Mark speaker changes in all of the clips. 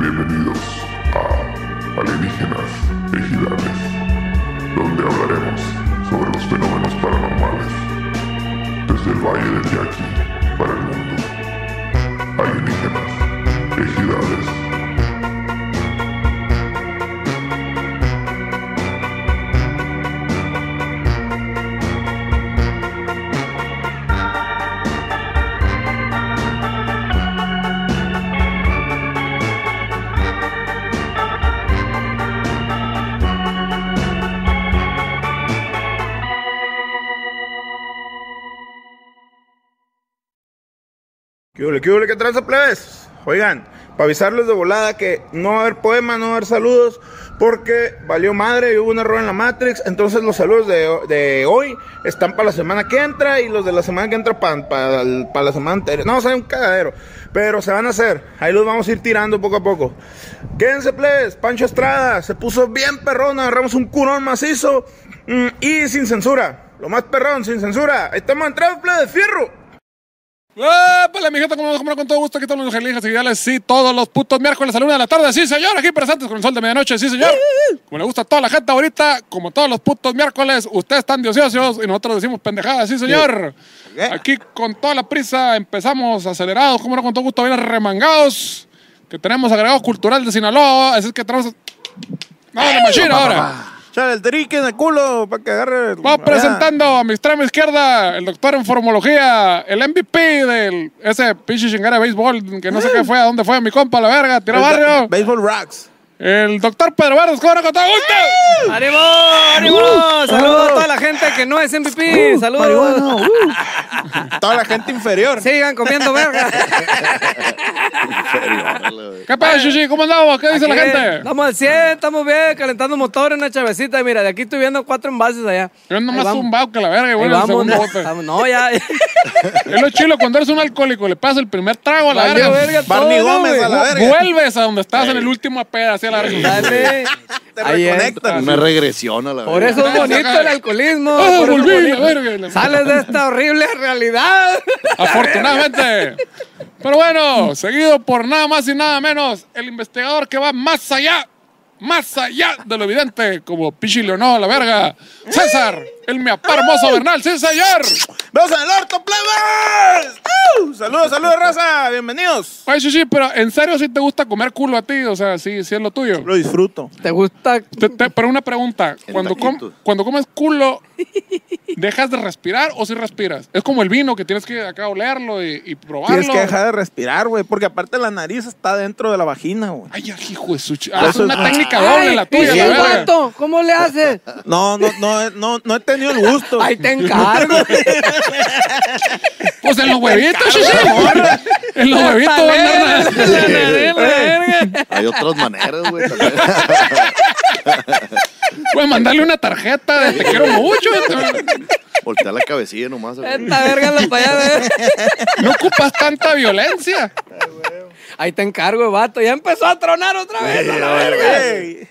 Speaker 1: Bienvenidos a Alienígenas Ejidales, donde hablaremos sobre los fenómenos paranormales desde el Valle del Yaqui para el mundo. Alienígenas Ejidales.
Speaker 2: ¿Qué huele, qué huele, qué tranza, plebes? Oigan, para avisarles de volada que no va a haber poemas, no va a haber saludos, porque valió madre y hubo un error en la Matrix. Entonces, los saludos de, de hoy están para la semana que entra y los de la semana que entra para la semana anterior. No, o sea, un cagadero, pero se van a hacer. Ahí los vamos a ir tirando poco a poco. Quédense, plebes. Pancho Estrada se puso bien perrón, agarramos un curón macizo mm, y sin censura. Lo más perrón, sin censura. Ahí Estamos entrados, plebes, fierro.
Speaker 3: ¡Ah, pues la mijita, como nos compra con todo gusto, aquí todos los angelistas y ideales, sí, todos los putos miércoles a la una de la tarde, sí, señor, aquí presentes con el sol de medianoche, sí, señor. Como le gusta a toda la gente ahorita, como todos los putos miércoles, ustedes están diociosos y nosotros decimos pendejadas, sí, señor. Aquí con toda la prisa empezamos acelerados, como no, con todo gusto, bien remangados, que tenemos agregado cultural de Sinaloa, así es que tenemos... ¡Vamos, la machina ahora!
Speaker 2: Echale el trique en el culo para que agarre.
Speaker 3: Vamos presentando a mi extrema izquierda, el doctor en formología, el MVP del ese pinche chingada de béisbol, que no sé qué fue, a dónde fue, mi compa, la verga, tiró barrio.
Speaker 2: Baseball Rocks.
Speaker 3: El doctor Pedro Barros, ¿cómo no con todo gusto?
Speaker 4: ¡Ánimo!
Speaker 3: ¡Uh!
Speaker 4: ¡Ánimo! Saludos a toda la gente que no es MVP. Saludos.
Speaker 2: Toda la gente inferior.
Speaker 4: Sigan comiendo verga.
Speaker 3: ¿Qué pedo, Chuchi? ¿Cómo andamos? ¿Qué dice la
Speaker 4: Aquí
Speaker 3: gente?
Speaker 4: Estamos al 100, estamos bien, calentando motores, una chavecita. Mira, de aquí estoy viendo cuatro envases allá.
Speaker 3: Yo ando más
Speaker 4: Ahí vamos.
Speaker 3: zumbado que la verga,
Speaker 4: Ahí
Speaker 3: güey, en el
Speaker 4: vamos,
Speaker 3: segundo
Speaker 4: no,
Speaker 3: bote.
Speaker 4: estamos- no, ya.
Speaker 3: Es lo chilo cuando eres un alcohólico, le pasas el primer trago a la
Speaker 4: Valió
Speaker 3: verga.
Speaker 4: verga todo,
Speaker 2: Barney Gómez
Speaker 4: güey.
Speaker 2: a la verga.
Speaker 3: Vuelves a donde estás en el último peda, así a la verga.
Speaker 4: Dale.
Speaker 2: Te
Speaker 4: Ahí es.
Speaker 2: reconectan.
Speaker 5: Una regresión a la
Speaker 4: Por
Speaker 5: verga.
Speaker 4: eso es bonito el alcoholismo.
Speaker 3: Ah,
Speaker 4: por eso es
Speaker 3: volví, la
Speaker 4: bonito.
Speaker 3: verga, la-
Speaker 4: Sales de esta horrible realidad.
Speaker 3: Afortunadamente. Pero bueno, seguido por nada más y nada menos, el investigador que va más allá, más allá de lo evidente, como Pichi Leonó, la verga. César, el mi apá hermoso Bernal, sí señor.
Speaker 2: ¡Vamos al orto, plebes! ¡Uh! Saludos, saludos, raza. Bienvenidos.
Speaker 3: Oye, sí, pero en serio sí te gusta comer culo a ti, o sea, sí, sí es lo tuyo.
Speaker 2: Lo disfruto.
Speaker 4: ¿Te gusta?
Speaker 3: Te- te- pero una pregunta,
Speaker 5: El
Speaker 3: cuando, com-
Speaker 5: taquito.
Speaker 3: cuando comes culo, ¿dejas de respirar o sí respiras? Es como el vino que tienes que acá olerlo y, y probarlo.
Speaker 2: Tienes que dejar de respirar, güey, porque aparte la nariz está dentro de la vagina, güey.
Speaker 3: Ay, hijo de su ch- Ah, es
Speaker 2: Eso es-
Speaker 3: una técnica doble la
Speaker 4: Ay, ¿y
Speaker 3: tuya,
Speaker 4: si
Speaker 3: la
Speaker 4: es
Speaker 3: verga.
Speaker 4: vato? ¿Cómo le haces?
Speaker 2: No, no, no, no, no he tenido el gusto.
Speaker 4: Ahí te encargo.
Speaker 3: Pues en los huevitos, sí, sí. En los huevitos
Speaker 4: ¿eh?
Speaker 3: va a andar la-
Speaker 5: Hay otras maneras, güey. también.
Speaker 3: Güey, mandarle una tarjeta de te quiero mucho.
Speaker 5: Voltear la cabecilla nomás. a la verga.
Speaker 4: Esta verga la payada.
Speaker 3: No ocupas tanta violencia.
Speaker 4: Ahí te encargo, vato. Ya empezó a tronar otra vez. a la verga.
Speaker 2: Ey.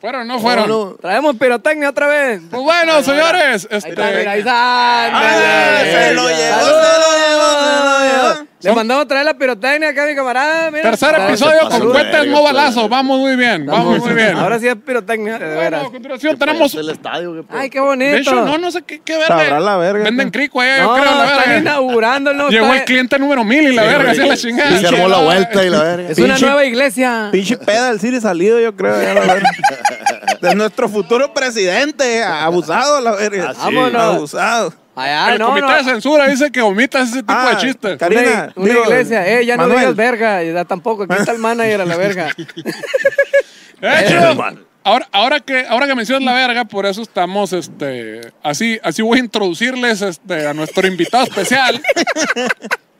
Speaker 3: Fueron, no fueron.
Speaker 5: No,
Speaker 4: Traemos pirotecnia otra vez.
Speaker 3: Pues bueno, señores.
Speaker 4: Ahí está, mira, ahí
Speaker 3: Este,
Speaker 4: está.
Speaker 2: Ah,
Speaker 4: Ándale.
Speaker 2: se lo llevó, se
Speaker 4: Saludos.
Speaker 2: lo llevó, se lo llevó.
Speaker 4: Le mandamos a traer la pirotecnia acá a mi camarada. Mira.
Speaker 3: tercer
Speaker 4: Ahora-
Speaker 3: episodio con
Speaker 5: Salud.
Speaker 3: cuentas no
Speaker 5: Salud.
Speaker 3: balazos. Vamos muy bien, vamos muy bien.
Speaker 4: Ahora sí es pirotecnia, de
Speaker 3: Bueno,
Speaker 4: veras.
Speaker 3: a continuación
Speaker 5: tenemos
Speaker 3: tenemos.
Speaker 5: el estadio, güey. pues.
Speaker 4: Ay, qué
Speaker 3: De hecho, no,
Speaker 4: bonito.
Speaker 3: no sé qué, qué verga.
Speaker 2: Sabrá la verga.
Speaker 3: Venden crico ahí, yo
Speaker 4: No,
Speaker 3: creo, la
Speaker 4: están
Speaker 3: verga.
Speaker 4: inaugurando el nuevo
Speaker 3: Llegó el
Speaker 4: estadio.
Speaker 3: cliente número mil y la verga, así la chingada.
Speaker 5: Y se armó la vuelta y la verga.
Speaker 4: Es una
Speaker 2: Pinche-
Speaker 4: nueva iglesia.
Speaker 2: Pinche peda del Siri salido, yo creo. ya la verga. De nuestro futuro presidente, abusado, la verga.
Speaker 5: Así.
Speaker 4: Vámonos.
Speaker 2: Abusado.
Speaker 4: Allá,
Speaker 3: el
Speaker 4: Ah, no,
Speaker 3: comité
Speaker 4: no.
Speaker 3: de censura dice que omitas ese tipo de chistes.
Speaker 4: Una-
Speaker 2: Karina,
Speaker 4: una,
Speaker 2: digo,
Speaker 4: iglesia, eh, ya no
Speaker 2: Manuel.
Speaker 4: digas verga, ya tampoco, aquí está el manager a la verga.
Speaker 3: De hecho,
Speaker 5: Eh, man.
Speaker 3: ahora, ahora, que, ahora que mencionas la verga, por eso estamos, este, así, así voy a introducirles este, a nuestro invitado especial.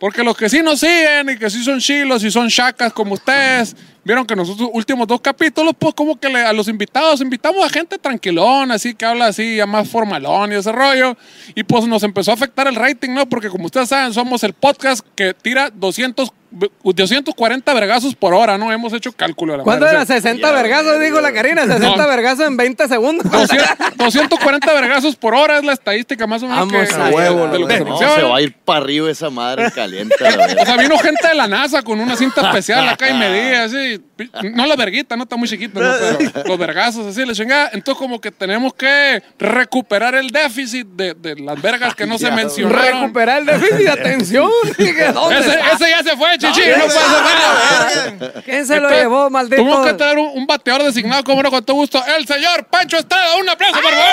Speaker 3: Porque los que sí nos siguen y que sí son chilos y son chacas como ustedes, vieron que nosotros últimos dos capítulos, pues como que le- a los invitados invitamos a gente tranquilón, así que habla así, ya más formalón y ese rollo. Y pues nos empezó a afectar el rating, ¿no? Porque como ustedes saben, somos el podcast que tira 200, 240 vergazos por hora, ¿no? Hemos hecho cálculo. a La
Speaker 4: ¿Cuánto
Speaker 3: madre.
Speaker 4: era? 60 vergazos, dijo la Karina. 60
Speaker 3: No.
Speaker 4: vergazos en 20 segundos.
Speaker 3: 200 240 vergazos por hora es la estadística más o menos
Speaker 4: Vamos
Speaker 3: que,
Speaker 4: a
Speaker 3: de-
Speaker 4: huevo,
Speaker 3: de lo que se
Speaker 5: No,
Speaker 3: menciona.
Speaker 5: se va a ir para arriba esa madre caliente. la verga.
Speaker 3: O sea, vino gente de la NASA con una cinta especial acá y
Speaker 4: Ah.
Speaker 3: medía así. No la verguita, no está muy chiquita, ¿no? pero los vergazos así, la chingada. Entonces, como que tenemos que recuperar el déficit de, de las vergas que no se mencionaron.
Speaker 4: Recuperar el déficit de atención. Dije, ¿dónde
Speaker 3: Ese,
Speaker 4: está?
Speaker 3: ese ya se fue, chichi, no, puede ser nada.
Speaker 4: ¿Quién se lo
Speaker 3: Entonces,
Speaker 4: llevó, maldito?
Speaker 3: Tuvimos que tener un, un bateador designado, como no, con todo gusto. El señor Pancho Estrada, un aplauso, por favor,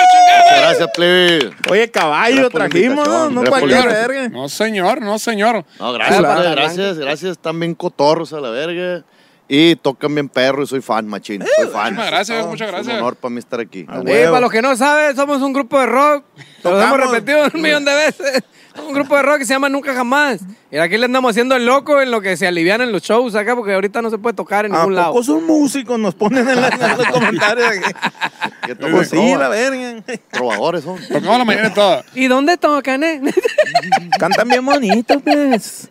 Speaker 3: chingada.
Speaker 5: Gracias, plebe.
Speaker 2: Oye, caballo
Speaker 5: Gracias por la
Speaker 2: trajimos, ¿no?
Speaker 5: invitación.
Speaker 2: No
Speaker 5: Gracias por
Speaker 2: cualquier
Speaker 5: la-
Speaker 2: verga.
Speaker 3: No, señor, no, señor.
Speaker 5: No, gracias,
Speaker 4: Chulada,
Speaker 5: padre,
Speaker 4: blanca.
Speaker 5: gracias, gracias. Están bien cotorros a la verga. Y tocan bien perro y soy fan, machín. Soy fan.
Speaker 3: Muchas gracias,
Speaker 5: Es
Speaker 3: muchas
Speaker 5: un
Speaker 3: gracias.
Speaker 5: honor para mí estar aquí.
Speaker 2: Ah,
Speaker 4: Eh,
Speaker 2: huevo.
Speaker 4: para los que no saben, somos un grupo de rock. Lo hemos
Speaker 2: Tocamos.
Speaker 4: repetido un millón de veces. Un grupo de rock que se llama Nunca Jamás. Y aquí le andamos haciendo el loco en lo que se alivian en los shows acá, porque ahorita no se puede tocar en
Speaker 2: ¿A
Speaker 4: ningún lado.
Speaker 2: poco son músicos? Nos ponen en, la- en los comentarios. aquí.
Speaker 5: Que tocan
Speaker 2: Pues sí, la
Speaker 5: trova,
Speaker 2: verga.
Speaker 5: Trovadores son.
Speaker 3: Tocamos la mañana y todo.
Speaker 4: ¿Y dónde tocan, eh?
Speaker 2: Cantan bien bonito, pues.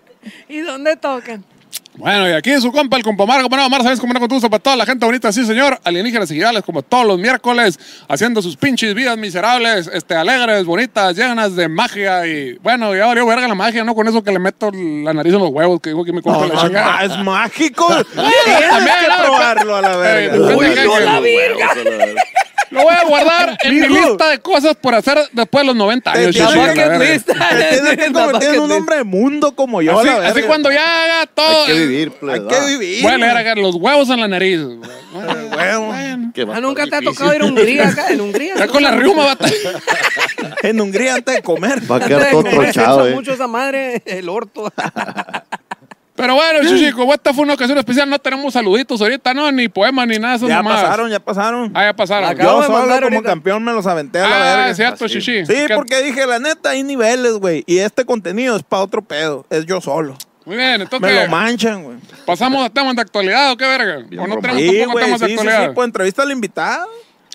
Speaker 4: ¿Y dónde tocan?
Speaker 3: Bueno, y aquí su compa, el compa Marco. Bueno, Mar, ¿sabes cómo no con tu gusto para toda la gente bonita? Sí, señor. Alienígenas y girales, como todos los miércoles, haciendo sus pinches vidas miserables, este, alegres, bonitas, llenas de magia. Y bueno, ya valió verga la magia, ¿no? Con eso que le meto la nariz en los huevos, que digo que me corta
Speaker 2: No,
Speaker 3: la
Speaker 2: no, no,
Speaker 3: chingada.
Speaker 2: es mágico. Tienes
Speaker 3: también,
Speaker 2: que
Speaker 3: no,
Speaker 2: probarlo a la verga.
Speaker 3: Eh,
Speaker 5: Uy,
Speaker 3: Uy, la
Speaker 5: no, los huevos, a la verga.
Speaker 3: Lo voy a guardar en mi
Speaker 2: Mijo.
Speaker 3: lista de cosas por hacer después de los 90 años.
Speaker 2: Te
Speaker 3: chichi,
Speaker 2: tienes
Speaker 3: la
Speaker 2: que
Speaker 3: verga.
Speaker 4: lista.
Speaker 2: Te tienes que convertir en un hombre de mundo como yo.
Speaker 3: Así,
Speaker 2: a la
Speaker 3: así
Speaker 2: verga.
Speaker 3: cuando ya haga todo.
Speaker 5: Hay que vivir, pues, plebe.
Speaker 2: Hay que vivir.
Speaker 3: Voy a leer acá los huevos en la nariz.
Speaker 2: huevo.
Speaker 3: Bueno.
Speaker 5: Que va a
Speaker 4: Ah, nunca te
Speaker 5: estar
Speaker 4: ha
Speaker 5: difícil.
Speaker 4: tocado ir a Hungría acá, en Hungría.
Speaker 3: Ya con la riuma va a estar-
Speaker 2: En Hungría antes de comer.
Speaker 5: Va a quedar todo
Speaker 4: Me cansa
Speaker 5: trochado, eh.
Speaker 4: mucho esa madre, el orto.
Speaker 3: Pero bueno, Chuchi, como esta fue una ocasión especial, no tenemos saluditos ahorita, no, ni poemas, ni nada, son
Speaker 2: Ya
Speaker 3: nomás.
Speaker 2: pasaron, ya pasaron.
Speaker 3: Ah, ya pasaron.
Speaker 4: Acá. Acabo
Speaker 2: Yo
Speaker 4: de
Speaker 2: solo como
Speaker 4: mandar ahorita.
Speaker 2: campeón me los aventé a la
Speaker 3: Ah,
Speaker 2: verga.
Speaker 3: es cierto,
Speaker 5: Así.
Speaker 3: Chuchi.
Speaker 2: Sí,
Speaker 3: Que-
Speaker 2: porque dije, la neta, hay niveles, güey. Y este contenido es para otro pedo. Es yo solo.
Speaker 3: Muy bien, entonces.
Speaker 2: Me lo manchan, güey.
Speaker 3: ¿Pasamos a temas de actualidad o qué verga?
Speaker 5: Bien
Speaker 3: ¿O no
Speaker 5: romántico.
Speaker 3: tenemos
Speaker 2: Sí,
Speaker 3: tampoco
Speaker 2: güey.
Speaker 3: temas
Speaker 2: Sí,
Speaker 3: de
Speaker 2: sí,
Speaker 3: actualidad?
Speaker 2: sí, pues entrevista al invitado.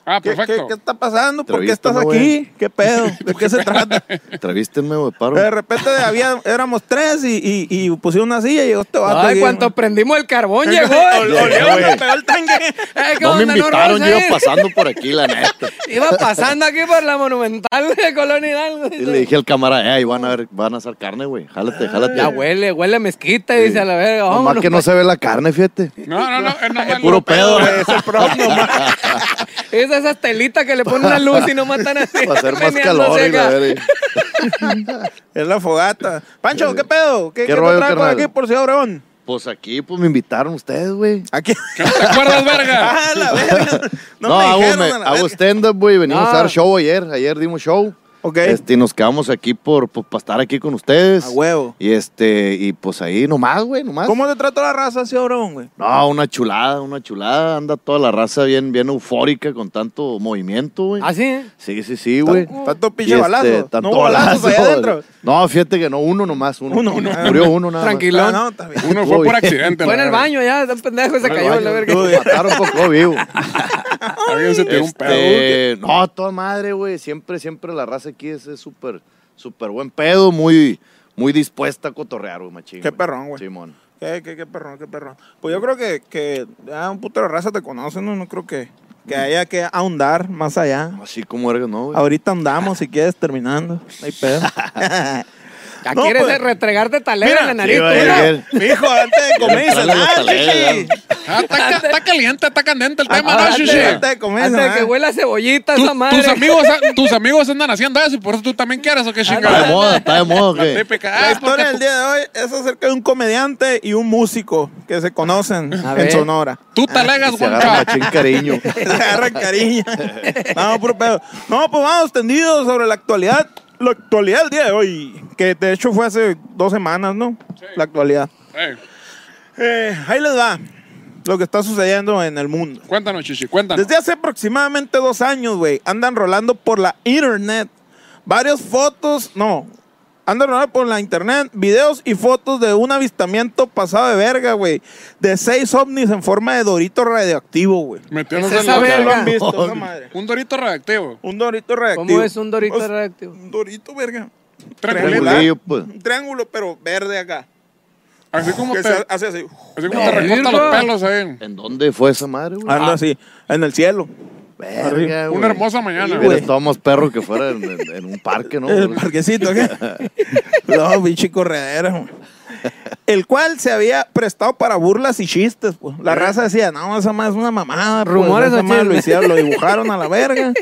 Speaker 3: ah,
Speaker 2: ¿Qué, qué,
Speaker 3: perfecto.
Speaker 2: qué está pasando? ¿Por qué estás
Speaker 5: Entrevístame,
Speaker 2: aquí?
Speaker 5: güey.
Speaker 2: ¿Qué pedo? ¿De qué se trata?
Speaker 5: Entrevístenme, güey, paro.
Speaker 2: De repente había, éramos tres y, y, y pusieron una silla y llegó este vato.
Speaker 4: Ay,
Speaker 2: aquí,
Speaker 4: cuando
Speaker 2: güey.
Speaker 4: prendimos el carbón llegó.
Speaker 3: eh.
Speaker 2: Ol-
Speaker 5: Llegó,
Speaker 2: olió,
Speaker 5: güey.
Speaker 2: me pegó el tanque.
Speaker 4: Eh, ¿qué
Speaker 5: No me
Speaker 4: onda,
Speaker 5: invitaron, yo
Speaker 4: Rosa,
Speaker 5: iba
Speaker 4: eh?
Speaker 5: pasando por aquí, la neta.
Speaker 4: Iba pasando aquí por la monumental de Colonia Hidalgo.
Speaker 5: Y le dije al cámara, eh, ahí van a ver, van a hacer carne, güey. Jálate, jálate.
Speaker 4: Ya huele, huele mezquita, dice a la verga.
Speaker 5: Nomás
Speaker 4: Ah, vámonos. pues.
Speaker 5: que no se ve la carne, fíjate.
Speaker 3: No, no, no. Es nomás
Speaker 5: Puro
Speaker 3: lo-
Speaker 5: pedo, güey.
Speaker 2: Es el prop nomás.
Speaker 4: Es de esas telitas que le ponen la luz y no matan así.
Speaker 5: Para hacer más
Speaker 4: meneándose
Speaker 5: calor y la
Speaker 4: acá.
Speaker 5: verga.
Speaker 2: Es la fogata. Pancho, ¿qué pedo? ¿Qué,
Speaker 5: ¿Qué
Speaker 2: qué, te
Speaker 5: rollo,
Speaker 2: trae por
Speaker 5: carnal?
Speaker 2: aquí por Ciudad Obregón?
Speaker 5: Pues aquí, pues me invitaron ustedes, güey.
Speaker 2: Aquí.
Speaker 3: ¿Qué no te acuerdas, verga?
Speaker 2: Ah, la verga. No, me
Speaker 5: hago,
Speaker 2: dijeron
Speaker 5: me-
Speaker 2: a la
Speaker 5: hago
Speaker 2: verga.
Speaker 5: stand-up, güey. Venimos
Speaker 4: Ah.
Speaker 5: a dar show ayer. Ayer dimos show.
Speaker 2: Ok.
Speaker 5: Este, y nos quedamos aquí por, por- para estar aquí con ustedes.
Speaker 2: A huevo.
Speaker 5: Y este, y pues ahí nomás, güey, nomás.
Speaker 2: ¿Cómo te trata la raza Ciudad Obregón, güey?
Speaker 5: No, una chulada, una chulada. Anda toda la raza bien, bien eufórica con tanto movimiento, güey.
Speaker 4: ¿Ah, sí?
Speaker 5: Sí, sí, sí, güey.
Speaker 2: Tanto
Speaker 5: Y,
Speaker 2: pinche
Speaker 5: este,
Speaker 2: balazo.
Speaker 5: tanto
Speaker 2: no hubo balazos
Speaker 5: balazo,
Speaker 2: allá
Speaker 5: güey.
Speaker 2: adentro.
Speaker 5: No, fíjate que no, uno nomás, uno.
Speaker 2: Uno, uno.
Speaker 5: Murió uno nada más.
Speaker 4: Tranquilo.
Speaker 2: Ah, no, está bien.
Speaker 3: Uno fue por
Speaker 5: Uy.
Speaker 3: accidente.
Speaker 4: Fue en
Speaker 3: la
Speaker 4: el
Speaker 3: verga.
Speaker 4: baño ya, ese pendejo se
Speaker 5: Al
Speaker 4: cayó,
Speaker 5: baño,
Speaker 4: la verga.
Speaker 5: lo mataron poco vivo.
Speaker 3: Alguien se tiró un pedo.
Speaker 5: Este, no, a toda madre, güey. Siempre, siempre la raza aquí es es súper, súper buen pedo, muy, muy dispuesta a cotorrear, güey, machín.
Speaker 2: Qué perrón, güey.
Speaker 5: Simón.
Speaker 2: ¿Qué, qué, qué perrón, qué perrón. Pues yo creo que, que ya un puto de raza te conoce, ¿no? No creo que, que haya que ahondar más allá.
Speaker 5: Así como eres, ¿no, güey?
Speaker 2: Ahorita andamos, si quieres, terminando. No hay pedo.
Speaker 4: Ya
Speaker 2: No,
Speaker 4: quieres
Speaker 2: pues.
Speaker 4: retregarte talera
Speaker 2: Mira,
Speaker 4: en la nariz.
Speaker 5: sí,
Speaker 4: tú,
Speaker 5: güey,
Speaker 4: mira.
Speaker 5: bien.
Speaker 2: Mijo, antes de comer,
Speaker 5: Trae los talegas,
Speaker 2: dice, "Ah,
Speaker 3: Ah, está, ca- está caliente, está candente el tema,
Speaker 2: Ah,
Speaker 3: ¿no,
Speaker 2: sí,
Speaker 3: Chuchi?
Speaker 2: sí. Antes de comer,
Speaker 4: Antes de que
Speaker 2: ah.
Speaker 4: huela a cebollita
Speaker 3: Tú-
Speaker 4: esa madre.
Speaker 3: tus, amigos, ah, tus amigos andan haciendo eso y por eso tú también quieres o qué
Speaker 5: Está de
Speaker 3: chingada.
Speaker 5: moda, está de moda,
Speaker 3: La
Speaker 5: güey.
Speaker 3: típica.
Speaker 2: La
Speaker 3: Ay, porque
Speaker 2: historia del día de hoy es acerca de un comediante y un músico que se conocen
Speaker 4: A
Speaker 2: en
Speaker 4: ver.
Speaker 2: Sonora.
Speaker 3: tú te alegas,
Speaker 5: Se
Speaker 3: Juan
Speaker 5: agarra machín cariño.
Speaker 2: Se agarran cariño. No, puro pedo. No, pues vamos tendidos sobre la actualidad. La actualidad del día de hoy, que de hecho fue hace dos semanas, ¿no? La actualidad.
Speaker 3: Ey,
Speaker 2: Eh, ahí les va lo que está sucediendo en el mundo.
Speaker 3: Cuéntanos, Chichi, cuéntanos.
Speaker 2: Desde hace aproximadamente dos años, güey, andan rolando por la internet varias fotos, no, andan rodando por la internet videos y fotos de un avistamiento pasado de verga, güey. De seis ovnis en forma de dorito radioactivo, güey.
Speaker 3: Metiéndose
Speaker 4: Es
Speaker 3: en
Speaker 4: esa
Speaker 3: la
Speaker 2: Ya lo
Speaker 4: verga.
Speaker 2: han visto, esa madre.
Speaker 3: Un dorito radioactivo.
Speaker 2: Un dorito radioactivo.
Speaker 4: ¿Cómo es un dorito
Speaker 2: O sea,
Speaker 4: radioactivo?
Speaker 2: Un dorito, verga.
Speaker 3: Triangulito.
Speaker 2: Triangular.
Speaker 5: Triangulillo, pues.
Speaker 2: Un triángulo, pero verde acá.
Speaker 3: Así como
Speaker 2: Que
Speaker 3: te,
Speaker 2: se hace así.
Speaker 3: así como te recorta
Speaker 4: Virgo.
Speaker 3: los pelos ahí.
Speaker 5: ¿En dónde fue esa madre, güey? Ah,
Speaker 2: Anda así, en el cielo.
Speaker 5: Verga, güey.
Speaker 3: Una hermosa mañana.
Speaker 5: Hubiera estado más perro que fuera en, en- en un parque, ¿no?
Speaker 2: En el parquecito, ¿qué? no, pinche corredera, güey. El cual se había prestado para burlas y chistes, pues. La raza decía, no, esa más es una mamada. pues,
Speaker 4: Rumores
Speaker 2: esa
Speaker 4: o
Speaker 2: madre lo
Speaker 4: chismes.
Speaker 2: hicieron, lo dibujaron a la verga.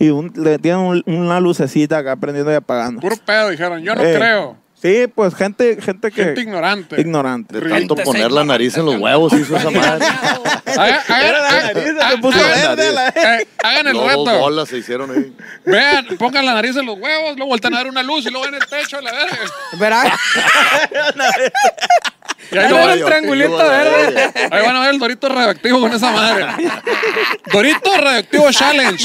Speaker 2: Y un- le tienen un- una lucecita acá prendiendo y apagando.
Speaker 3: Puro pedo, dijeron. Yo no
Speaker 2: Eh,
Speaker 3: creo.
Speaker 2: Sí, pues gente, gente que.
Speaker 3: Gente ignorante.
Speaker 2: ignorante.
Speaker 5: De tanto
Speaker 4: Gente
Speaker 5: poner la nariz en los huevos hizo esa madre.
Speaker 3: Haga- haga-
Speaker 2: Era la
Speaker 3: haga-
Speaker 2: nariz,
Speaker 3: haga-
Speaker 2: se puso
Speaker 3: hagan-
Speaker 2: verde la-
Speaker 3: eh, Hagan el
Speaker 5: Luego dos
Speaker 3: reto.
Speaker 5: bolas se hicieron ahí.
Speaker 3: Vean, pongan la nariz en los huevos, luego vueltan a dar una luz y luego en el techo, la verga.
Speaker 4: Verá,
Speaker 3: Y ahí,
Speaker 4: Era
Speaker 3: lo-
Speaker 4: un triangulito verde.
Speaker 3: ahí van a ver el dorito radioactivo con esa madre. Dorito radioactivo challenge.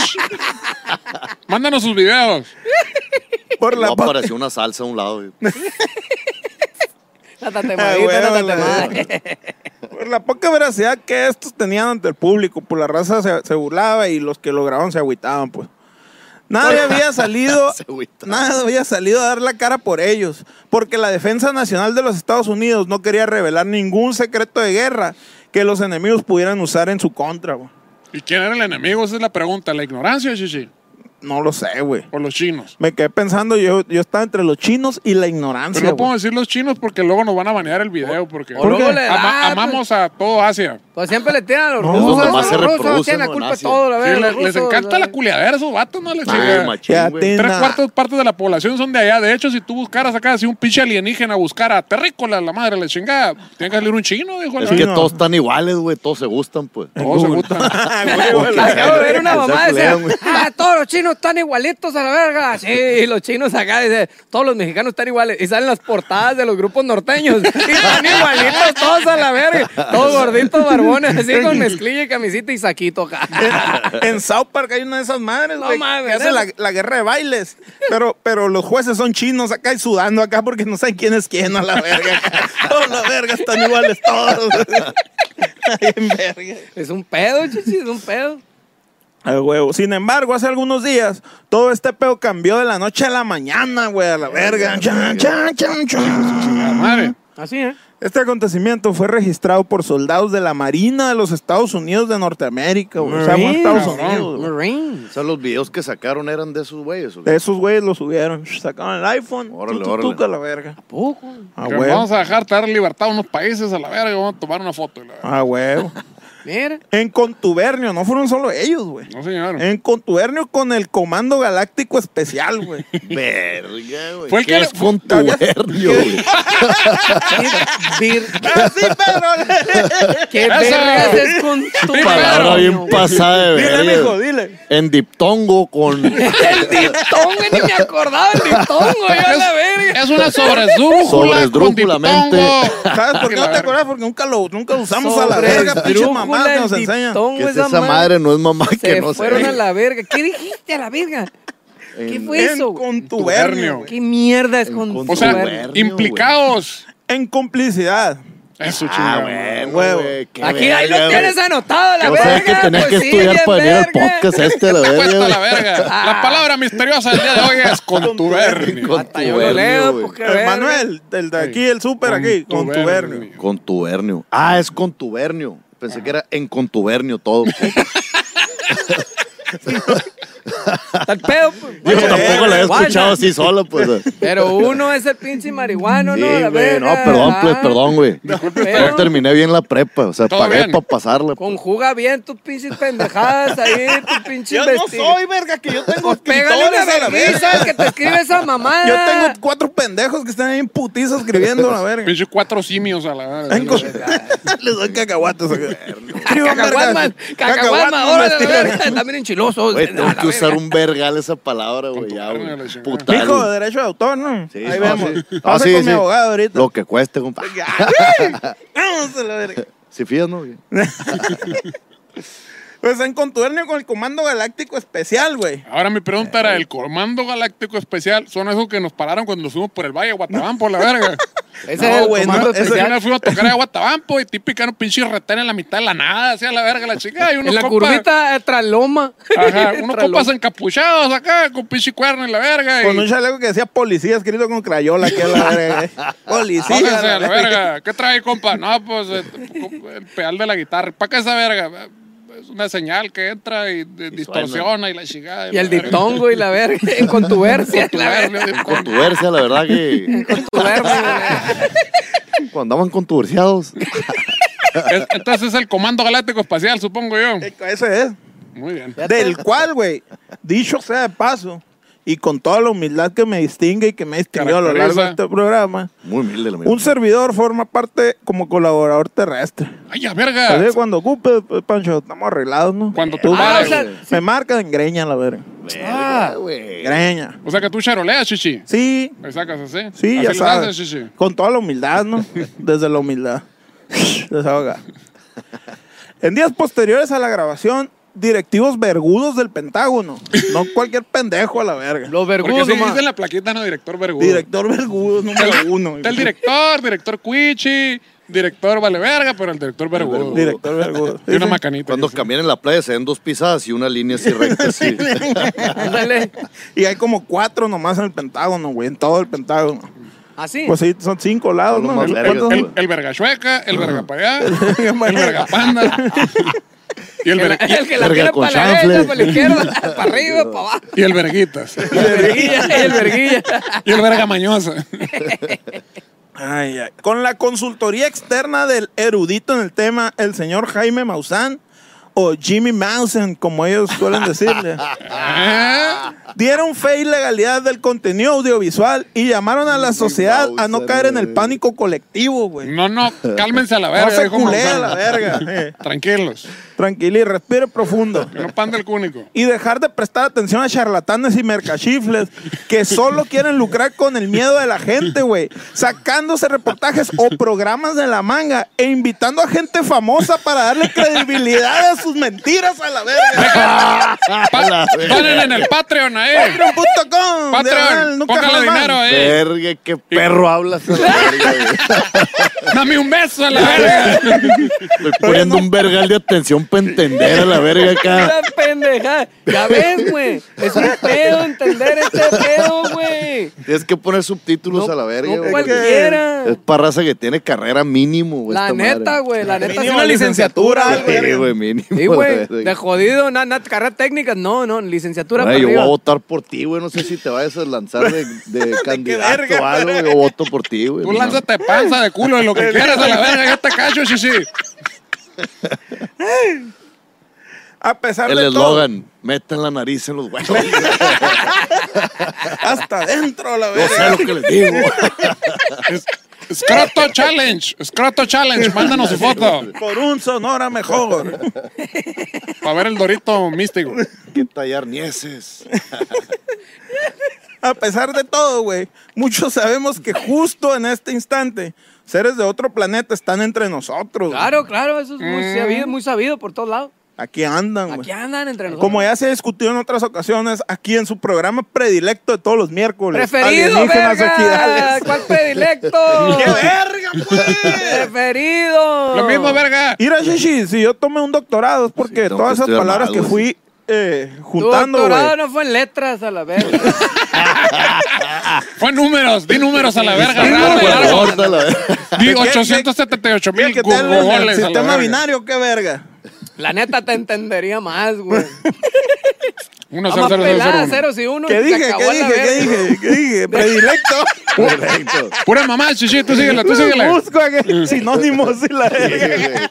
Speaker 3: Mándanos sus videos.
Speaker 2: Por la
Speaker 5: No
Speaker 2: pa-
Speaker 5: apareció una salsa a un lado. güey.
Speaker 4: la tatemadita,
Speaker 2: Ah, güey,
Speaker 4: la
Speaker 2: güey,
Speaker 4: tatemada.
Speaker 2: Por la poca veracidad que estos tenían ante el público, pues la raza se, se burlaba y los que lo grababan se agüitaban, pues. Nadie había salido,
Speaker 5: Se agüitaba.
Speaker 2: nadie había salido a dar la cara por ellos, porque la Defensa Nacional de los Estados Unidos no quería revelar ningún secreto de guerra que los enemigos pudieran usar en su contra, güey.
Speaker 3: ¿Y quién era el enemigo? Esa es la pregunta. ¿La ignorancia, Chichi?
Speaker 2: No lo sé, güey.
Speaker 3: ¿O los chinos?
Speaker 2: Me quedé pensando, yo, yo estaba entre los chinos y la
Speaker 3: Pero
Speaker 2: ignorancia.
Speaker 3: no puedo
Speaker 2: güey.
Speaker 3: decir los chinos porque luego nos van a banear el video. Porque
Speaker 4: O luego
Speaker 2: qué?
Speaker 4: le
Speaker 3: ama-
Speaker 4: da,
Speaker 3: amamos a todo Asia.
Speaker 4: pues. Pues siempre le tiran a los
Speaker 2: No,
Speaker 4: rusos.
Speaker 2: nomás
Speaker 4: los
Speaker 5: se
Speaker 4: rusos
Speaker 5: reproducen,
Speaker 4: tienen la
Speaker 5: ¿no?
Speaker 4: culpa
Speaker 5: en
Speaker 4: de
Speaker 5: Asia.
Speaker 4: todo, la
Speaker 3: Sí,
Speaker 4: verdad.
Speaker 3: le-
Speaker 4: los
Speaker 3: les
Speaker 4: rusos,
Speaker 3: encanta la
Speaker 4: verdad.
Speaker 3: culiadera a esos vatos, ¿no? Les
Speaker 5: Ay,
Speaker 3: chinga.
Speaker 5: machín,
Speaker 2: Ya
Speaker 5: güey.
Speaker 2: te-
Speaker 3: Tres
Speaker 2: Nah.
Speaker 3: cuartos partes de la población son de allá. De hecho, si tú buscaras acá, si un pinche alienígena buscara terrícola, la madre, la chingada, tiene que salir un chino, dijo. la
Speaker 5: Es
Speaker 2: Sí,
Speaker 5: que
Speaker 2: no.
Speaker 5: todos están iguales, güey. Todos se gustan, pues.
Speaker 2: Eh.
Speaker 3: Todos se gustan.
Speaker 2: Ah, Güey, güey, la-
Speaker 4: Acabo de ver una
Speaker 5: Se
Speaker 4: mamá decía,
Speaker 5: culean, güey.
Speaker 4: ah, todos los chinos están igualitos a la verga. Sí, y los chinos acá dice, todos los mexicanos están iguales. Y salen las portadas de los grupos norteños. Y están igualitos todos a la verga. Todos gorditos, barbones, así con mezclilla y camisita y saquito acá.
Speaker 2: en South Park hay una de esas madres,
Speaker 4: No
Speaker 2: güey,
Speaker 4: mames,
Speaker 2: que hace
Speaker 4: ¿neta?
Speaker 2: la, la guerra de bailes. Pero, pero los jueces son chinos acá y sudando acá porque no saben quién es quién a la verga. Todos la verga están iguales todos. Ay, en verga.
Speaker 4: Es un pedo, chichi, es un pedo.
Speaker 2: Al huevo. Sin embargo, hace algunos días, todo este pedo cambió de la noche a la mañana, güey, a la verga. Chan, chan, chan, chan.
Speaker 3: La madre.
Speaker 4: Así, ¿eh?
Speaker 2: Este acontecimiento fue registrado por soldados de la Marina de los Estados Unidos de Norteamérica, güey. O sea, fue en Estados
Speaker 3: Marines,
Speaker 2: Unidos. güey.
Speaker 4: Marines.
Speaker 5: O sea, los videos que sacaron eran de esos güeyes. ¿o qué?
Speaker 2: De esos güeyes lo subieron. Sacaban el iPhone.
Speaker 5: Órale,
Speaker 2: tu, tu,
Speaker 5: órale.
Speaker 2: tuca la verga.
Speaker 4: Poco.
Speaker 5: Ah,
Speaker 2: A
Speaker 3: Que
Speaker 2: huevo.
Speaker 3: Vamos a dejar dar libertad a unos países a la verga y vamos a tomar una foto. y la verga.
Speaker 2: A huevo.
Speaker 4: Mira.
Speaker 2: En contubernio, no fueron solo ellos, güey.
Speaker 3: No, señor.
Speaker 2: En contubernio con el Comando Galáctico Especial, güey.
Speaker 5: Verga, güey.
Speaker 3: Fue el
Speaker 5: ¿Qué
Speaker 3: que
Speaker 5: es
Speaker 3: le-
Speaker 5: con tu vernio, güey?
Speaker 4: Vir-
Speaker 2: ¡Ah, sí, Pedro!
Speaker 4: ¿Qué
Speaker 3: Esa.
Speaker 4: vergas es con tu
Speaker 5: Palabra
Speaker 4: barrio,
Speaker 5: bien
Speaker 4: güey?
Speaker 5: pasada de verga.
Speaker 2: dile, mijo,
Speaker 5: güey.
Speaker 2: dile.
Speaker 5: En diptongo con...
Speaker 4: El diptongo, ni me acordaba del diptongo, yo a la verga.
Speaker 3: Es una sobresdrújula con
Speaker 5: Sobresdrújulamente.
Speaker 3: diptongo.
Speaker 2: ¿Sabes por qué no te
Speaker 3: verga.
Speaker 2: acordás? Porque nunca lo nunca lo usamos a la verga, pinche
Speaker 4: Sobresdrújula,
Speaker 2: mamá que nos
Speaker 4: el
Speaker 2: enseñan.
Speaker 4: diptongo,
Speaker 5: Que es esa madre no es mamá que
Speaker 4: Se
Speaker 5: no
Speaker 4: fueron
Speaker 5: sé.
Speaker 4: a la verga. ¿Qué dijiste a la verga? ¿Qué
Speaker 5: En-
Speaker 4: fue eso?
Speaker 2: En
Speaker 4: güey?
Speaker 2: contubernio. güey.
Speaker 4: ¿Qué mierda es con
Speaker 5: con
Speaker 4: tu
Speaker 3: O sea,
Speaker 4: verga?
Speaker 5: Soberbio,
Speaker 3: implicados.
Speaker 2: En complicidad.
Speaker 3: Eso,
Speaker 5: Ah,
Speaker 3: chingada.
Speaker 5: bueno,
Speaker 2: Huevo.
Speaker 5: güey, qué
Speaker 4: Aquí ahí
Speaker 5: verga,
Speaker 4: lo
Speaker 5: güey.
Speaker 4: tienes anotado, la
Speaker 5: Yo
Speaker 4: verga.
Speaker 5: sabía que tenías
Speaker 4: pues
Speaker 5: que
Speaker 4: sí,
Speaker 5: estudiar
Speaker 4: bien
Speaker 5: para venir al
Speaker 4: verga.
Speaker 5: podcast este, la
Speaker 3: Puesto
Speaker 5: verga.
Speaker 3: a la
Speaker 5: güey.
Speaker 3: verga.
Speaker 5: Ah.
Speaker 3: La palabra misteriosa del día de hoy es contubernio.
Speaker 5: Con
Speaker 4: Hasta yo lo leo,
Speaker 5: güey.
Speaker 4: pues, qué verga.
Speaker 2: Manuel, el de aquí, el súper aquí, contubernio.
Speaker 5: Contubernio. Ah, es contubernio. Pensé
Speaker 4: Ah.
Speaker 5: que era en contubernio todo.
Speaker 4: Está el pedo, pues.
Speaker 5: Yo
Speaker 4: Bueno,
Speaker 5: tampoco lo había
Speaker 4: guarda.
Speaker 5: escuchado así solo, pues. Sí,
Speaker 4: Pero uno es el pinche marihuano, ¿no? La
Speaker 5: güey. No,
Speaker 4: verga.
Speaker 5: perdón,
Speaker 4: Ah,
Speaker 5: pues, perdón, güey.
Speaker 4: pero
Speaker 5: No terminé bien la prepa. O sea,
Speaker 3: Todo
Speaker 5: pagué
Speaker 3: bien.
Speaker 5: para pasarla. pues.
Speaker 4: Conjuga bien tus pinches pendejadas ahí, tus
Speaker 2: Yo
Speaker 4: pinches
Speaker 2: no
Speaker 4: vestidos.
Speaker 2: soy, verga, que yo tengo
Speaker 4: Pégale
Speaker 2: escritores
Speaker 4: una
Speaker 2: a la verga.
Speaker 4: vergüenza al que te escribe esa mamada.
Speaker 2: Yo tengo cuatro pendejos que están ahí en putiza escribiendo la verga.
Speaker 3: Pinche cuatro simios a la
Speaker 2: En co-
Speaker 3: verga.
Speaker 2: Les doy cacahuates.
Speaker 4: Cacahuatman,
Speaker 2: Cacahuatman,
Speaker 4: cacahuatman, ahora la verga, también enchiloso.
Speaker 5: Güey, tengo
Speaker 4: A la
Speaker 5: que usar
Speaker 4: verga.
Speaker 5: un vergal esa palabra, güey. Ya,
Speaker 3: Contubernio, la
Speaker 5: güey.
Speaker 3: chingada.
Speaker 5: Putal.
Speaker 2: Hijo de derecho de autor, ¿no?
Speaker 5: Sí,
Speaker 2: ahí
Speaker 5: no,
Speaker 2: vemos.
Speaker 5: sí. Ah,
Speaker 2: Pase
Speaker 5: sí,
Speaker 2: con
Speaker 5: sí.
Speaker 2: mi abogado ahorita.
Speaker 5: Lo que cueste, compa.
Speaker 2: Vamos a la verga.
Speaker 5: Si fías, ¿no? güey?
Speaker 2: Pues en contubernio con el Comando Galáctico Especial, güey.
Speaker 3: Ahora mi pregunta era, ¿el Comando Galáctico Especial son esos que nos pararon cuando nos fuimos por el Valle de Guatabampo, por la verga?
Speaker 4: Ese
Speaker 2: No,
Speaker 4: es el
Speaker 2: güey,
Speaker 4: comando
Speaker 2: no, ese-
Speaker 3: Porque
Speaker 4: especial.
Speaker 3: una vez fuimos a tocar a Guatabampo y típica un pinche retén en la mitad de la nada, así a la verga la chica. Y unos
Speaker 4: En la
Speaker 3: compas-
Speaker 4: curvita eh, tras loma.
Speaker 3: Ajá, unos
Speaker 4: Tras
Speaker 3: compas
Speaker 4: loma.
Speaker 3: encapuchados acá, con pinche cuerno en la verga.
Speaker 2: Con un
Speaker 3: Y,
Speaker 2: chaleco que decía policía escrito con crayola. Que la verga, eh. policía.
Speaker 3: Pónganse
Speaker 2: la
Speaker 3: a la
Speaker 2: verga.
Speaker 3: verga. ¿Qué trae, compa? No, pues eh, el pedal de la guitarra. ¿Para qué esa verga? Es una señal que entra y, eh, distorsiona y la chingada.
Speaker 4: Y el
Speaker 3: dictón
Speaker 4: diptongo y la verga. En contubercia. la verga.
Speaker 5: Contubercia, la verdad que
Speaker 4: Contubercia, güey.
Speaker 5: cuando andaban contuberciados.
Speaker 3: Es- Entonces es el Comando Galáctico Espacial, supongo yo.
Speaker 2: Eh, Ese es.
Speaker 3: Muy bien.
Speaker 2: Del cual, güey, dicho sea de paso, y con toda la humildad que me distingue y que me distinguió a lo largo de
Speaker 3: Caracteriza.
Speaker 2: este programa,
Speaker 5: Muy humilde la
Speaker 2: un
Speaker 5: mía. servidor
Speaker 2: servidor forma parte como colaborador terrestre.
Speaker 3: ¡Ay, a
Speaker 2: Así
Speaker 3: verga!
Speaker 2: que cuando ocupe, pues, Pancho, estamos arreglados, ¿no?
Speaker 3: Ah, Cuando tú
Speaker 2: me
Speaker 4: Ah,
Speaker 3: vayas,
Speaker 4: o sea,
Speaker 3: güey.
Speaker 2: me marcan en greña, la verga.
Speaker 4: Ah.
Speaker 5: Verga, güey.
Speaker 2: Greña.
Speaker 3: O sea que tú charoleas, chichi.
Speaker 2: Sí,
Speaker 3: Me sacas así.
Speaker 2: sí,
Speaker 3: Así
Speaker 2: ya
Speaker 3: le
Speaker 2: sabes.
Speaker 3: haces, chichi.
Speaker 2: Con toda la humildad, ¿no? Desde la humildad. Desahoga. En días posteriores a la grabación, directivos vergudos del Pentágono. No cualquier pendejo a la verga.
Speaker 4: Los
Speaker 3: Porque
Speaker 4: vergüenza.
Speaker 3: sí, dicen la plaquita, ¿no? Director Vergudo.
Speaker 2: Director Vergudo número uno.
Speaker 3: Está el director, director Cuichi, director Vale Verga, pero el director Vergudo.
Speaker 2: Director Vergudo.
Speaker 3: Y una
Speaker 2: Sí, sí.
Speaker 3: macanita.
Speaker 5: Cuando
Speaker 3: dice.
Speaker 5: caminan en la playa se ven dos pisadas y una línea así recta. así.
Speaker 4: Ándale.
Speaker 2: Y hay como cuatro nomás en el Pentágono, güey. En todo el Pentágono.
Speaker 4: Así.
Speaker 2: Pues sí, son cinco lados,
Speaker 5: Son los
Speaker 2: ¿no?
Speaker 5: más vergas,
Speaker 2: ¿Cuántos?
Speaker 5: güey.
Speaker 3: El, el verga chueca, el verga para allá, el verga panda. y el, verga-
Speaker 4: El que la
Speaker 5: Verga
Speaker 4: tiene
Speaker 5: con
Speaker 4: para la derecha,
Speaker 5: chanfle.
Speaker 4: para la izquierda, para arriba, para abajo.
Speaker 3: y el verguitas.
Speaker 4: Y el verguilla, y el verguilla.
Speaker 3: y el verga mañosa.
Speaker 2: Ay, ay. Con la consultoría externa del erudito en el tema, el señor Jaime Maussan o Jimmy Mausen, como ellos suelen decirle,
Speaker 3: Ah,
Speaker 2: dieron fe y legalidad del contenido audiovisual y llamaron a la sociedad a no
Speaker 5: Maussan,
Speaker 2: caer en el
Speaker 5: güey.
Speaker 2: pánico colectivo, güey.
Speaker 3: No, no, cálmense a la verga.
Speaker 2: No se
Speaker 3: dijo
Speaker 2: culé a
Speaker 3: Manzano.
Speaker 2: la verga. eh.
Speaker 3: Tranquilos,
Speaker 2: Tranquilo y respire profundo.
Speaker 3: que no panda el cúnico.
Speaker 2: y dejar de prestar atención a charlatanes y mercachifles que solo quieren lucrar con el miedo de la gente, güey. Sacándose reportajes o programas de la manga e invitando a gente famosa para darle credibilidad a sus mentiras a la verga.
Speaker 3: Pa- Donen en el Patreon ahí.
Speaker 2: Patreon.com. diagonal,
Speaker 3: Patreon,
Speaker 2: nunca
Speaker 3: póngale
Speaker 2: jamás.
Speaker 3: dinero ahí.
Speaker 5: Verga, qué perro hablas. a la verga, güey.
Speaker 3: Dame un beso a la verga.
Speaker 5: Estoy poniendo un vergal de atención para entender a la verga acá.
Speaker 4: Una pendejada. Ya ves, güey. Es un pedo entender este pedo, güey.
Speaker 5: Tienes que poner subtítulos a la verga,
Speaker 4: no
Speaker 5: güey.
Speaker 4: cualquiera.
Speaker 5: Es para raza que tiene carrera mínimo, güey.
Speaker 4: La
Speaker 5: esta
Speaker 4: neta,
Speaker 5: madre.
Speaker 4: güey. La neta.
Speaker 2: Mínimo
Speaker 4: sí, una
Speaker 2: licenciatura, güey.
Speaker 4: licenciatura, güey.
Speaker 5: Sí, güey, mínimo.
Speaker 4: Sí,
Speaker 5: la
Speaker 4: güey.
Speaker 5: verga.
Speaker 4: De jodido, nada, nada, carrera técnica. No, no, licenciatura.
Speaker 5: Ay,
Speaker 4: para
Speaker 5: yo voy a
Speaker 4: arriba.
Speaker 5: votar por ti, güey. No sé si te vayas a lanzar de, de candidato
Speaker 2: verga,
Speaker 5: o algo. Yo voto por ti, güey.
Speaker 3: Tú
Speaker 5: No.
Speaker 3: lánzate panza de culo y lo que quieras a la verga. Yo te cacho, sí, sí. eh.
Speaker 2: A pesar
Speaker 5: El
Speaker 2: de todo,
Speaker 5: eslogan, metan la nariz en los huevos.
Speaker 2: hasta adentro a la
Speaker 5: Yo sé
Speaker 2: verga.
Speaker 5: lo que les digo.
Speaker 3: Es- Scroto Challenge, Scroto Challenge, mándanos su foto
Speaker 2: Por un sonora mejor.
Speaker 3: para ver el Dorito místico.
Speaker 5: que tallar nieces.
Speaker 2: A pesar de todo, güey, muchos sabemos que justo en este instante seres de otro planeta están entre nosotros. güey.
Speaker 4: Claro, claro, eso es muy sabido, muy sabido por todos lados.
Speaker 2: Aquí andan, güey.
Speaker 4: Aquí andan entre nosotros.
Speaker 2: Como ya se discutió en otras ocasiones, aquí en su programa predilecto de todos los miércoles.
Speaker 4: Preferido,
Speaker 2: Alienígenas
Speaker 4: verga.
Speaker 2: Ejidales.
Speaker 4: ¿Cuál predilecto?
Speaker 2: ¡Qué verga, pues!
Speaker 4: Preferido.
Speaker 3: Lo mismo, verga.
Speaker 2: Mira, Shishi, si yo tomé un doctorado es porque
Speaker 5: Sí, tengo
Speaker 2: todas
Speaker 5: que
Speaker 2: esas
Speaker 5: estudiar
Speaker 2: palabras
Speaker 5: más,
Speaker 2: que
Speaker 5: güey.
Speaker 2: fui eh,
Speaker 4: Tu
Speaker 2: juntando,
Speaker 4: doctorado
Speaker 2: güey.
Speaker 4: no fue en letras a la verga.
Speaker 3: Fue números, di números a la verga.
Speaker 5: Ay,
Speaker 3: raro,
Speaker 5: güey,
Speaker 3: largo.
Speaker 5: gorda, la verga.
Speaker 3: Di
Speaker 2: qué-
Speaker 3: 878
Speaker 2: ¿Y el
Speaker 3: mil
Speaker 2: que está en el- en el
Speaker 3: goles a la
Speaker 2: sistema
Speaker 3: verga.
Speaker 2: binario, qué verga.
Speaker 4: La neta te entendería más, güey.
Speaker 3: Uno,
Speaker 4: Vamos
Speaker 3: cero, cero, cero,
Speaker 4: pelada,
Speaker 3: uno.
Speaker 4: ceros y uno.
Speaker 2: ¿Qué
Speaker 4: se
Speaker 2: dije?
Speaker 4: acabó
Speaker 2: ¿Qué
Speaker 4: a la
Speaker 2: dije? ¿Qué
Speaker 4: verga.
Speaker 2: dije? ¿Qué dije? Predilecto.
Speaker 5: Correcto.
Speaker 3: Pura mamá, chichi, tú síguele, tú síguele.
Speaker 2: Busco aquel sinónimo, sí, la verga.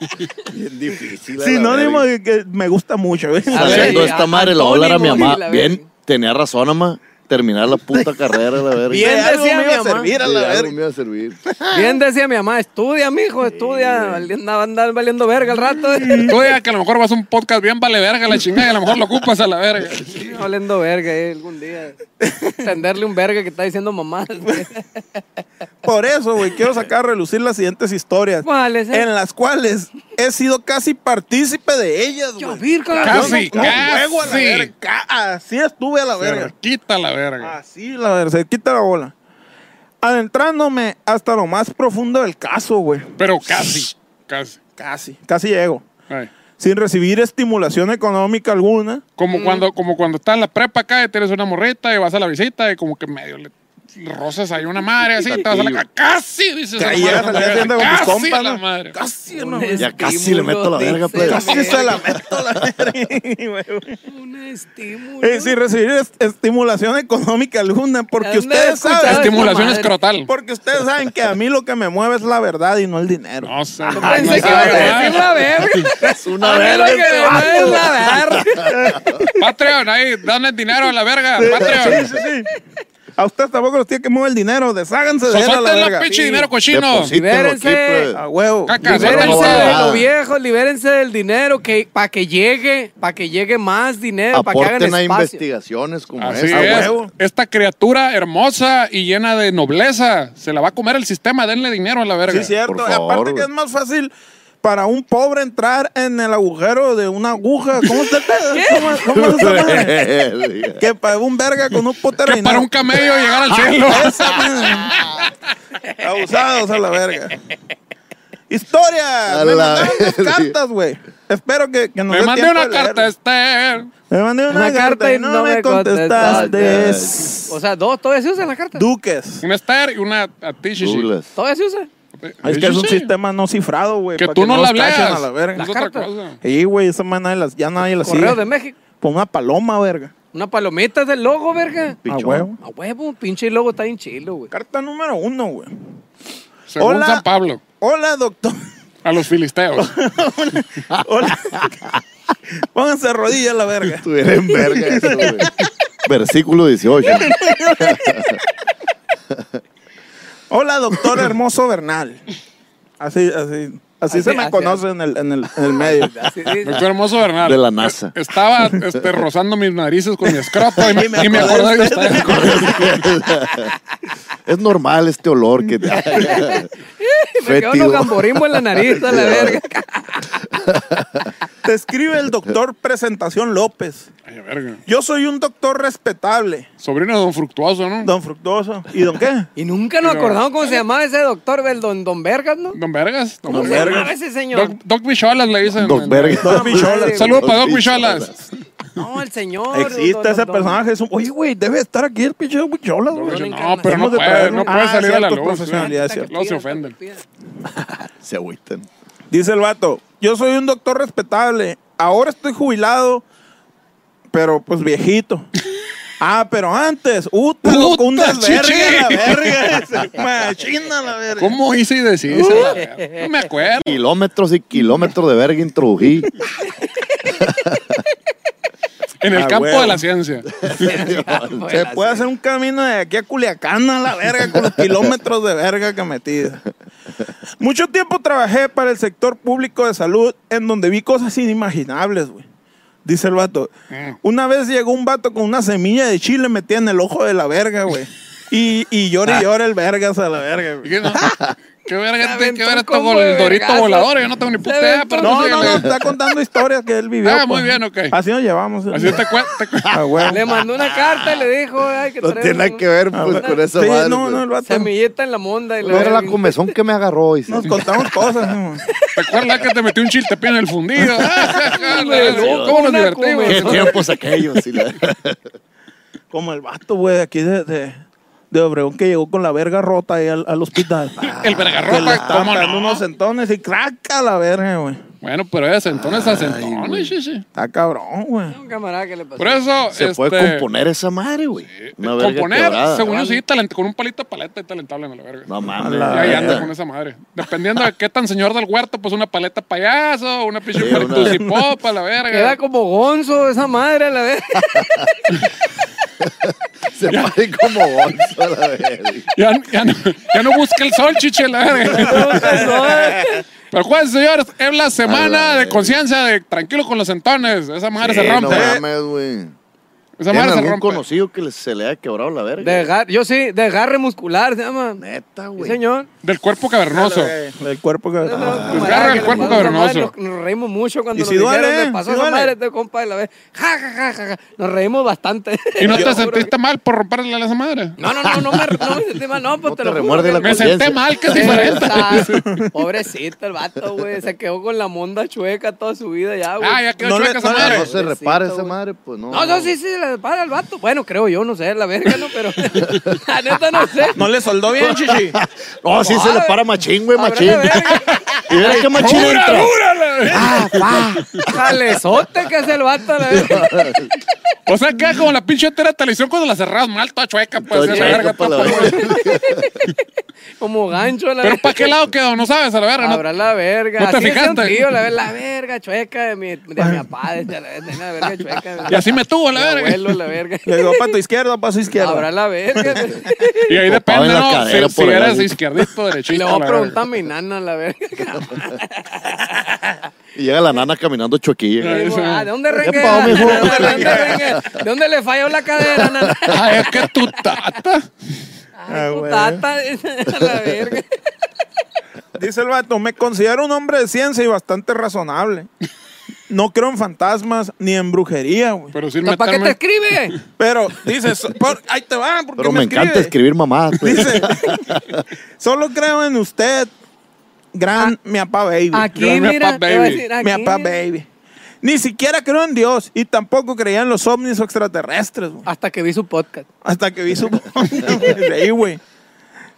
Speaker 5: Bien difícil. a la
Speaker 2: Sinónimo
Speaker 5: verga.
Speaker 2: de que me gusta mucho, güey.
Speaker 4: A ver,
Speaker 5: Haciendo
Speaker 4: y
Speaker 5: esta
Speaker 4: a-
Speaker 5: madre, le voy a hablar a mi
Speaker 4: antónimos y
Speaker 5: mamá.
Speaker 4: la verga.
Speaker 5: Bien, tenía razón, mamá. Terminar la puta carrera, la verga.
Speaker 4: Bien,
Speaker 2: De algo
Speaker 4: decía
Speaker 2: me
Speaker 4: mi
Speaker 2: iba a
Speaker 4: mamá.
Speaker 2: servir a la
Speaker 5: Sí, algo
Speaker 2: verga.
Speaker 5: me iba a servir.
Speaker 4: Bien decía mi mamá, estudia, mijo, estudia. Andaba andar valiendo verga al rato. eh.
Speaker 3: Tú digas que a lo mejor vas a un podcast bien vale verga la chingada y a lo mejor lo ocupas a la verga.
Speaker 4: Valiendo verga eh, algún día. Tenderle un verga que está diciendo mamá.
Speaker 2: Por eso, güey, quiero sacar a relucir las siguientes historias.
Speaker 4: ¿Cuáles, eh?
Speaker 2: En las cuales he sido casi partícipe de ellas,
Speaker 4: Yo,
Speaker 2: güey. Yo
Speaker 4: virga,
Speaker 2: no-
Speaker 3: Casi,
Speaker 2: no juego a la
Speaker 3: casi.
Speaker 2: verga. Ca- Así estuve a la verga.
Speaker 3: Quita la verga.
Speaker 2: Así, la verdad, se quita la bola. Adentrándome hasta lo más profundo del caso, güey.
Speaker 3: Pero casi, casi.
Speaker 2: Casi, casi llego.
Speaker 3: Ay.
Speaker 2: Sin recibir estimulación económica alguna.
Speaker 3: Como cuando, como cuando estás en la prepa acá y tienes una morrita y vas a la visita y como que medio le le rozas ahí una madre así, te vas a la ca- casi dices
Speaker 2: Que
Speaker 3: a la
Speaker 2: ahí llegas al
Speaker 3: madre,
Speaker 2: día siguiente con tus
Speaker 3: casi
Speaker 2: compas,
Speaker 3: a la
Speaker 2: ¿no?
Speaker 3: madre.
Speaker 2: Casi,
Speaker 4: Un
Speaker 2: no, güey.
Speaker 5: Ya casi le meto la verga,
Speaker 4: estímulo,
Speaker 5: plebes.
Speaker 2: pues. Casi
Speaker 4: dice
Speaker 2: se la
Speaker 4: la
Speaker 2: meto a la verga, güey.
Speaker 4: verga. Un estímulo.
Speaker 2: Eh, sin recibir est- estimulación económica alguna, porque
Speaker 4: Anda
Speaker 2: ustedes
Speaker 4: escuchando
Speaker 2: saben.
Speaker 3: Estimulación
Speaker 4: Madre.
Speaker 3: escrotal.
Speaker 2: Porque ustedes saben que a mí lo que me mueve es la verdad y no el dinero.
Speaker 3: No sé. no
Speaker 4: Pensé
Speaker 3: sé,
Speaker 4: que ibas a
Speaker 3: ¿verdad?
Speaker 4: decir la verga.
Speaker 5: Es una
Speaker 4: A mí lo
Speaker 5: verga.
Speaker 4: que
Speaker 5: este
Speaker 4: me mueve
Speaker 5: vato.
Speaker 4: es la verga.
Speaker 3: Patreon, ahí, dan el dinero a la verga.
Speaker 2: Sí,
Speaker 3: Patreon.
Speaker 2: sí, sí. A ustedes tampoco los tiene que mover el dinero, desháganse de él a la
Speaker 3: Solten la
Speaker 2: verga.
Speaker 3: pinche
Speaker 2: Sí.
Speaker 3: dinero cochino.
Speaker 5: Deposítenlo
Speaker 4: Libérense.
Speaker 5: aquí, plebe.
Speaker 2: A huevo.
Speaker 3: Caca, suelta
Speaker 5: no
Speaker 4: Libérense
Speaker 5: va a
Speaker 4: de
Speaker 5: nada.
Speaker 4: lo viejo, libérense del dinero que, para que llegue, para que llegue más dinero, para que hagan
Speaker 5: Aporten a
Speaker 4: espacio.
Speaker 5: investigaciones como
Speaker 3: Así
Speaker 5: esta.
Speaker 3: es.
Speaker 5: güey.
Speaker 2: huevo.
Speaker 3: Esta criatura hermosa y llena de nobleza se la va a comer el sistema. Denle dinero a la verga.
Speaker 2: Sí, cierto.
Speaker 5: Por favor,
Speaker 2: Aparte
Speaker 5: güey.
Speaker 2: que es más fácil para un pobre entrar en el agujero de una aguja. ¿Cómo usted ¿Cómo, cómo es esa madre? Que para un verga con un potero de
Speaker 3: Que
Speaker 2: dinero.
Speaker 3: para
Speaker 2: Ah,
Speaker 3: un camello llegar al cielo.
Speaker 2: Esa madre. Abusados a la verga. Historia.
Speaker 5: A
Speaker 2: Me
Speaker 5: la
Speaker 2: mandaron dos
Speaker 5: verga.
Speaker 2: cartas, güey. Espero que, que nos
Speaker 3: Me
Speaker 2: dé
Speaker 3: mandé
Speaker 2: tiempo
Speaker 3: una
Speaker 2: de leer.
Speaker 3: carta, Esther.
Speaker 2: Me mandé una, carta y no, me contestaste.
Speaker 4: O sea, dos, todavía se usan las cartas.
Speaker 2: Duques.
Speaker 3: Una Esther y una a ti, Shishi. Eh,
Speaker 5: Douglas.
Speaker 4: Todavía se usan.
Speaker 2: Es que es un
Speaker 3: Shishi.
Speaker 2: sistema no cifrado, güey.
Speaker 3: Que
Speaker 2: para
Speaker 3: tú no
Speaker 2: nos
Speaker 3: la
Speaker 2: cachen a la
Speaker 3: leas.
Speaker 2: verga.
Speaker 3: Es
Speaker 4: Las
Speaker 3: otra
Speaker 4: cartas.
Speaker 3: cosa.
Speaker 2: Y, güey, esa madre nadie las- ya nadie la
Speaker 4: Correo
Speaker 2: sigue.
Speaker 4: de México.
Speaker 2: Por una paloma, verga.
Speaker 3: Ah,
Speaker 4: Una palomita es el logo, verga.
Speaker 2: A
Speaker 5: Pichón.
Speaker 2: huevo.
Speaker 4: A huevo, pinche logo está bien chilo, güey.
Speaker 2: Carta número uno, güey.
Speaker 3: Según
Speaker 2: Hola.
Speaker 3: San Pablo.
Speaker 2: Hola, doctor.
Speaker 3: A los filisteos.
Speaker 2: Hola. Pónganse de rodillas, la verga.
Speaker 5: Estuviera en verga eso, güey. Versículo 18.
Speaker 2: Hola, doctor hermoso Bernal. Así, así. Así,
Speaker 4: Así,
Speaker 2: se me
Speaker 4: así,
Speaker 2: conoce en el, en el- en el medio.
Speaker 4: Así dice.
Speaker 3: Doctor Pues hermoso Bernal.
Speaker 5: De la NASA.
Speaker 3: Eh, Estaba este, rozando mis narices con mi escroto y, me-
Speaker 2: Y me
Speaker 3: y me
Speaker 2: acordé
Speaker 3: acordé de
Speaker 2: de
Speaker 3: ustedes.
Speaker 5: es normal este olor que te
Speaker 4: Me quedó unos gamborimbo en la nariz, a la verga.
Speaker 2: Te escribe el doctor Presentación López.
Speaker 3: Ay, verga.
Speaker 2: Yo soy un doctor respetable.
Speaker 3: Sobrino de Don Fructuoso, ¿no? Don,
Speaker 2: Don Fructuoso. ¿Y don qué?
Speaker 4: Y nunca nos acordamos cómo se llamaba ese doctor, el don, don Vergas, ¿no?
Speaker 3: Vergas. Don,
Speaker 4: ¿Cómo se
Speaker 3: Vergas.
Speaker 4: llamaba ese señor?
Speaker 3: Doc, Doc Bicholas le dicen.
Speaker 5: Doc Vergas.
Speaker 2: Don Pichola.
Speaker 3: Saludos para Doc Bicholas.
Speaker 4: No, el señor.
Speaker 2: Existe
Speaker 4: don- don-
Speaker 2: ese
Speaker 4: don-
Speaker 2: personaje. es un- Oye, güey, debe estar aquí el pinche Pichola,
Speaker 4: Don
Speaker 2: güey.
Speaker 3: No, pero no
Speaker 2: Hemos de
Speaker 3: puede,
Speaker 2: traerlo.
Speaker 3: no puede
Speaker 2: Ah,
Speaker 3: salir a la
Speaker 2: cierto,
Speaker 3: luz. ¿eh?
Speaker 2: profesionalidad,
Speaker 3: ¿verdad?
Speaker 2: cierto.
Speaker 3: Luego se ofenden.
Speaker 5: Se agüitan.
Speaker 2: Dice el vato, yo soy un doctor respetable, ahora estoy jubilado, pero pues viejito. Ah, pero antes, uta, loco, un
Speaker 3: Uta,
Speaker 2: desvergue
Speaker 3: chichi.
Speaker 2: a la verga. ese, Machina la verga.
Speaker 3: ¿Cómo hice y deshice?
Speaker 2: Uh.
Speaker 3: la verga? No me acuerdo.
Speaker 5: Kilómetros y kilómetros de verga introdují.
Speaker 3: En el
Speaker 2: Ah,
Speaker 3: campo
Speaker 2: huevo.
Speaker 3: de la ciencia.
Speaker 2: Se puede hacer un camino de aquí a Culiacán a la verga con los kilómetros de verga que metí. Mucho tiempo trabajé para el sector público de salud en donde vi cosas inimaginables, güey. Dice el vato. Una vez llegó un vato con una semilla de chile metida en el ojo de la verga, güey. Y, y llora y llora el vergas a la verga,
Speaker 3: Y
Speaker 2: güey.
Speaker 3: que no, ¿Qué verga tiene que
Speaker 4: aventó
Speaker 3: ver
Speaker 4: un
Speaker 3: esto con
Speaker 4: combo de
Speaker 3: el dorito
Speaker 4: vergazos.
Speaker 3: volador? Yo no tengo ni puta
Speaker 4: Se
Speaker 3: idea,
Speaker 4: aventó
Speaker 3: pero
Speaker 2: No, no, no,
Speaker 3: síguele.
Speaker 2: está contando historias que él vivió. pues.
Speaker 3: Ah, muy bien, ok.
Speaker 2: Así nos llevamos.
Speaker 3: Así te cuento.
Speaker 2: Ah, güey.
Speaker 4: Le mandó una carta y le dijo, ay, que
Speaker 5: No
Speaker 4: traes
Speaker 5: tiene nada
Speaker 4: un-
Speaker 5: que ver
Speaker 2: Ah,
Speaker 5: pues,
Speaker 2: güey.
Speaker 5: con esa
Speaker 2: Sí,
Speaker 5: madre.
Speaker 2: no,
Speaker 5: pues.
Speaker 2: no, el vato.
Speaker 4: Semillita en la monda. Y
Speaker 5: No era la
Speaker 4: verga.
Speaker 5: comezón que me agarró. dice.
Speaker 2: Nos contamos cosas, güey.
Speaker 3: ¿Te acuerdas que te metí un chiltepín en el fundido?
Speaker 4: luego,
Speaker 3: ¿Cómo nos
Speaker 4: una
Speaker 3: divertimos?
Speaker 5: Qué tiempos aquellos. y la-
Speaker 2: Como el vato, güey, de aquí de, de, de Obregón que llegó con la verga rota ahí al, al hospital.
Speaker 3: El
Speaker 2: Que le
Speaker 3: vergarropa,
Speaker 2: estaban
Speaker 3: Ah, ¿cómo
Speaker 2: dando
Speaker 3: no?
Speaker 2: unos centones y craca la verga, güey.
Speaker 3: Bueno, pero es entonces a sentones, sí, sí.
Speaker 2: Está cabrón, güey.
Speaker 4: Un camarada que le pasó.
Speaker 3: Por eso,
Speaker 5: Se
Speaker 3: este,
Speaker 5: puede componer esa madre, güey. Una verga
Speaker 3: componer,
Speaker 5: quebrada.
Speaker 3: según yo, sí, talent- con un palito de paleta y talentable en la verga.
Speaker 5: No
Speaker 2: A
Speaker 5: mames.
Speaker 2: la
Speaker 3: Y ahí anda
Speaker 2: verga.
Speaker 3: con esa madre. Dependiendo de qué tan señor del huerto, pues una paleta payaso, una pinche
Speaker 5: Sí,
Speaker 3: sí,
Speaker 5: una-
Speaker 3: la verga.
Speaker 4: Queda como gonzo esa madre, a la verga.
Speaker 5: Se pone como bolsa la verga.
Speaker 3: Ya, ya no, ya no busca el sol, chiche, la verga. Pero cuál, señores, es la semana
Speaker 5: A la
Speaker 3: de
Speaker 5: verga.
Speaker 3: conciencia de tranquilo con los entones. Esa madre
Speaker 5: Sí,
Speaker 3: se
Speaker 5: No
Speaker 3: rompe.
Speaker 5: mames, güey.
Speaker 3: Esa
Speaker 5: ¿Tienen
Speaker 3: madre se
Speaker 5: algún
Speaker 3: rompe.
Speaker 5: conocido que les- se le haya quebrado la verga?
Speaker 4: Desgar- yo sí, desgarre muscular se llama.
Speaker 5: Neta,
Speaker 4: Sí,
Speaker 5: güey.
Speaker 4: señor.
Speaker 3: Del cuerpo cavernoso.
Speaker 2: El cuerpo que. Ah,
Speaker 3: desgarre el
Speaker 4: Que le
Speaker 3: cuerpo
Speaker 4: pasó a esa madre,
Speaker 3: cavernoso.
Speaker 4: Nos, nos reímos mucho cuando
Speaker 2: Y
Speaker 4: nos
Speaker 2: si duele,
Speaker 4: dijeron,
Speaker 2: ¿eh?
Speaker 4: le pasó
Speaker 2: Si
Speaker 4: a esa
Speaker 2: duele.
Speaker 4: madre este compa de la vez. Ja, ja, ja, ja, ja. Nos reímos bastante.
Speaker 3: ¿Y no
Speaker 4: Yo
Speaker 3: te
Speaker 4: juro que-
Speaker 3: sentiste mal por romperle a esa madre?
Speaker 4: No, no, no, no me, no me sentí mal, no, pues
Speaker 5: No
Speaker 4: te,
Speaker 5: te
Speaker 4: lo juro
Speaker 5: remuerde
Speaker 4: que-
Speaker 5: la
Speaker 3: Me senté
Speaker 5: Conciencia. Ah,
Speaker 3: mal, que es diferente.
Speaker 4: Está- Pobrecito el vato, güey. Se quedó con la monda chueca toda su vida ya, güey.
Speaker 3: Ah, ya quedó
Speaker 2: No le-
Speaker 3: chueca esa
Speaker 2: no le-
Speaker 3: madre.
Speaker 5: No se
Speaker 4: Pobrecito,
Speaker 5: repara esa
Speaker 4: güey.
Speaker 5: madre, pues no.
Speaker 4: No, no, sí, sí, la para el vato. Bueno, creo yo, no sé, la verga, no, pero. La neta no sé.
Speaker 2: No le soldó bien, chichi.
Speaker 5: No, sí se le para machín, güey,
Speaker 4: Habrá
Speaker 5: machín.
Speaker 4: la verga.
Speaker 5: Y mira qué machín
Speaker 3: ¡Jura,
Speaker 5: entra.
Speaker 3: júrale!
Speaker 4: Ah, pa. Jalezote que es el vato, la verga.
Speaker 3: O sea, queda como la pinche entera de televisión cuando la cerrabas mal, toda chueca, pues.
Speaker 5: Toda
Speaker 3: esa
Speaker 5: chueca
Speaker 3: verga,
Speaker 5: pa' la
Speaker 3: toda-
Speaker 5: verga.
Speaker 4: Como gancho, la
Speaker 3: Pero
Speaker 4: verga.
Speaker 3: ¿para qué lado quedó? No sabes, a la verga.
Speaker 4: Habrá
Speaker 3: ¿no?
Speaker 4: la verga.
Speaker 3: ¿No te
Speaker 4: Así decía un
Speaker 3: fijaste?
Speaker 4: tío, la, verga, la verga chueca de mi, de mi papá, de la, de la verga chueca. de mi-
Speaker 3: Y así me tuvo, la
Speaker 4: mi
Speaker 3: verga.
Speaker 4: abuelo, la verga.
Speaker 2: Le digo para tu izquierda, para su izquierda.
Speaker 4: Habrá la verga.
Speaker 3: Y ahí
Speaker 5: Topado
Speaker 3: depende,
Speaker 5: en la
Speaker 3: ¿no?
Speaker 5: cadera
Speaker 3: si si
Speaker 5: por el
Speaker 3: eres
Speaker 5: ladito.
Speaker 3: izquierdito,
Speaker 4: Y le
Speaker 3: derechito.
Speaker 4: voy a
Speaker 3: la verga.
Speaker 4: preguntar a mi nana, la verga.
Speaker 5: Y llega la nana caminando chuequilla.
Speaker 3: Ay,
Speaker 4: Digo,
Speaker 3: sí.
Speaker 4: ah, ¿De dónde
Speaker 5: pa'
Speaker 4: renguea?
Speaker 5: dónde,
Speaker 4: ¿De
Speaker 5: hijo?
Speaker 4: dónde renguea? ¿De dónde le falló la cadera, nana?
Speaker 3: Ay, es que tu tata.
Speaker 2: Ah,
Speaker 4: Ay, tu
Speaker 2: güey.
Speaker 4: tata, a la verga.
Speaker 2: Dice el vato, me considero un hombre de ciencia y bastante razonable. No creo en fantasmas ni en brujería, güey.
Speaker 3: Pero sin
Speaker 4: ¿Para qué te
Speaker 3: meterme.
Speaker 4: escribe?
Speaker 2: Pero dice, so- por- ahí te va, porque
Speaker 5: Pero me, encanta escribir mamadas, pues.
Speaker 2: Dice, solo creo en usted, gran mi papá baby.
Speaker 4: Ah, Aquí,
Speaker 3: Yo, mi
Speaker 4: mira,
Speaker 3: apa
Speaker 4: te voy a
Speaker 3: baby.
Speaker 4: decir, aquí.
Speaker 2: mi papá baby. Ni siquiera creo en Dios y tampoco creía en los ovnis o extraterrestres, güey.
Speaker 4: Hasta que vi su podcast.
Speaker 2: Hasta que vi su de ahí, güey.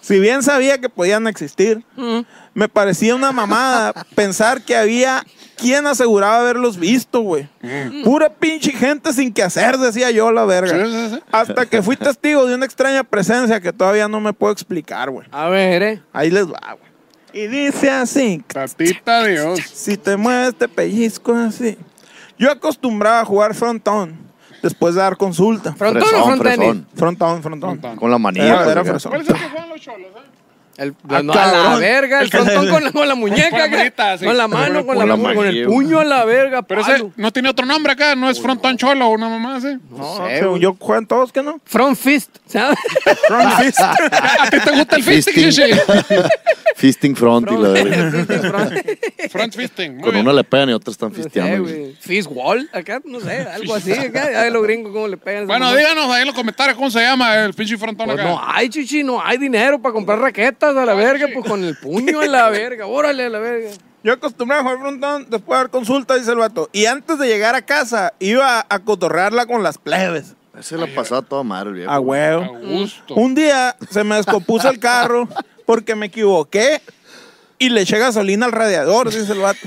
Speaker 2: Si bien sabía que podían existir,
Speaker 4: Mm.
Speaker 2: me parecía una mamada pensar que había quien aseguraba haberlos visto, güey.
Speaker 4: Mm.
Speaker 2: Pura pinche gente sin que hacer, decía yo, la
Speaker 3: Sí, sí,
Speaker 2: verga.
Speaker 3: sí.
Speaker 2: Hasta que fui testigo de una extraña presencia que todavía no me puedo explicar, güey.
Speaker 4: A ver, eh.
Speaker 2: Ahí les va, güey. Y dice así,
Speaker 3: Tatita Dios.
Speaker 2: si te mueves, te pellizco así. Yo acostumbraba a jugar frontón después de dar consulta.
Speaker 4: ¿Frontón o
Speaker 5: Fresón,
Speaker 4: frontón?
Speaker 5: frontón.
Speaker 2: Frontón, frontón.
Speaker 3: Frontón.
Speaker 5: Con la manilla.
Speaker 2: Era-
Speaker 5: pues,
Speaker 2: Ah, era
Speaker 5: acá.
Speaker 2: fresón.
Speaker 3: ¿Cuál es el que juegan los cholos, eh?
Speaker 4: El,
Speaker 2: Ah,
Speaker 4: no, a la
Speaker 2: cabrón.
Speaker 4: verga, el
Speaker 2: El
Speaker 4: frontón
Speaker 2: que-
Speaker 4: con la, con la muñeca,
Speaker 3: Con la
Speaker 4: acá.
Speaker 3: manita, así.
Speaker 4: con la
Speaker 3: Con
Speaker 4: mano,
Speaker 3: el
Speaker 4: con, la,
Speaker 5: puño.
Speaker 4: con el
Speaker 5: Con la
Speaker 4: puño a la verga,
Speaker 3: Pero ese
Speaker 4: palo.
Speaker 3: no tiene otro nombre acá, no es frontón cholo o una mamá ¿eh? así.
Speaker 2: No,
Speaker 4: sé,
Speaker 2: según
Speaker 4: güey.
Speaker 2: yo juegan todos, ¿qué no?
Speaker 4: Front fist, ¿sabes?
Speaker 2: Front fist.
Speaker 3: ¿A ti te gusta el fisting,
Speaker 5: Fisting.
Speaker 3: Gigi?
Speaker 5: Fisting front y la verga.
Speaker 4: Front-
Speaker 3: Front fisting. muy
Speaker 5: Con
Speaker 3: bien.
Speaker 5: una le pegan y otra están
Speaker 4: No sé,
Speaker 5: fisteando. güey.
Speaker 4: güey. Fist wall, acá, no sé, algo así, acá. Ya ves los gringos cómo le pegan. esa
Speaker 3: Bueno,
Speaker 4: mamá.
Speaker 3: díganos ahí en los comentarios cómo se llama el pinche frontón
Speaker 4: Pues
Speaker 3: acá.
Speaker 4: no hay, chichi, no hay dinero para comprar raquetas a la verga, pues con el puño a la verga, órale a la verga.
Speaker 2: Yo acostumbraba a jugar frontón después de dar consulta, dice el vato. Y antes de llegar a casa, iba a cotorrearla con las plebes.
Speaker 5: Se la pasaba toda madre, el viejo.
Speaker 2: A
Speaker 3: A
Speaker 2: huevo.
Speaker 3: gusto.
Speaker 2: Un día se me descompuso el carro porque me equivoqué y le eché gasolina al radiador, dice el vato.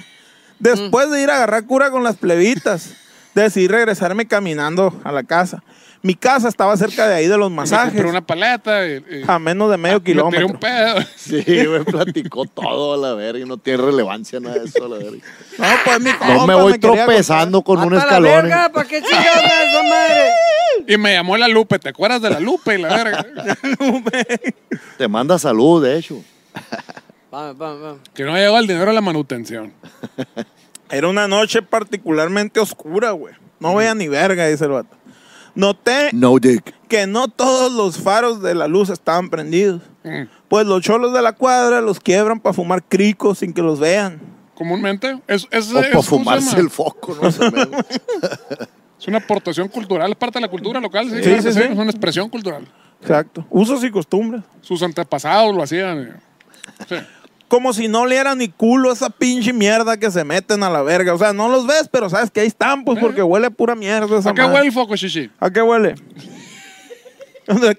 Speaker 2: Después de ir a agarrar cura con las plebitas, decidí regresarme caminando a la casa. Mi casa estaba cerca de ahí de los
Speaker 3: Me compré
Speaker 2: masajes,
Speaker 3: una paleta y, y
Speaker 2: a menos de medio
Speaker 3: me tiré un
Speaker 2: Ah, kilómetro.
Speaker 3: pedo.
Speaker 5: Sí, güey, platicó todo a la verga y no tiene relevancia nada de eso a la verga.
Speaker 2: No, pues mi
Speaker 5: No
Speaker 2: compa
Speaker 5: me voy
Speaker 2: quería
Speaker 5: tropezando con un
Speaker 4: Hasta la
Speaker 5: escalón.
Speaker 4: verga, ¿para qué chingados esa madre?
Speaker 3: Y me llamó la Lupe, ¿te acuerdas de la Lupe y la verga?
Speaker 5: Te manda salud, de hecho.
Speaker 4: Vamos, vamos, vamos.
Speaker 3: que no llegó el dinero a la manutención.
Speaker 2: Era una noche particularmente oscura, güey. No veía ni verga, dice el vato. Noté
Speaker 5: No dick.
Speaker 2: que no todos los faros de la luz estaban prendidos.
Speaker 3: Mm.
Speaker 2: Pues los cholos de la cuadra los quiebran para fumar cricos sin que los vean.
Speaker 3: Comúnmente. Es, es,
Speaker 5: O
Speaker 3: es-
Speaker 5: para
Speaker 3: ¿cómo se
Speaker 5: fumarse
Speaker 3: llama?
Speaker 5: el foco, no sé. me-
Speaker 3: Es una aportación cultural, es parte de la cultura local. Sí,
Speaker 2: Sí,
Speaker 3: claro
Speaker 2: sí,
Speaker 3: que sí,
Speaker 2: sí.
Speaker 3: Es una expresión cultural.
Speaker 2: Exacto. Usos y costumbres.
Speaker 3: Sus antepasados lo hacían. eh. Sí.
Speaker 2: Como si no le ni culo esa pinche mierda que se meten a la verga. O sea, no los ves, pero sabes que ahí están, pues,
Speaker 4: Eh.
Speaker 2: porque huele a pura mierda esa
Speaker 3: ¿A qué
Speaker 2: madre.
Speaker 3: huele el foco, Shishi?
Speaker 2: ¿A qué huele?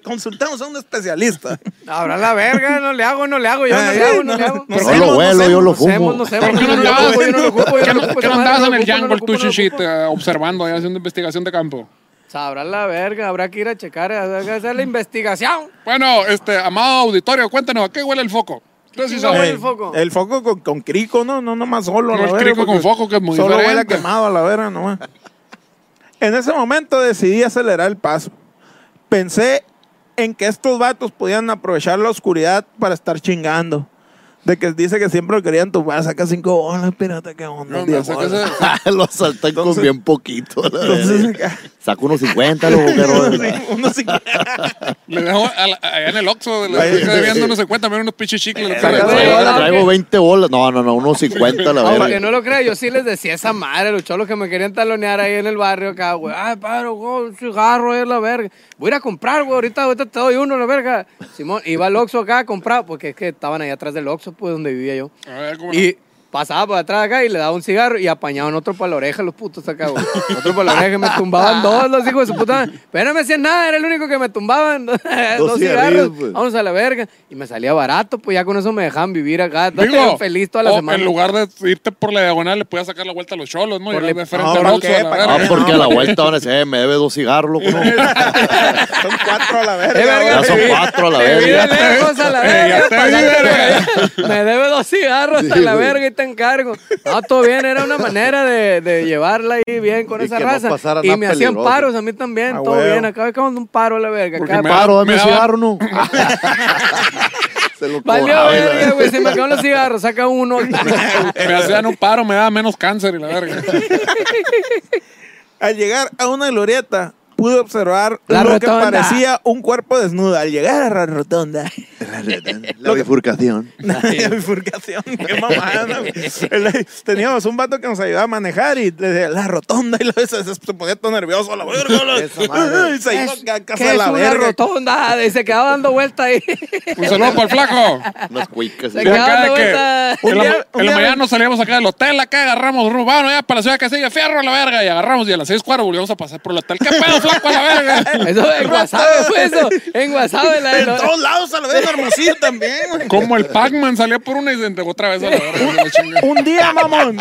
Speaker 2: Consultamos a un especialista.
Speaker 4: Habrá la verga, no le hago, no le hago, yo no
Speaker 2: Ay,
Speaker 5: Eh,
Speaker 4: le
Speaker 2: no,
Speaker 4: hago, no le hago.
Speaker 2: no
Speaker 5: Yo
Speaker 2: sé,
Speaker 5: lo
Speaker 2: no
Speaker 5: huelo,
Speaker 2: sé,
Speaker 5: yo lo
Speaker 4: No sabemos,
Speaker 5: fumo.
Speaker 4: no
Speaker 3: ¿Por
Speaker 4: sabemos.
Speaker 3: qué no
Speaker 4: yo
Speaker 3: lo
Speaker 4: lo
Speaker 3: hagas?
Speaker 4: ocupo, yo no lo ocupo, yo no lo ocupo,
Speaker 3: ¿Qué
Speaker 4: esa
Speaker 3: no
Speaker 4: madre
Speaker 3: andabas
Speaker 4: lo
Speaker 3: en el
Speaker 4: ocupo, no lo
Speaker 3: jungle
Speaker 4: ocupo,
Speaker 3: tú,
Speaker 4: no lo
Speaker 3: Shishi,
Speaker 4: ocupo?
Speaker 3: te- eh, observando ahí, haciendo investigación de campo?
Speaker 4: Sabrá la verga, habrá que ir a checar, habrá que hacer la investigación.
Speaker 3: Bueno, este, amado auditorio, cuéntanos, ¿a qué huele el foco? Ustedes sí
Speaker 4: Sí, eh.
Speaker 3: saben.
Speaker 4: huele
Speaker 2: Ey,
Speaker 4: el foco.
Speaker 2: El foco con, con crico, no, no, no más solo. a
Speaker 3: No,
Speaker 2: la
Speaker 3: el
Speaker 2: verga,
Speaker 3: crico con
Speaker 2: porque
Speaker 3: foco, que es muy
Speaker 2: Solo huele a
Speaker 3: diferente.
Speaker 2: quemado a la verga nomás. En ese momento decidí acelerar el paso. Pensé en que estos vatos podían aprovechar la oscuridad para estar chingando. De que dice que siempre lo querían tumbar, saca cinco bolas, pirata, qué onda.
Speaker 3: No,
Speaker 2: Diez
Speaker 3: no, sé qué
Speaker 2: bolas.
Speaker 3: se-
Speaker 5: lo saltan con bien poquito. la
Speaker 2: Entonces,
Speaker 5: verga. Saco unos 50, luego
Speaker 4: eh,
Speaker 5: que
Speaker 2: Uno sí-
Speaker 3: Le dejo a la- allá en el Oxxo, le
Speaker 2: Ahí.
Speaker 3: estoy debiendo unos 50, mira unos pinches chicles. lo que
Speaker 2: Saca
Speaker 3: sea.
Speaker 2: de-
Speaker 5: traigo, traigo 20 bolas. No, no, no, unos 50 la
Speaker 4: Aunque
Speaker 5: verga.
Speaker 4: Ah, no lo crea, yo sí les decía esa madre, los cholos que me querían talonear ahí en el barrio acá, güey. Ay, paro, güey, un cigarro ahí la verga. Voy a ir a comprar, güey, ahorita, ahorita te doy uno, la verga. Simón, iba al Oxxo acá a comprar, porque es que estaban ahí atrás del Oxxo, pues, donde vivía yo.
Speaker 3: A ver, ¿cómo no?
Speaker 4: Y pasaba por atrás acá y le daba un cigarro y apañaban otro para la oreja los putos acá, güey. Otro para la oreja y me tumbaban dos, los hijos de su puta. madre. Pero no me hacían nada, era el único que me tumbaban. Dos,
Speaker 5: Dos
Speaker 4: cigarros.
Speaker 5: cigarrillos, pues.
Speaker 4: Vamos a la verga. Y me salía barato, pues ya con eso me dejaban vivir acá. No
Speaker 3: Digo,
Speaker 4: feliz toda la
Speaker 3: o
Speaker 4: semana.
Speaker 3: En lugar de irte por la diagonal, le podías sacar la vuelta a los cholos, ¿no?
Speaker 4: Por
Speaker 3: Y
Speaker 4: la-
Speaker 3: de frente
Speaker 6: No,
Speaker 3: al
Speaker 6: ¿para
Speaker 3: Oxxo,
Speaker 6: qué?
Speaker 3: a la
Speaker 6: ¿Para
Speaker 3: verga.
Speaker 5: Ah, porque a la vuelta van a decir, "Eh, me debe dos cigarros, loco. no".
Speaker 6: Son cuatro a la verga.
Speaker 4: Eh, verga,
Speaker 5: Ya son
Speaker 4: te vi-
Speaker 5: cuatro a la
Speaker 4: te vi de
Speaker 5: verga.
Speaker 4: lejos a la
Speaker 3: Eh,
Speaker 4: verga,
Speaker 3: ya te
Speaker 4: pasaste
Speaker 3: vi,
Speaker 4: por
Speaker 3: verga.
Speaker 4: allá. Me debe dos cigarros a la verga y te encargo. No, todo bien, era una manera de, de llevarla ahí bien con
Speaker 5: Y
Speaker 4: esa
Speaker 5: que no
Speaker 4: raza.
Speaker 5: pasara
Speaker 4: y
Speaker 5: nada
Speaker 4: me hacían
Speaker 5: peligroso.
Speaker 4: paros a mí también,
Speaker 6: Ah,
Speaker 4: todo
Speaker 6: huevo.
Speaker 4: bien. Acá acabamos de un paro a la verga. acá.
Speaker 3: me-
Speaker 5: Paro,
Speaker 3: me
Speaker 5: dame un
Speaker 3: daba-
Speaker 5: cigarro, no. Se lo
Speaker 4: Valió
Speaker 5: cobraba,
Speaker 4: verga,
Speaker 5: la
Speaker 4: güey. Se me acabaron los cigarros, saca uno.
Speaker 3: Me hacían un paro, me daba menos cáncer y la verga.
Speaker 2: Al llegar a una glorieta, pude observar
Speaker 4: La
Speaker 2: lo
Speaker 4: rotonda.
Speaker 2: que parecía un cuerpo desnudo. Al llegar a la rotonda,
Speaker 5: verga. La bifurcación.
Speaker 2: la bifurcación, qué mamada. güey. El- Teníamos un vato que nos ayudaba a manejar y le decía, la rotonda, y luego se, se- se ponía todo nervioso, la verga. la-
Speaker 5: Esa madre.
Speaker 2: Y se iba
Speaker 4: Es-
Speaker 2: a casa
Speaker 4: que
Speaker 2: de
Speaker 4: es
Speaker 2: la
Speaker 4: una
Speaker 2: verga.
Speaker 4: rotonda. Y se quedaba dando vuelta ahí.
Speaker 3: Un saludo para el flaco.
Speaker 5: Unas cuicas.
Speaker 4: Se
Speaker 3: De
Speaker 4: quedaba
Speaker 3: acá
Speaker 4: dando
Speaker 3: de
Speaker 4: vuelta.
Speaker 3: que en
Speaker 2: Un
Speaker 3: la,
Speaker 2: día-
Speaker 3: en la
Speaker 2: un día-
Speaker 3: mañana nos salíamos acá del hotel, acá agarramos rumano ya para la ciudad que sigue, fierro a la verga, y agarramos y a las seis cuadras volvíamos a pasar por el hotel. ¿Qué pedo, flaco a la verga?
Speaker 4: Eso en WhatsApp fue eso. En WhatsApp. en la-
Speaker 2: En todos lados, a la verga, hermosillo también, güey.
Speaker 3: Como el Pac-Man salía por una y se entregó otra vez a la verga. la chinga.
Speaker 2: Un día, mamón.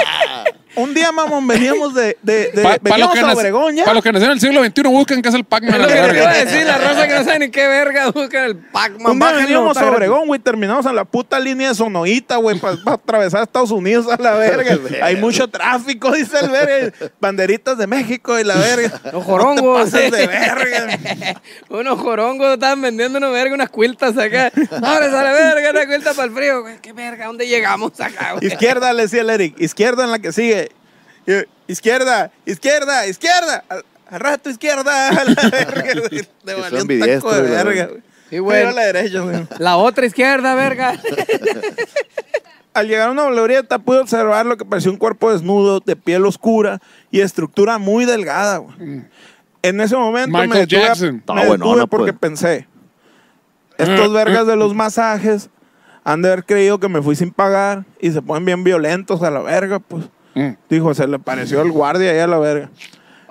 Speaker 2: Un día, mamón, veníamos de, de, de
Speaker 3: Pa- pa' los
Speaker 2: veníamos
Speaker 3: que
Speaker 2: a
Speaker 3: nac-
Speaker 2: Obregón ya.
Speaker 3: pa' los que nacieron en el siglo XXI, busquen qué es el Pac-Man.
Speaker 4: Es
Speaker 3: a
Speaker 4: lo
Speaker 3: la
Speaker 4: que te iba
Speaker 3: verga.
Speaker 4: a decir, la raza que no sabe ni qué verga busca en el Pac-Man.
Speaker 2: Un día
Speaker 4: Bájenlo,
Speaker 2: veníamos
Speaker 4: está
Speaker 2: a
Speaker 4: gratis.
Speaker 2: Obregón, güey, terminamos en la puta línea de Sonoita, güey, para atravesar Estados Unidos a la verga. Hay mucho tráfico, dice el verga. Banderitas de México y la verga.
Speaker 4: Los jorongos.
Speaker 2: No te pases de verga.
Speaker 4: Unos jorongos estaban vendiendo una verga, unas cuiltas acá. Abres a la verga, una cuilta para el frío. güey. ¿Qué verga? ¿Dónde llegamos acá, güey?
Speaker 2: Izquierda, le decía el Eric. Izquierda en la que sigue. Y- Izquierda, izquierda, izquierda. Al, al rato, izquierda. A la verga. güey. Te
Speaker 5: son
Speaker 2: valió un taco
Speaker 5: ambidiestros,
Speaker 2: de
Speaker 5: la
Speaker 2: verga.
Speaker 5: verga.
Speaker 2: güey.
Speaker 4: Sí, güey.
Speaker 2: Pero a la derecha, güey.
Speaker 4: La otra izquierda, verga.
Speaker 2: Al llegar a una glorieta pude observar lo que parecía un cuerpo desnudo, de piel oscura y estructura muy delgada. güey. En ese momento me
Speaker 3: Mm. Michael
Speaker 2: detuve,
Speaker 3: Jackson.
Speaker 2: me
Speaker 5: Está bueno,
Speaker 2: detuve
Speaker 5: no, pues.
Speaker 2: porque pensé,
Speaker 3: Mm.
Speaker 2: estos vergas de los masajes han de haber creído que me fui sin pagar y se ponen bien violentos a la verga, pues.
Speaker 3: Mm.
Speaker 2: Dijo, se le pareció el guardia ahí a la verga.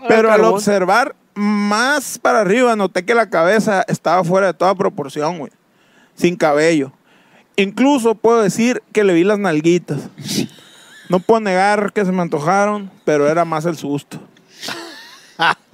Speaker 2: Pero al
Speaker 4: carbón.
Speaker 2: observar más para arriba, noté que la cabeza estaba fuera de toda proporción, güey. Sin cabello. Incluso puedo decir que le vi las nalguitas. No puedo negar que se me antojaron, pero era más el susto.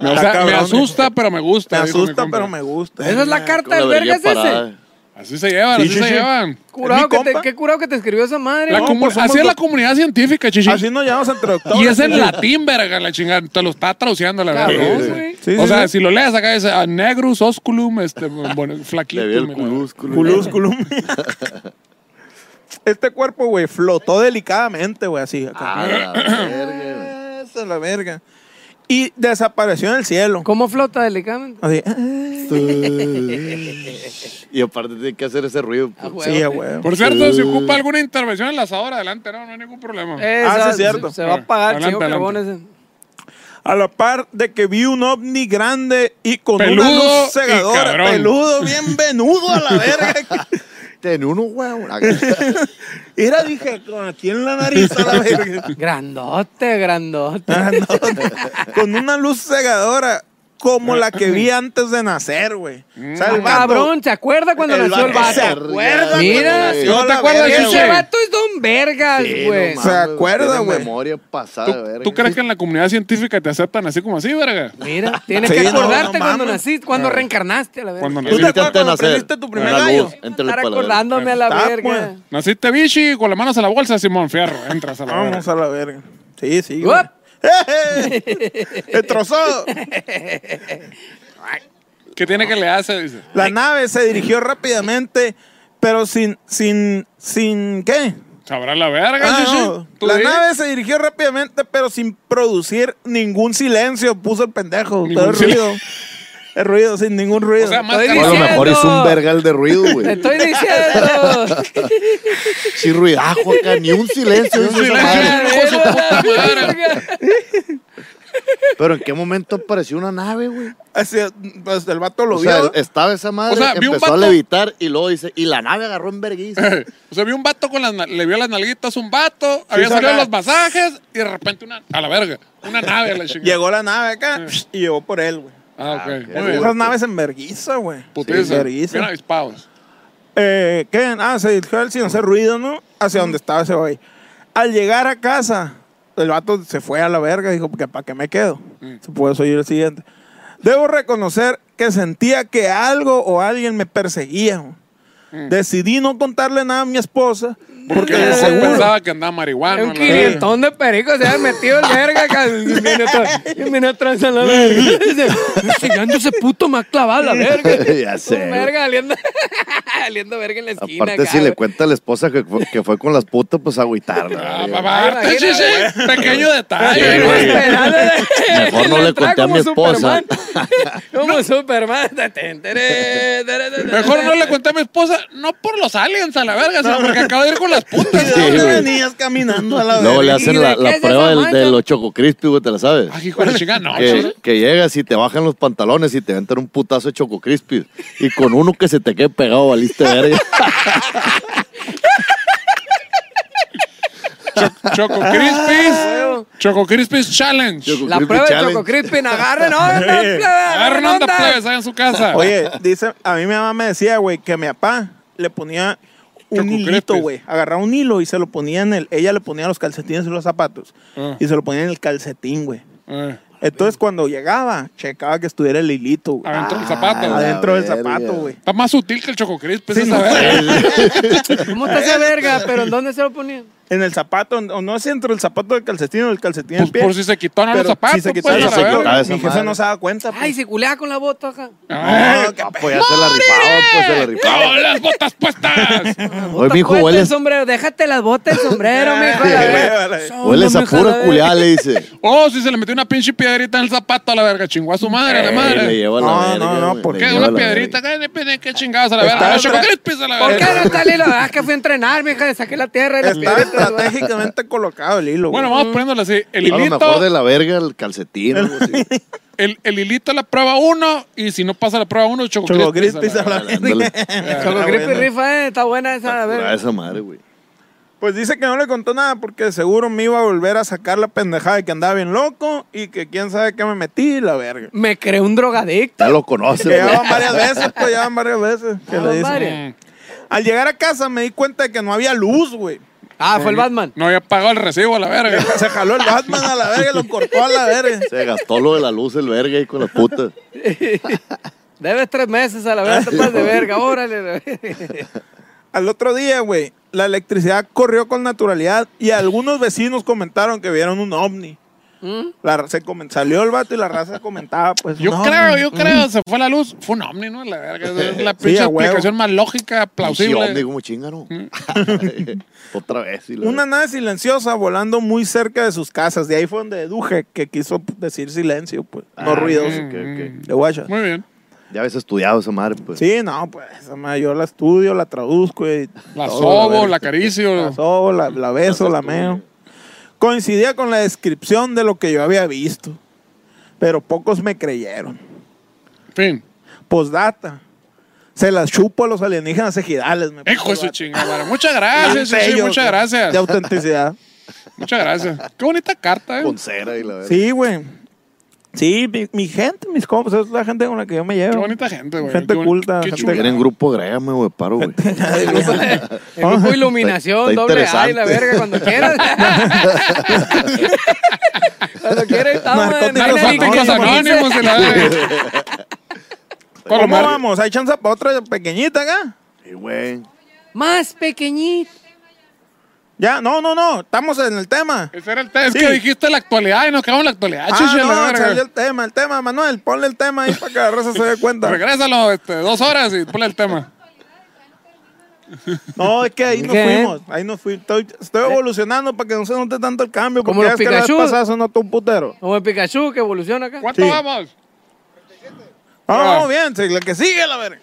Speaker 3: Me, o
Speaker 2: Está
Speaker 3: sea, me
Speaker 2: cabrón, eh.
Speaker 3: asusta, pero me
Speaker 2: Me
Speaker 3: gusta. dijo mi
Speaker 2: asusta,
Speaker 3: compa.
Speaker 2: pero me gusta.
Speaker 4: Esa es la carta del
Speaker 5: Con la
Speaker 4: verga, es
Speaker 5: verguilla
Speaker 4: ese.
Speaker 5: parada.
Speaker 3: Así se llevan,
Speaker 2: Sí,
Speaker 3: así
Speaker 2: sí,
Speaker 3: se
Speaker 2: sí.
Speaker 3: llevan.
Speaker 4: Curado
Speaker 2: ¿Es
Speaker 4: que
Speaker 2: mi
Speaker 4: te,
Speaker 2: compa?
Speaker 4: qué curado que te escribió esa madre.
Speaker 3: La
Speaker 2: No,
Speaker 3: comu-
Speaker 2: pues somos
Speaker 3: así es la
Speaker 2: dos.
Speaker 3: comunidad científica, chichi.
Speaker 2: Así nos llevamos entre doctores.
Speaker 3: Y es en latín, verga, la chingada. Te lo está traduciendo la verga.
Speaker 4: Cabrón,
Speaker 3: Sí,
Speaker 4: güey.
Speaker 3: sí.
Speaker 2: Sí,
Speaker 3: o
Speaker 2: sí,
Speaker 3: sea,
Speaker 2: sí.
Speaker 3: si lo lees acá dice a negrus osculum, este, bueno, flaquito.
Speaker 5: Le vi el
Speaker 3: mira.
Speaker 5: culúsculo.
Speaker 2: Culus, culum. Este cuerpo, güey, flotó delicadamente, güey, así. Acá.
Speaker 5: Ah, la verga, güey.
Speaker 2: Esa es la verga. Y desapareció en el cielo.
Speaker 4: ¿Cómo flota delicadamente?
Speaker 2: Así. ah,
Speaker 5: Y aparte tiene que hacer ese ruido. pues.
Speaker 4: Ah, güey.
Speaker 2: Sí, a huevo.
Speaker 3: Por cierto, si ocupa alguna intervención en la asadora, adelante, no, no hay ningún problema.
Speaker 2: Ah,
Speaker 4: Esa-
Speaker 2: sí, es cierto.
Speaker 4: Se, se va a pagar,
Speaker 3: Adelante,
Speaker 4: chico carbón
Speaker 3: adelante.
Speaker 4: ese.
Speaker 2: A la par de que vi un ovni grande y con una
Speaker 3: Peludo
Speaker 2: luz
Speaker 3: y
Speaker 2: cegadora.
Speaker 3: cabrón.
Speaker 2: Peludo, bien venudo a la verga.
Speaker 5: Ten uno, huevo.
Speaker 2: Era, dije, con aquí en la nariz a la verga.
Speaker 4: Grandote, grandote.
Speaker 2: Ah, no. con una luz cegadora como la que vi antes de nacer, güey. O sea, el vato-
Speaker 4: Ah, Cabrón, ¿se acuerda cuando
Speaker 2: el
Speaker 4: nació el
Speaker 2: vato se
Speaker 4: vato?
Speaker 2: acuerda cuando
Speaker 4: Mira,
Speaker 2: nació
Speaker 3: ¿no te
Speaker 2: la
Speaker 3: acuerdas,
Speaker 2: verga,
Speaker 3: Chiche?
Speaker 4: Ese
Speaker 2: güey.
Speaker 4: vato es don vergas, güey.
Speaker 2: ¿Se acuerda, güey?
Speaker 5: memoria pasada,
Speaker 3: ¿Tú,
Speaker 5: de verga.
Speaker 3: tú crees que en la comunidad científica te aceptan así como así, verga?
Speaker 4: Mira, tienes
Speaker 2: Sí,
Speaker 4: que
Speaker 2: no,
Speaker 4: acordarte
Speaker 2: no
Speaker 4: cuando
Speaker 2: mames.
Speaker 4: naciste, cuando reencarnaste a la
Speaker 3: Cuando
Speaker 4: verga.
Speaker 2: ¿Tú
Speaker 3: nací.
Speaker 2: te acuerdas
Speaker 5: Intenté
Speaker 2: cuando
Speaker 5: nacer.
Speaker 2: prendiste tu primer
Speaker 5: Era la
Speaker 2: gallo?
Speaker 5: luz. Entre
Speaker 4: Estar
Speaker 5: la palabra.
Speaker 4: acordándome a la
Speaker 2: Está, pues.
Speaker 4: verga.
Speaker 3: Naciste bichi con las manos en la bolsa, Simón Fierro. Entras a la verga.
Speaker 2: Vamos a la verga. Sí, sí.
Speaker 4: Uop.
Speaker 2: güey. ¡Eh, eh! Destrozado.
Speaker 3: ¿Qué tiene que le hace? Dice.
Speaker 2: La nave se dirigió rápidamente, Pero sin, sin, sin, ¿qué?
Speaker 3: Sabrá la verga,
Speaker 2: Ah,
Speaker 3: Shishi.
Speaker 2: no.
Speaker 3: Tú
Speaker 2: La
Speaker 3: di.
Speaker 2: nave se dirigió rápidamente, pero sin producir ningún silencio, puso el pendejo.
Speaker 3: Ningún
Speaker 2: Todo el ruido. El ruido, sin ningún ruido.
Speaker 3: O sea, más
Speaker 4: Estoy
Speaker 5: O
Speaker 3: cabrón.
Speaker 5: a lo
Speaker 4: diciendo-
Speaker 5: mejor hizo un vergal de ruido,
Speaker 4: Te
Speaker 5: güey.
Speaker 4: estoy diciendo.
Speaker 5: Sí, ruidajo acá, ni un silencio. hizo esa
Speaker 3: silencio.
Speaker 5: madre.
Speaker 3: hijo de su puta madre.
Speaker 5: Pero ¿en qué momento apareció una nave, güey?
Speaker 2: Así, pues, el vato lo
Speaker 5: O
Speaker 2: vio.
Speaker 5: sea, estaba esa madre,
Speaker 3: O sea, vi un
Speaker 5: empezó a
Speaker 3: vato-
Speaker 5: levitar y luego dice, y la nave agarró en vergüenza.
Speaker 3: O sea, vi un vato con las na- le vio las nalguitas a un vato, había
Speaker 2: se
Speaker 3: salido
Speaker 2: acaba.
Speaker 3: los masajes y de repente una a la verga, una nave a la chingada.
Speaker 2: Llegó la nave acá y llegó por él, güey.
Speaker 3: Ah, ok.
Speaker 5: Ah,
Speaker 3: Eh. Muy bien.
Speaker 2: Esas naves en verguiza, güey.
Speaker 3: Putiza.
Speaker 2: verguiza.
Speaker 3: Bien avispados.
Speaker 2: Eh, ¿Qué? Ah, se dirigió él sin hacer ruido, ¿no? Hacia donde estaba ese güey. Al llegar a casa, el vato se fue a la verga dijo, porque ¿para qué me quedo?
Speaker 5: Mm.
Speaker 2: Se puede oír el siguiente. Debo reconocer que sentía que algo o alguien me perseguía. güey.
Speaker 5: Mm.
Speaker 2: Decidí no contarle nada a mi esposa porque
Speaker 3: Porque
Speaker 2: de
Speaker 3: yo
Speaker 2: seguro...
Speaker 3: pensaba que andaba marihuana.
Speaker 4: Un
Speaker 3: la verga.
Speaker 4: quinientón de pericos se había metido el verga. ca- Viene atrás- viene atrás a la verga. Siguiendo ese puto más clavado a la verga.
Speaker 5: ya
Speaker 4: Un
Speaker 5: sé. güey.
Speaker 4: verga aliendo, aliendo verga en la esquina.
Speaker 5: Aparte, si
Speaker 4: acá,
Speaker 5: le
Speaker 4: güey.
Speaker 5: cuenta a la esposa que fue, que fue con las putas, pues
Speaker 3: Ah,
Speaker 5: agüitarla. güey.
Speaker 3: aparte,
Speaker 4: Imagina,
Speaker 3: sí, sí, Pequeño detalle,
Speaker 4: Llegó
Speaker 3: güey.
Speaker 4: esperando de-
Speaker 5: Mejor no
Speaker 4: en la
Speaker 5: le
Speaker 4: entrada
Speaker 5: conté a
Speaker 4: como
Speaker 5: mi esposa.
Speaker 4: Superman. Como Superman. Ten, tere, tere, tere,
Speaker 3: Mejor no le
Speaker 4: tere.
Speaker 3: conté a mi esposa, no por los aliens a la verga, sino porque acabo de ir con las putas.
Speaker 5: Sí,
Speaker 2: ¿Dónde
Speaker 5: güey.
Speaker 2: venías caminando a la
Speaker 5: Luego le
Speaker 2: verga?
Speaker 5: hacen
Speaker 4: ¿Y de
Speaker 5: la,
Speaker 4: qué
Speaker 5: la
Speaker 4: es esa
Speaker 5: prueba del,
Speaker 4: mancha?
Speaker 5: de los Choco Crispy, güey, te la sabes.
Speaker 3: Ay, hijo de la chingada, no,
Speaker 5: que,
Speaker 3: chile.
Speaker 5: que llegas y te bajan los pantalones y te aventan un putazo de Choco Crispy. Y con uno que se te quede pegado, valiste verga.
Speaker 3: Choco Crispis. Choco Crispis Challenge.
Speaker 5: Choco
Speaker 4: La
Speaker 5: Crispy
Speaker 4: prueba de
Speaker 5: Challenge.
Speaker 4: Choco Crispin. Agarren onda, plebe,
Speaker 3: Agarren
Speaker 4: agarren
Speaker 3: onda,
Speaker 4: onda.
Speaker 3: plebes, ahí en su casa.
Speaker 2: Oye, dice, a mí mi mamá me decía, güey, que mi papá le ponía un
Speaker 3: Choco
Speaker 2: hilito,
Speaker 3: Crispies.
Speaker 2: güey. Agarraba un hilo y se lo ponía en el. Ella le ponía los calcetines y los zapatos.
Speaker 3: Ah.
Speaker 2: Y se lo ponía en el calcetín, güey.
Speaker 3: Eh,
Speaker 2: Entonces cuando llegaba, checaba que estuviera el hilito, güey.
Speaker 3: Adentro del zapato.
Speaker 5: Ah,
Speaker 3: güey.
Speaker 2: Adentro del
Speaker 5: la
Speaker 2: zapato,
Speaker 5: verga.
Speaker 2: güey.
Speaker 3: Está más sutil que el Choco Crispis, esa
Speaker 2: no.
Speaker 3: verga.
Speaker 5: pues.
Speaker 4: ¿Cómo está esa verga? ¿Pero en dónde se lo ponían?
Speaker 2: En el zapato, o no sé, entre el zapato del calcetín o el calcetín del
Speaker 3: Pues
Speaker 2: pie.
Speaker 3: por si se quitó, no
Speaker 2: Pero
Speaker 3: los zapatos.
Speaker 2: Si se
Speaker 3: pues,
Speaker 2: quitaba
Speaker 3: a
Speaker 2: el
Speaker 3: la
Speaker 5: zapato,
Speaker 3: verga.
Speaker 5: quitaba
Speaker 2: zapato,
Speaker 5: esa
Speaker 2: mi jefe
Speaker 5: madre.
Speaker 2: no se daba cuenta.
Speaker 4: Ay,
Speaker 2: pues.
Speaker 4: se culea con la bota acá.
Speaker 3: Ah,
Speaker 5: Ah, pues ya se la rifaban, pues se la
Speaker 3: ¡Con
Speaker 5: rifaban.
Speaker 3: las botas puestas!
Speaker 5: Hoy mi hijo
Speaker 4: Puente
Speaker 5: huele,
Speaker 4: el sombrero. Déjate las botas el sombrero, mijo. la verga.
Speaker 5: huele
Speaker 4: Somos mija,
Speaker 5: a
Speaker 4: la
Speaker 5: pura
Speaker 4: verga.
Speaker 5: culiada, le dice.
Speaker 3: Oh, si se le metió una pinche piedrita en el zapato a la verga, chingó a su madre, a la
Speaker 5: Eh, Le
Speaker 3: madre.
Speaker 5: lleva la
Speaker 2: No,
Speaker 5: verga,
Speaker 2: no, no,
Speaker 5: güey,
Speaker 2: ¿por
Speaker 5: le
Speaker 3: ¿Qué?
Speaker 5: lleva
Speaker 3: Una
Speaker 5: la
Speaker 3: piedrita,
Speaker 5: verga.
Speaker 3: ¿qué, qué, qué chingados a la verga?
Speaker 2: Está
Speaker 3: Ah, Choco
Speaker 2: otra-
Speaker 3: Crispis a la
Speaker 4: ¿Por qué
Speaker 3: verga.
Speaker 4: no está el hilo? Ah, que fui a entrenar, mija. Saqué la tierra y la
Speaker 2: Estaba
Speaker 4: piedrita. güey.
Speaker 2: estratégicamente colocado el hilo, güey.
Speaker 3: Bueno, vamos poniéndole así. El
Speaker 5: A lo mejor de
Speaker 3: hilito,
Speaker 5: la verga el calcetín. algo así.
Speaker 3: el, el hilito a la prueba 1 y si no pasa la prueba 1, Choco
Speaker 2: Choco
Speaker 3: Crispis. a la
Speaker 2: Crispis a
Speaker 3: verga.
Speaker 2: la
Speaker 5: Ándale.
Speaker 2: verga.
Speaker 4: Choco
Speaker 5: Ah,
Speaker 2: Está
Speaker 4: Crispy
Speaker 2: bueno.
Speaker 4: rifa, eh. Está buena esa, la
Speaker 5: Curada
Speaker 4: verga.
Speaker 5: esa madre, güey.
Speaker 2: Pues dice que no le contó nada porque seguro me iba a volver a sacar la pendejada de que andaba bien loco y que quién sabe qué me metí, la verga.
Speaker 4: Me creé un drogadicto.
Speaker 5: Ya lo conoces,
Speaker 2: Que
Speaker 5: güey.
Speaker 2: ya van varias veces, pues ya van varias veces que
Speaker 4: Ah,
Speaker 2: le dicen.
Speaker 4: varias.
Speaker 3: Mm.
Speaker 2: Al llegar a casa me di cuenta de que no había luz, güey.
Speaker 4: Ah, fue el Batman.
Speaker 3: No había pagado el recibo a la verga.
Speaker 2: Se jaló el Batman a la verga y lo cortó a la verga.
Speaker 5: Se gastó lo de la luz el verga ahí con la puta.
Speaker 4: Debes tres meses a la verga.
Speaker 5: Ah,
Speaker 4: Te pasas de verga. Órale. la verga.
Speaker 2: Al otro día, güey, la electricidad corrió con naturalidad y algunos vecinos comentaron que vieron un ovni. La, ra- se comen- salió el vato y la raza comentaba, pues.
Speaker 3: ¿Mm? Yo
Speaker 2: un
Speaker 3: creo,
Speaker 2: ovni.
Speaker 3: yo creo, se fue la luz. Fue un ovni, ¿no? La verga. esa Es la
Speaker 2: Sí,
Speaker 3: pinche
Speaker 2: a huevo.
Speaker 3: explicación más lógica, plausible. Mm.
Speaker 5: Digo, como chinga, ¿no? Otra vez. y la
Speaker 2: Una
Speaker 5: verga.
Speaker 2: nave silenciosa volando muy cerca de sus casas. De ahí fue donde deduje que quiso decir silencio, pues. No
Speaker 5: Ah,
Speaker 2: ruidos.
Speaker 5: ok, ok.
Speaker 3: Mm.
Speaker 2: De guacha.
Speaker 3: Muy bien.
Speaker 5: Ya habías estudiado esa madre, pues.
Speaker 2: Sí, no, pues. esa madre, Yo la estudio, la traduzco y.
Speaker 3: La
Speaker 2: todo,
Speaker 3: sobo,
Speaker 2: verga.
Speaker 3: la acaricio.
Speaker 2: La sobo, la, la beso, la meo. Coincidía con la descripción de lo que yo había visto. Pero pocos me creyeron.
Speaker 3: Fin.
Speaker 2: Postdata. Se las chupo a los alienígenas ejidales. me puso
Speaker 3: Hijo de
Speaker 2: el
Speaker 3: su
Speaker 2: vato.
Speaker 3: chingada. Muchas
Speaker 2: Bien
Speaker 3: gracias, sí, sí,
Speaker 2: sello,
Speaker 3: muchas
Speaker 2: güey,
Speaker 3: gracias.
Speaker 2: De autenticidad.
Speaker 3: Muchas gracias. Qué bonita carta, eh.
Speaker 5: Con cera y la verga.
Speaker 2: Sí, güey. Sí, mi, mi gente, mis compas, es la gente con la que yo me llevo.
Speaker 3: Qué bonita gente, güey.
Speaker 2: Gente
Speaker 3: Qué boni-
Speaker 2: culta,
Speaker 3: qué
Speaker 2: gente-
Speaker 5: Si quieren grupo, agrégame, güey, paro, güey.
Speaker 4: El grupo, el grupo Iluminación,
Speaker 5: Está-
Speaker 4: doble
Speaker 5: está
Speaker 4: A y la
Speaker 5: interesante.
Speaker 4: verga, cuando quieras. cuando quieras, estamos en
Speaker 2: Narcóticos
Speaker 4: Dynamic
Speaker 3: Narcóticos
Speaker 2: Anónimos.
Speaker 3: anónimos y la verga. Con
Speaker 2: ¿Cómo
Speaker 3: lo mar-
Speaker 2: vamos? ¿Hay chance para otra pequeñita acá?
Speaker 5: Sí, güey.
Speaker 4: Más pequeñito.
Speaker 2: Ya, no, no, no. Estamos en el tema.
Speaker 3: Ese era el test
Speaker 2: Sí.
Speaker 3: que dijiste la actualidad y nos quedamos en la actualidad,
Speaker 2: Ah,
Speaker 3: chichi, a la
Speaker 2: no,
Speaker 3: verga.
Speaker 2: salió el tema, el tema, Manuel. Ponle el tema ahí para que la raza se dé cuenta.
Speaker 3: Regrésalo este, dos horas y ponle el tema.
Speaker 2: No, es que ahí nos
Speaker 4: ¿Qué?
Speaker 2: fuimos. Ahí nos fuimos. Estoy, estoy evolucionando para que no se note tanto el cambio.
Speaker 4: Como
Speaker 2: Porque
Speaker 4: los
Speaker 2: ya es que la vez
Speaker 4: Pikachu.
Speaker 2: pasada se notó un putero.
Speaker 4: Como el Pikachu que evoluciona acá.
Speaker 3: ¿Cuánto
Speaker 2: Sí.
Speaker 3: vamos? Ah.
Speaker 2: Vamos bien, sí, la que sigue, la verga.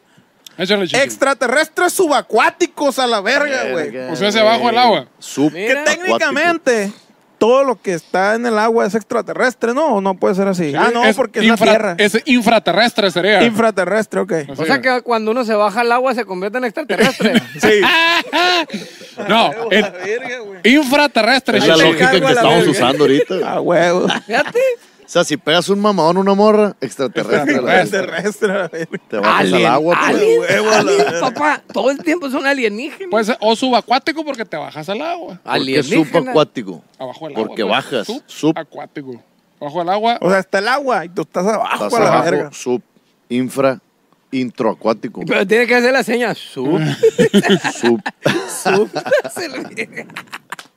Speaker 3: Échale chiqui.
Speaker 2: Extraterrestres subacuáticos a la verga, güey.
Speaker 3: O sea, hacia abajo del agua.
Speaker 5: Sup-
Speaker 2: Que
Speaker 4: Mira.
Speaker 2: técnicamente todo lo que está en el agua es extraterrestre, ¿no? ¿O no puede ser así? ah, no, porque es
Speaker 3: infra-
Speaker 2: la Tierra.
Speaker 3: Es infraterrestre sería.
Speaker 2: Infraterrestre, ok.
Speaker 3: Así,
Speaker 4: O sea que cuando uno se baja al agua se convierte en extraterrestre.
Speaker 2: Sí.
Speaker 3: No, en- infraterrestre.
Speaker 5: Es la
Speaker 3: chiqui.
Speaker 5: lógica que
Speaker 2: Cargo a la
Speaker 5: estamos
Speaker 2: verga. Ah,
Speaker 5: usando ahorita.
Speaker 2: A huevo.
Speaker 4: Fíjate.
Speaker 5: O sea, si pegas un mamadón a una morra, extraterrestre, la verga.
Speaker 2: Extraterrestre, a la verga.
Speaker 5: te bajas al
Speaker 4: Alien,
Speaker 5: agua. pues.
Speaker 4: alien,
Speaker 2: huevo, la
Speaker 4: alien,
Speaker 2: verga.
Speaker 4: papá. Todo el tiempo son alienígenas.
Speaker 3: Puede ser o subacuático porque te bajas al agua.
Speaker 5: Porque es
Speaker 4: Alienígena.
Speaker 5: subacuático.
Speaker 3: Abajo del agua.
Speaker 5: Porque
Speaker 3: pues.
Speaker 5: bajas. Sub,
Speaker 3: Subacuático. Abajo del agua.
Speaker 2: O sea, está el agua y tú estás abajo
Speaker 5: estás
Speaker 2: a la
Speaker 5: abajo,
Speaker 2: verga.
Speaker 5: sub, infra, introacuático.
Speaker 4: Pero tiene que hacer la seña. Sub,
Speaker 5: sub.
Speaker 4: sub. se le-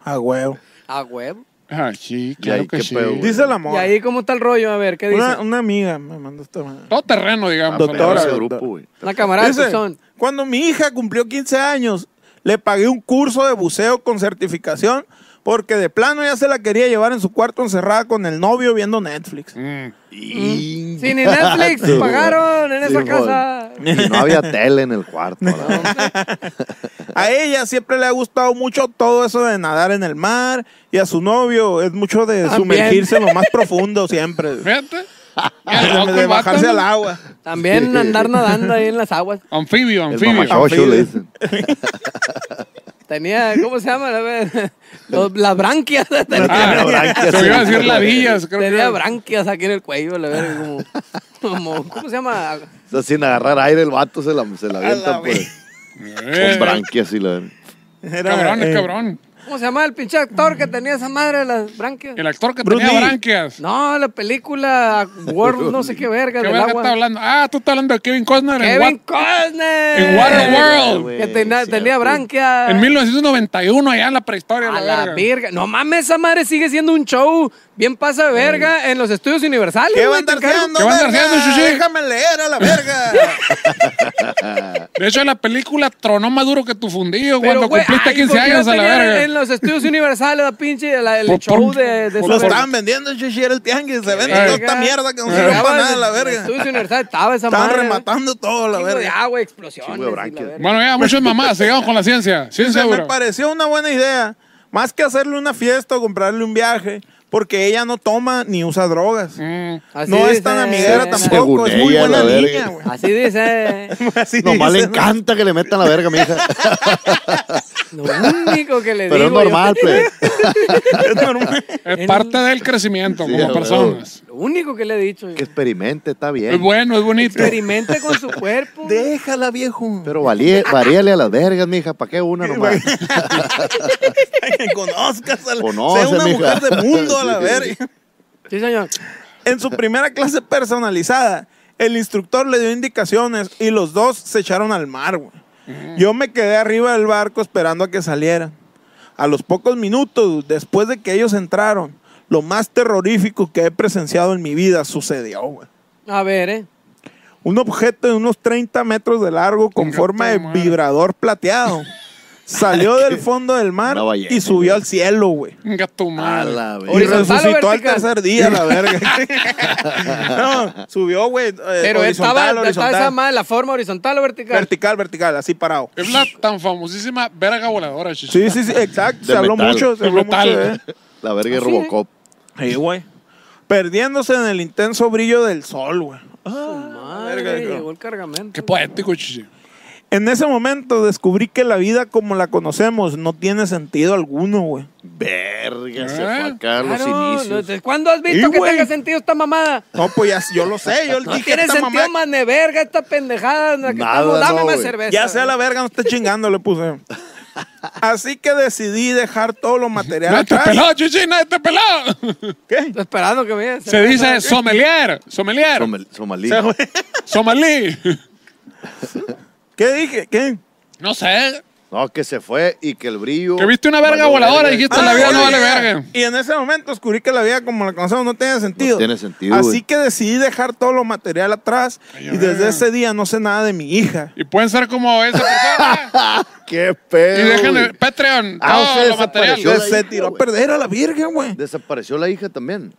Speaker 2: A huevo.
Speaker 4: A huevo.
Speaker 3: Ah, sí,
Speaker 5: Y ahí
Speaker 3: claro que
Speaker 5: qué
Speaker 3: sí.
Speaker 5: pedo, güey.
Speaker 2: Dice el
Speaker 4: ¿Y
Speaker 2: amor.
Speaker 4: ahí cómo está el rollo? A ver, ¿qué dice?
Speaker 2: Una,
Speaker 4: Una,
Speaker 2: una amiga me mandó esta madre.
Speaker 3: Todo terreno, digamos.
Speaker 2: Doctora.
Speaker 5: Ese
Speaker 3: Pero-
Speaker 5: grupo, güey.
Speaker 4: Mm. camarada
Speaker 2: Dice,
Speaker 4: que son.
Speaker 2: cuando mi hija cumplió 15 años, le pagué un curso de buceo con certificación porque de plano ya se la quería llevar en su cuarto encerrada con el novio viendo Netflix.
Speaker 3: Mm.
Speaker 5: Y-
Speaker 4: Sí, ni Netflix
Speaker 5: Sí,
Speaker 4: pagaron en esa
Speaker 5: Simón.
Speaker 4: casa.
Speaker 5: Y no había tele en el cuarto. la verdad.
Speaker 2: A ella siempre le ha gustado mucho todo eso de nadar en el mar y a su novio es mucho de
Speaker 4: También.
Speaker 2: sumergirse en lo más profundo siempre. de,
Speaker 3: Fíjate. Mira, loco
Speaker 2: de
Speaker 3: el vato,
Speaker 2: bajarse
Speaker 3: ¿no?
Speaker 2: al agua.
Speaker 4: También andar nadando ahí en las aguas.
Speaker 3: Anfibio,
Speaker 5: El
Speaker 3: anfibio.
Speaker 5: mamachocho le dicen.
Speaker 4: Tenía, ¿cómo se llama? A ver, los- las branquias.
Speaker 3: Ah,
Speaker 5: Tenía branquias.
Speaker 3: se me iba a decir labillas, creo
Speaker 4: Tenía
Speaker 3: que.
Speaker 4: branquias aquí en el cuello, la verga, como, como- ¿cómo se llama?
Speaker 5: O sea, sin agarrar aire, el vato se la, se la
Speaker 2: la
Speaker 5: avienta, pues. Con
Speaker 3: Eh,
Speaker 5: branquias y la verga.
Speaker 2: Era,
Speaker 3: Cabrón,
Speaker 2: eh,
Speaker 3: es cabrón.
Speaker 4: ¿Cómo se llama el pinche actor que tenía esa madre de las branquias?
Speaker 3: El actor que
Speaker 2: Bruce
Speaker 3: tenía
Speaker 2: Lee.
Speaker 3: branquias.
Speaker 4: No, la película World, no sé qué verga,
Speaker 3: ¿Qué
Speaker 4: del
Speaker 3: verga está
Speaker 4: agua.
Speaker 3: hablando? Ah, tú estás hablando de Kevin Costner en,
Speaker 4: Kevin
Speaker 3: Wat-
Speaker 4: Costner.
Speaker 3: en Waterworld.
Speaker 4: Que tenía, tenía branquias.
Speaker 3: En 1991, allá en la prehistoria. la
Speaker 4: A la
Speaker 3: verga.
Speaker 4: verga. No mames, esa madre sigue siendo un show bien pasa de verga en los estudios universales.
Speaker 2: ¿Qué
Speaker 4: güey,
Speaker 2: va a andar
Speaker 4: te encargo.
Speaker 2: haciendo,
Speaker 3: ¿Qué va a andar
Speaker 2: verga?
Speaker 3: haciendo, Chuchi?
Speaker 2: Déjame leer a la verga.
Speaker 3: De hecho, la película tronó más duro que tu fundillo
Speaker 4: Pero,
Speaker 3: cuando
Speaker 4: güey,
Speaker 3: cumpliste
Speaker 4: ay,
Speaker 3: 15
Speaker 4: ¿por qué
Speaker 3: años
Speaker 4: no
Speaker 3: a la
Speaker 4: tenían En
Speaker 3: verga.
Speaker 4: los estudios universales, la pinche, la- el
Speaker 2: Pues,
Speaker 3: Por-
Speaker 4: show
Speaker 3: por-
Speaker 4: de, de
Speaker 3: por-
Speaker 2: Lo
Speaker 4: esa
Speaker 2: estaban vendiendo, Chuchi, era el tianguis. Se vende toda
Speaker 3: Ey.
Speaker 2: pues, esta mierda que no
Speaker 4: verga.
Speaker 2: sirve para
Speaker 4: Llegabas
Speaker 2: nada, la
Speaker 4: en los
Speaker 2: verga.
Speaker 4: estudios universales estaba esa
Speaker 2: Estaban
Speaker 4: madre.
Speaker 2: rematando todo, la
Speaker 4: Chingo de
Speaker 2: verga.
Speaker 4: agua, explosiones.
Speaker 5: Chingo de
Speaker 4: y la
Speaker 5: branquias.
Speaker 4: verga.
Speaker 3: Bueno, ya, muchas mamás, sigamos con la ciencia. Ciencia,
Speaker 2: Dice, me
Speaker 3: seguro.
Speaker 2: pareció una buena idea. Más que hacerle una fiesta o comprarle un viaje, porque ella no toma ni usa drogas.
Speaker 3: Mm.
Speaker 4: Así
Speaker 2: no es
Speaker 4: dice.
Speaker 2: tan amiguera tampoco,
Speaker 5: Según
Speaker 2: es muy
Speaker 5: ella,
Speaker 2: buena
Speaker 5: la verga.
Speaker 2: niña, güey.
Speaker 4: Así dice.
Speaker 2: Así
Speaker 5: Nomás le
Speaker 2: dice, ¿no?
Speaker 5: encanta que le metan la verga, mija.
Speaker 4: Lo único que le
Speaker 5: Pero es
Speaker 4: digo. yo-
Speaker 5: normal, pues.
Speaker 2: Es normal.
Speaker 3: Es parte del crecimiento
Speaker 5: Sí, a
Speaker 3: como
Speaker 5: huevo.
Speaker 3: personas.
Speaker 4: Lo único que le he dicho. yo.
Speaker 5: Que experimente, está
Speaker 3: Es
Speaker 5: bien.
Speaker 3: bueno, es bonito.
Speaker 4: Experimente con su cuerpo.
Speaker 2: Déjala, viejo.
Speaker 5: Pero varíe- varíale a las vergas, mija. ¿Para qué una nomás?
Speaker 2: que conozcas a la
Speaker 5: Conoce,
Speaker 2: sea una
Speaker 5: mija.
Speaker 2: mujer de mundo, a la
Speaker 5: Sí.
Speaker 2: verga.
Speaker 4: Sí, señor.
Speaker 2: En su primera clase personalizada, el instructor le dio indicaciones y los dos se echaron al mar, güey.
Speaker 5: Mm.
Speaker 2: Yo me quedé arriba del barco esperando a que salieran. A los pocos minutos después de que ellos entraron, lo más terrorífico que he presenciado en mi vida sucedió, güey.
Speaker 4: A ver, eh.
Speaker 2: Un objeto de unos 30 metros de largo con
Speaker 3: Chinga
Speaker 2: forma
Speaker 3: tu
Speaker 2: de
Speaker 3: madre.
Speaker 2: vibrador plateado salió del fondo del mar
Speaker 5: Una ballena,
Speaker 2: y subió al cielo, güey.
Speaker 3: Venga tu
Speaker 5: A
Speaker 3: madre.
Speaker 5: la
Speaker 2: Y
Speaker 5: verga.
Speaker 4: Horizontal o
Speaker 2: resucitó al
Speaker 4: vertical.
Speaker 2: tercer día, la verga. no, subió, güey. eh,
Speaker 4: Pero
Speaker 2: horizontal,
Speaker 4: estaba, estaba
Speaker 2: horizontal.
Speaker 4: esa madre, la forma horizontal o vertical.
Speaker 2: Vertical, vertical, así parado.
Speaker 3: Es la tan famosísima verga voladora, chichi.
Speaker 2: Sí, sí, sí, exacto.
Speaker 5: De
Speaker 2: se habló
Speaker 5: metal.
Speaker 2: mucho, se
Speaker 3: De
Speaker 2: habló
Speaker 3: metal.
Speaker 2: mucho de él.
Speaker 5: La verga es
Speaker 4: Así, ¿eh?
Speaker 5: Robocop.
Speaker 2: Sí, güey. Perdiéndose en el intenso brillo del sol, güey.
Speaker 4: Ah. Madre,
Speaker 2: verga,
Speaker 4: llegó el cargamento.
Speaker 3: Qué poético, chichi.
Speaker 2: En ese momento descubrí que la vida como la conocemos no tiene sentido alguno, güey.
Speaker 5: Verga, se
Speaker 3: Ah,
Speaker 5: fue acá a
Speaker 4: Claro,
Speaker 5: los
Speaker 4: no
Speaker 5: inicios.
Speaker 4: sé, ¿Cuándo has visto
Speaker 2: Sí,
Speaker 4: que
Speaker 2: güey.
Speaker 4: tenga sentido esta mamada?
Speaker 2: No, pues ya, yo lo sé, yo le
Speaker 4: No
Speaker 2: dije
Speaker 4: tiene
Speaker 2: esta
Speaker 4: sentido
Speaker 2: mamá-
Speaker 4: más de verga esta pendejada en la que
Speaker 5: Nada,
Speaker 4: estamos. Dame
Speaker 5: no,
Speaker 4: más
Speaker 5: güey.
Speaker 4: cerveza.
Speaker 2: Ya sea la verga, no esté chingando, le puse. Así que decidí dejar todo lo material
Speaker 3: Nadie te
Speaker 2: atrás.
Speaker 3: peló, chichi, nadie te peló.
Speaker 2: ¿Qué?
Speaker 4: Estoy esperando que me dé
Speaker 3: Se
Speaker 4: cerveza.
Speaker 3: dice sommelier, sommelier,
Speaker 5: Somal- Somalí.
Speaker 2: O sea, güey,
Speaker 3: somalí.
Speaker 2: ¿Qué dije? ¿Qué?
Speaker 3: No sé.
Speaker 5: No, que se fue y que el brillo.
Speaker 3: Que viste una verga
Speaker 5: valió
Speaker 3: voladora y
Speaker 5: verga.
Speaker 3: dijiste, la vida no vale verga.
Speaker 2: Ah, Y en ese momento descubrí que la vida como la conocemos no tenía sentido.
Speaker 5: No tiene sentido,
Speaker 2: Así
Speaker 5: güey.
Speaker 2: que decidí dejar todo lo material atrás
Speaker 3: Ay,
Speaker 2: y desde
Speaker 3: verga.
Speaker 2: ese día no sé nada de mi hija.
Speaker 3: Y pueden ser como esa persona.
Speaker 5: ¡Qué pedo!
Speaker 3: y dejen
Speaker 5: güey.
Speaker 3: el Patreon,
Speaker 5: Ah, o
Speaker 3: todo
Speaker 5: sea,
Speaker 3: lo material.
Speaker 5: desapareció. Yo la
Speaker 2: se
Speaker 5: hija,
Speaker 2: tiró
Speaker 5: güey.
Speaker 2: a perder a la virgen, güey.
Speaker 5: Desapareció la hija también.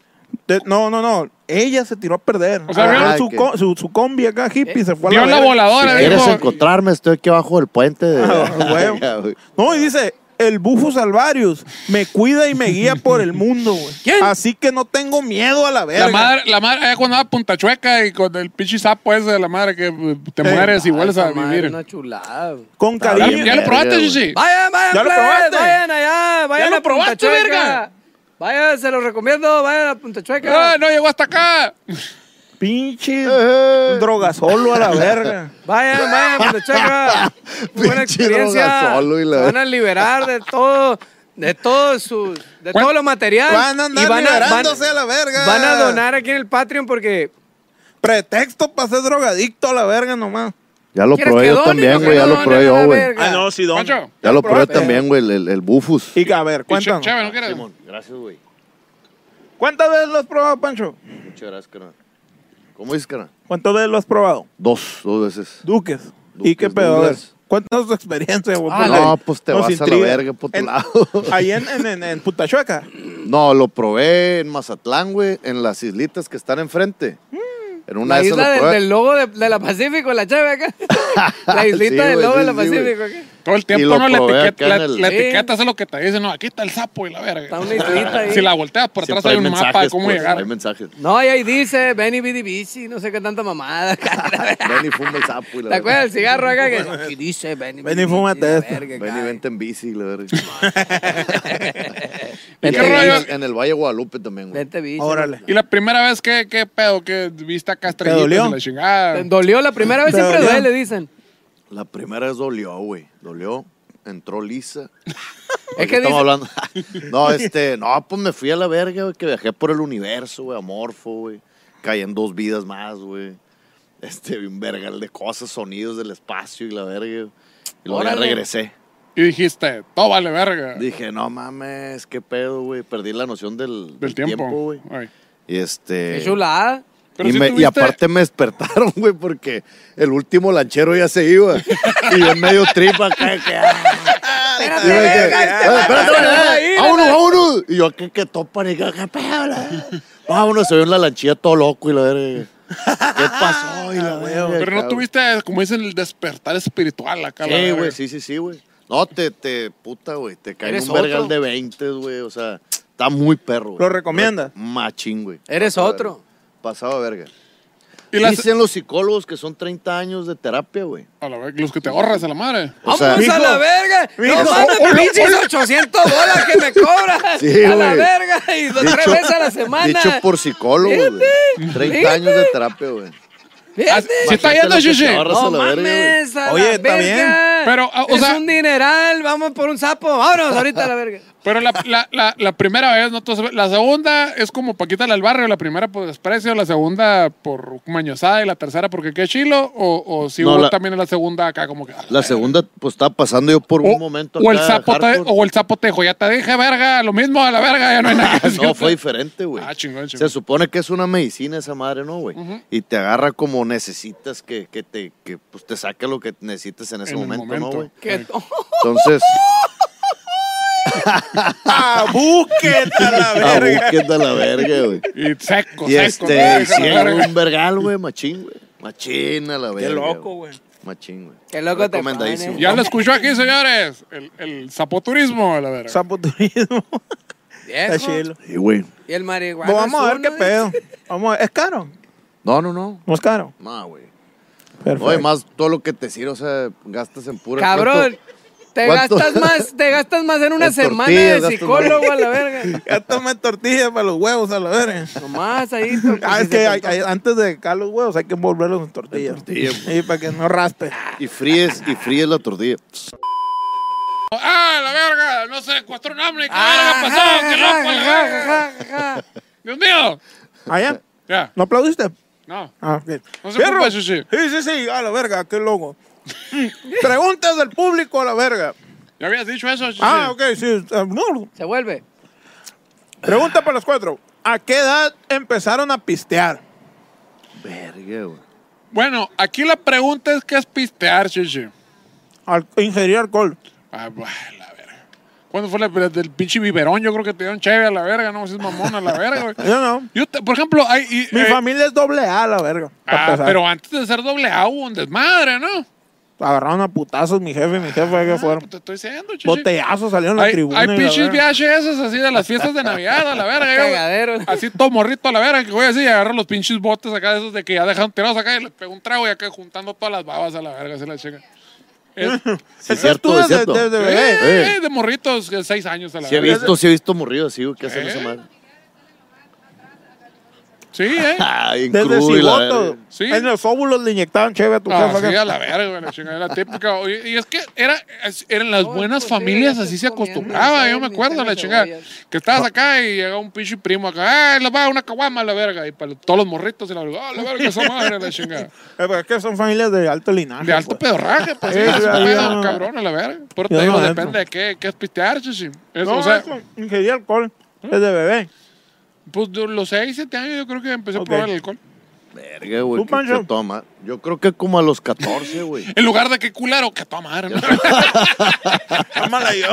Speaker 2: De- No, no, no. Ella se tiró a perder.
Speaker 3: O sea,
Speaker 2: Agarró
Speaker 5: vio-
Speaker 2: su, co- su, su combi acá hippie
Speaker 5: Eh,
Speaker 2: y se fue a la
Speaker 3: Vio la
Speaker 2: verga.
Speaker 5: Si
Speaker 3: voladora,
Speaker 5: quieres
Speaker 3: dijo.
Speaker 5: encontrarme, estoy aquí abajo del puente. De...
Speaker 2: Ah, güey.
Speaker 5: Ya, güey.
Speaker 2: No, y dice, el bufo salvarius me cuida y me guía por el mundo, güey.
Speaker 4: ¿Quién?
Speaker 2: Así que no tengo miedo a la verga.
Speaker 3: La madre, la madre, allá cuando andaba Punta Chueca y con el pinche sapo ese de la madre que eh, te
Speaker 2: Sí.
Speaker 3: mueres y vuelves
Speaker 4: Esa
Speaker 3: a
Speaker 4: madre,
Speaker 3: vivir.
Speaker 4: Una chulada. güey.
Speaker 2: Con
Speaker 5: Está
Speaker 3: ¿Ya,
Speaker 2: cariño.
Speaker 5: bien,
Speaker 3: ya lo
Speaker 5: verga,
Speaker 3: probaste,
Speaker 5: güey.
Speaker 3: Chichi?
Speaker 4: Vayan, vayan,
Speaker 2: ¿Ya lo
Speaker 4: plebes,
Speaker 2: probaste?
Speaker 4: vayan allá, vayan
Speaker 3: lo
Speaker 4: a Punta
Speaker 3: probaste,
Speaker 4: Chueca.
Speaker 3: verga?
Speaker 4: Vayan, se los recomiendo, vayan a Punta Chueca.
Speaker 3: ¡Ah, no llegó hasta acá!
Speaker 2: Pinche drogasolo a la verga.
Speaker 4: Vayan, vayan, Punta Chueca. Buena
Speaker 5: Pinche
Speaker 4: experiencia.
Speaker 5: drogazolo y la-
Speaker 4: Se van a liberar de todo, de todo sus, de
Speaker 3: ¿Cuán-
Speaker 4: todo lo material.
Speaker 2: Van a andar
Speaker 4: y van
Speaker 2: liberándose
Speaker 4: van-
Speaker 2: a la verga.
Speaker 4: Van a donar aquí en el Patreon porque
Speaker 2: Pretexto para ser drogadicto a la verga nomás.
Speaker 5: Ya lo
Speaker 4: ¿Quieres
Speaker 5: probé
Speaker 4: que
Speaker 5: yo
Speaker 4: done o
Speaker 5: también,
Speaker 4: que
Speaker 5: güey. Ya
Speaker 4: no
Speaker 5: lo
Speaker 4: done
Speaker 5: probé
Speaker 4: a la
Speaker 5: yo, güey.
Speaker 4: verga?
Speaker 2: Ah, no, sí, don.
Speaker 3: Pancho.
Speaker 5: Ya lo probé
Speaker 2: probaste.
Speaker 5: también, güey, el, el, el bufus.
Speaker 2: Y a ver,
Speaker 3: Y Che-
Speaker 2: cuéntanos.
Speaker 3: Cheve, ¿no quieres?
Speaker 5: Gracias, güey.
Speaker 2: ¿Cuántas veces lo has probado, Pancho?
Speaker 5: Muchas gracias, carnal. ¿Cómo dices, carnal?
Speaker 2: ¿Cuántas veces lo has probado?
Speaker 5: Dos, dos veces.
Speaker 2: Duques. ¿Y
Speaker 5: Duques,
Speaker 2: qué pedo? A ver,
Speaker 5: Douglas.
Speaker 2: Cuéntanos tu experiencia, güey.
Speaker 5: Ah,
Speaker 2: porque
Speaker 5: no, pues te
Speaker 2: nos
Speaker 5: vas a la
Speaker 2: intriga.
Speaker 5: verga por tu
Speaker 2: En-
Speaker 5: lado.
Speaker 2: Ahí en, en, en, en Putachueca.
Speaker 5: No, lo probé en Mazatlán, güey, en las islitas que están enfrente. En una
Speaker 4: la
Speaker 5: de esas
Speaker 4: isla
Speaker 5: lo
Speaker 4: del-
Speaker 5: probé.
Speaker 4: del logo de, de la Pacífico, la chave acá. la islita
Speaker 5: Sí,
Speaker 4: del
Speaker 5: güey,
Speaker 4: logo de
Speaker 5: sí,
Speaker 4: la
Speaker 5: sí, güey.
Speaker 4: Pacífico. acá.
Speaker 3: Todo el tiempo
Speaker 5: lo
Speaker 3: no la
Speaker 5: probé
Speaker 3: etiqueta,
Speaker 5: acá
Speaker 3: la,
Speaker 5: en el-
Speaker 3: la
Speaker 4: Sí.
Speaker 3: etiqueta hace lo que te dicen, no, aquí está el sapo y la verga.
Speaker 4: Está una islita ahí.
Speaker 3: Si la volteas por atrás
Speaker 5: Siempre
Speaker 3: hay un mapa de
Speaker 5: mensajes,
Speaker 3: cómo
Speaker 5: pues,
Speaker 3: llegar.
Speaker 5: Hay mensajes.
Speaker 4: No, y ahí dice, ven y vidi bici, no sé qué tanta mamada. cara.
Speaker 5: Ven y fuma el sapo y
Speaker 4: ¿Te
Speaker 5: la verga.
Speaker 4: acuerdas del cigarro acá? Que aquí dice, ven y
Speaker 2: Ven y
Speaker 4: vidi bici,
Speaker 2: fúmate
Speaker 4: la
Speaker 2: esto.
Speaker 4: verga,
Speaker 5: Ven y
Speaker 4: cara.
Speaker 5: vente en bici, la verga.
Speaker 3: ¿Y
Speaker 5: Y
Speaker 3: qué
Speaker 5: en,
Speaker 3: rollo?
Speaker 5: el- en el Valle de Guadalupe también, güey.
Speaker 4: Vente bici.
Speaker 2: Órale.
Speaker 3: Y la primera vez, ¿qué, qué pedo? ¿Qué viste acá estrellitas
Speaker 2: dolió?
Speaker 3: y la chingada?
Speaker 4: Te Dolió la primera vez,
Speaker 2: Te
Speaker 4: siempre
Speaker 2: dolió.
Speaker 4: duele, dicen.
Speaker 5: La primera vez dolió, güey. Dolió. Entró lisa.
Speaker 4: Es
Speaker 5: ¿De
Speaker 4: que dice,
Speaker 5: qué estamos hablando. no, este, no, pues me fui a la verga, güey, que viajé por el universo, güey, amorfo, güey. Caí en dos vidas más, güey. Este, vi un vergal de cosas, sonidos del espacio y la verga. güey. Y luego ya
Speaker 4: Órale.
Speaker 5: regresé.
Speaker 3: Y dijiste, todo vale verga.
Speaker 5: Dije, no mames, qué pedo, güey. Perdí la noción del,
Speaker 3: Del tiempo.
Speaker 5: güey.
Speaker 3: Ay.
Speaker 5: Y este.
Speaker 4: qué chulada.
Speaker 3: Pero
Speaker 5: y,
Speaker 3: sí
Speaker 5: me- y
Speaker 3: tuviste-
Speaker 5: aparte me despertaron, güey, porque el último lanchero ya se iba. y yo en medio tripa acá, que, ah.
Speaker 4: Espérate,
Speaker 5: Y yo dije,
Speaker 4: verga, este
Speaker 5: "Ah, espérate,
Speaker 4: vato se
Speaker 5: espérate,
Speaker 4: va a ir,
Speaker 5: vámonos, vámonos. Y yo acá que topan y que, qué pedo, la- Vámonos, se vio en la lanchilla todo loco y la verga. ¿Qué pasó? Y
Speaker 4: Ah,
Speaker 5: la verga,
Speaker 3: Pero no
Speaker 5: cabrón.
Speaker 3: tuviste, como dicen, el despertar espiritual acá. la
Speaker 5: Sí,
Speaker 3: verga.
Speaker 5: güey, sí, sí, sí, güey. No, te, te, puta, güey, te cae
Speaker 4: Eres
Speaker 5: un vergal
Speaker 4: otro.
Speaker 5: de 20, güey, o sea, está muy perro, güey.
Speaker 2: ¿Lo recomiendas?
Speaker 5: Machín, güey.
Speaker 4: Eres
Speaker 5: Pasado de
Speaker 4: otro.
Speaker 5: verga. Pasado de verga.
Speaker 3: Y las-
Speaker 5: Dicen los psicólogos que son 30 años de terapia, güey.
Speaker 3: a la verga, los que te ahorras a la madre.
Speaker 5: O
Speaker 4: Vamos
Speaker 5: sea,
Speaker 4: a la
Speaker 2: mijo,
Speaker 4: verga.
Speaker 2: mijo,
Speaker 4: no mames,
Speaker 2: hola,
Speaker 4: pinches 800 dólares que me cobras.
Speaker 5: Sí,
Speaker 4: a la
Speaker 5: güey.
Speaker 4: verga. Y dos, tres
Speaker 5: dicho-
Speaker 4: veces a la semana.
Speaker 5: Dicho por psicólogos, güey. 30 años de terapia, güey.
Speaker 3: Ah,
Speaker 4: Fíjate.
Speaker 3: ¿Sí está yendo,
Speaker 5: Imagínate lo que te
Speaker 3: Chichi?
Speaker 5: ahorras
Speaker 4: No
Speaker 5: a la verga, güey.
Speaker 4: mames, a la
Speaker 2: Oye, está
Speaker 4: verga.
Speaker 2: bien.
Speaker 3: Pero, ah, o
Speaker 4: es
Speaker 3: sea-
Speaker 4: un dineral, vamos por un sapo. Vámonos ahorita a la verga.
Speaker 3: Pero la, la, la, la primera vez, ¿no? Entonces, la segunda es como Paquita al barrio, la primera por desprecio, la segunda por mañosada y la tercera porque qué chilo, o, o si
Speaker 5: No,
Speaker 3: hubo
Speaker 5: la-
Speaker 3: también la segunda acá como que... a
Speaker 5: La
Speaker 3: verga.
Speaker 5: segunda, pues estaba pasando yo por
Speaker 3: O,
Speaker 5: un momento.
Speaker 3: o el
Speaker 5: acá
Speaker 3: sapo te,
Speaker 5: hardcore.
Speaker 3: o el sapo te dijo, ya te dije, verga, lo mismo a la verga, ya no hay nada. que hacer".
Speaker 5: No, fue diferente, güey.
Speaker 3: Ah, chingón, chingón.
Speaker 5: Se supone que es una medicina esa madre, ¿no, güey? Y te agarra como necesitas que, que te, que, pues, te saque lo que necesitas en ese
Speaker 3: En el
Speaker 5: momento, ¿no,
Speaker 3: momento.
Speaker 5: güey?
Speaker 4: Que-
Speaker 5: Entonces,
Speaker 2: ¡Ah, búsquete a la
Speaker 5: a
Speaker 2: verga!
Speaker 5: búsqueda la verga, güey.
Speaker 3: Y seco, seco.
Speaker 5: Y este,
Speaker 3: seco, la
Speaker 5: hicieron
Speaker 3: verga.
Speaker 5: un vergal, güey, machín, güey. Machín a la verga.
Speaker 2: ¡Qué loco, güey!
Speaker 5: Machín, güey.
Speaker 4: Qué loco te
Speaker 5: Recomendadísimo.
Speaker 4: pones.
Speaker 3: Ya lo escuchó aquí, señores. El, el zapoturismo, a la verga.
Speaker 2: Sapoturismo. Está
Speaker 4: Viejo.
Speaker 2: chilo.
Speaker 5: Sí, güey.
Speaker 4: Y el marihuana.
Speaker 2: Pues vamos a ver
Speaker 4: es
Speaker 2: qué
Speaker 4: uno,
Speaker 2: pedo. Vamos a ver. ¿Es caro?
Speaker 5: No, no, no.
Speaker 2: No es caro.
Speaker 5: No, güey.
Speaker 2: Perfecto.
Speaker 5: No, y más todo lo que te sirve, o sea, gastas en pura.
Speaker 4: Cabrón. Te
Speaker 5: ¿Cuánto?
Speaker 4: gastas más, te gastas más en una
Speaker 5: En
Speaker 4: semana
Speaker 5: tortillas,
Speaker 4: de
Speaker 5: gastas
Speaker 4: psicólogo a la verga.
Speaker 2: Ya tomé tortillas para los huevos a la verga.
Speaker 4: Nomás ahí. to-
Speaker 2: Ah, es que
Speaker 4: si se te
Speaker 2: hay- hay- antes de calar los huevos hay que envolverlos en tortillas. Sí, para que no raspe.
Speaker 5: Y fríes, y fríes la tortilla. Pues,
Speaker 3: ¡Ah, la verga! No se encuentró un hombre. ¡Qué
Speaker 4: Ah,
Speaker 3: verga pasó! ¡Qué
Speaker 4: ja,
Speaker 3: loco, la
Speaker 4: ja,
Speaker 3: verga!
Speaker 4: ja, ja, ja.
Speaker 3: ¡Dios mío!
Speaker 2: ¿Allá?
Speaker 3: Ya,
Speaker 2: ¿No Ah, aplaudiste?
Speaker 3: no.
Speaker 2: Ah, ok.
Speaker 3: No se
Speaker 2: Fierro.
Speaker 3: preocupe,
Speaker 2: Sí,
Speaker 3: Sushi.
Speaker 2: sí, sí. A la verga, qué loco. Mm. Preguntas del público a la verga.
Speaker 3: ¿Ya habías dicho eso?
Speaker 7: Ah,
Speaker 3: Chichi?
Speaker 7: ok, sí. ah, no.
Speaker 4: Se vuelve.
Speaker 7: Pregunta para los cuatro. ¿A qué edad empezaron a pistear?
Speaker 5: Verga, güey.
Speaker 3: Bueno, aquí la pregunta es qué es pistear, chichi.
Speaker 7: Al ingerir alcohol.
Speaker 3: Ah, bah, la verga. ¿Cuándo fue la, la del pinche biberón? Yo creo que te dieron chévere a la verga, no, si es mamón a la verga, güey.
Speaker 7: Yo no.
Speaker 3: Yo, te- por ejemplo, hay... y-
Speaker 7: Mi
Speaker 3: eh,
Speaker 7: familia es doble A, la verga. para
Speaker 3: Ah,
Speaker 7: empezar.
Speaker 3: pero antes de ser doble A hubo un desmadre, ¿no?
Speaker 7: Agarraron a putazos mi jefe y mi jefa que fueron.
Speaker 3: Te estoy diciendo, chichi.
Speaker 7: Botellazos salieron a la
Speaker 3: Hay,
Speaker 7: tribuna.
Speaker 3: hay
Speaker 7: y la
Speaker 3: pinches
Speaker 7: verga.
Speaker 3: VHS así de las fiestas de Navidad, a la verga. yo-
Speaker 4: Cagadero.
Speaker 3: así todo morrito a la verga, que voy así y agarro los pinches botes acá de esos de que ya dejaron tirados acá y les pego un trago y acá juntando todas las babas a la verga, así la chica. Es-
Speaker 5: Sí,
Speaker 7: Ese es tú
Speaker 5: es
Speaker 7: desde, desde bebé.
Speaker 5: Eh.
Speaker 3: Eh, de morritos de seis años a la
Speaker 5: Sí he
Speaker 3: verga.
Speaker 5: visto, sí he visto morrido así, güey, que hacen
Speaker 3: ¿Eh?
Speaker 5: esa madre.
Speaker 3: Sí, eh.
Speaker 5: Ay, en
Speaker 7: Desde
Speaker 5: crudo y la verga.
Speaker 7: Ciboto.
Speaker 3: Sí.
Speaker 7: En los óvulos le inyectaban chévere a tu
Speaker 3: Ah,
Speaker 7: jefa.
Speaker 3: sí,
Speaker 7: que-
Speaker 3: a la verga, güey, la chingada, era típica. Oye, Y es que era, es- eran las
Speaker 4: No,
Speaker 3: buenas
Speaker 4: pues,
Speaker 3: familias,
Speaker 4: sí,
Speaker 3: así se
Speaker 4: estás comiendo,
Speaker 3: acostumbraba.
Speaker 4: estás
Speaker 3: Yo me acuerdo, la
Speaker 4: metiendo
Speaker 3: chingada.
Speaker 4: cebollas.
Speaker 3: Que estabas acá y llegaba un pinche primo acá, ¡ay, les va una caguama a la verga! Y para todos los morritos y la verga, ¡ah, la verga, esa madre, la chingada!
Speaker 7: Eh, pero Es que son familias de alto linaje.
Speaker 3: De alto
Speaker 7: pues.
Speaker 3: pedorraje, pues, sí,
Speaker 7: Sí,
Speaker 3: es un
Speaker 7: sí, ahí
Speaker 3: pedo
Speaker 7: no.
Speaker 3: cabrón, a la verga. Pero te
Speaker 7: Yo
Speaker 3: digo,
Speaker 7: no entro.
Speaker 3: depende de qué, qué es pistear, chichi. Es-
Speaker 7: No,
Speaker 3: o sea, Mm.
Speaker 7: eso, ingerir alcohol desde bebé.
Speaker 3: pues de los 6, 7 años yo creo que empecé
Speaker 7: Ok.
Speaker 3: a probar el alcohol.
Speaker 5: Verga, güey.
Speaker 7: ¿Tú,
Speaker 5: ¿qué-
Speaker 7: Pancho?
Speaker 5: qué toma? Yo creo que como a los 14, güey.
Speaker 3: En lugar de que culero, que a toda madre, ¿no?
Speaker 7: Ámala yo.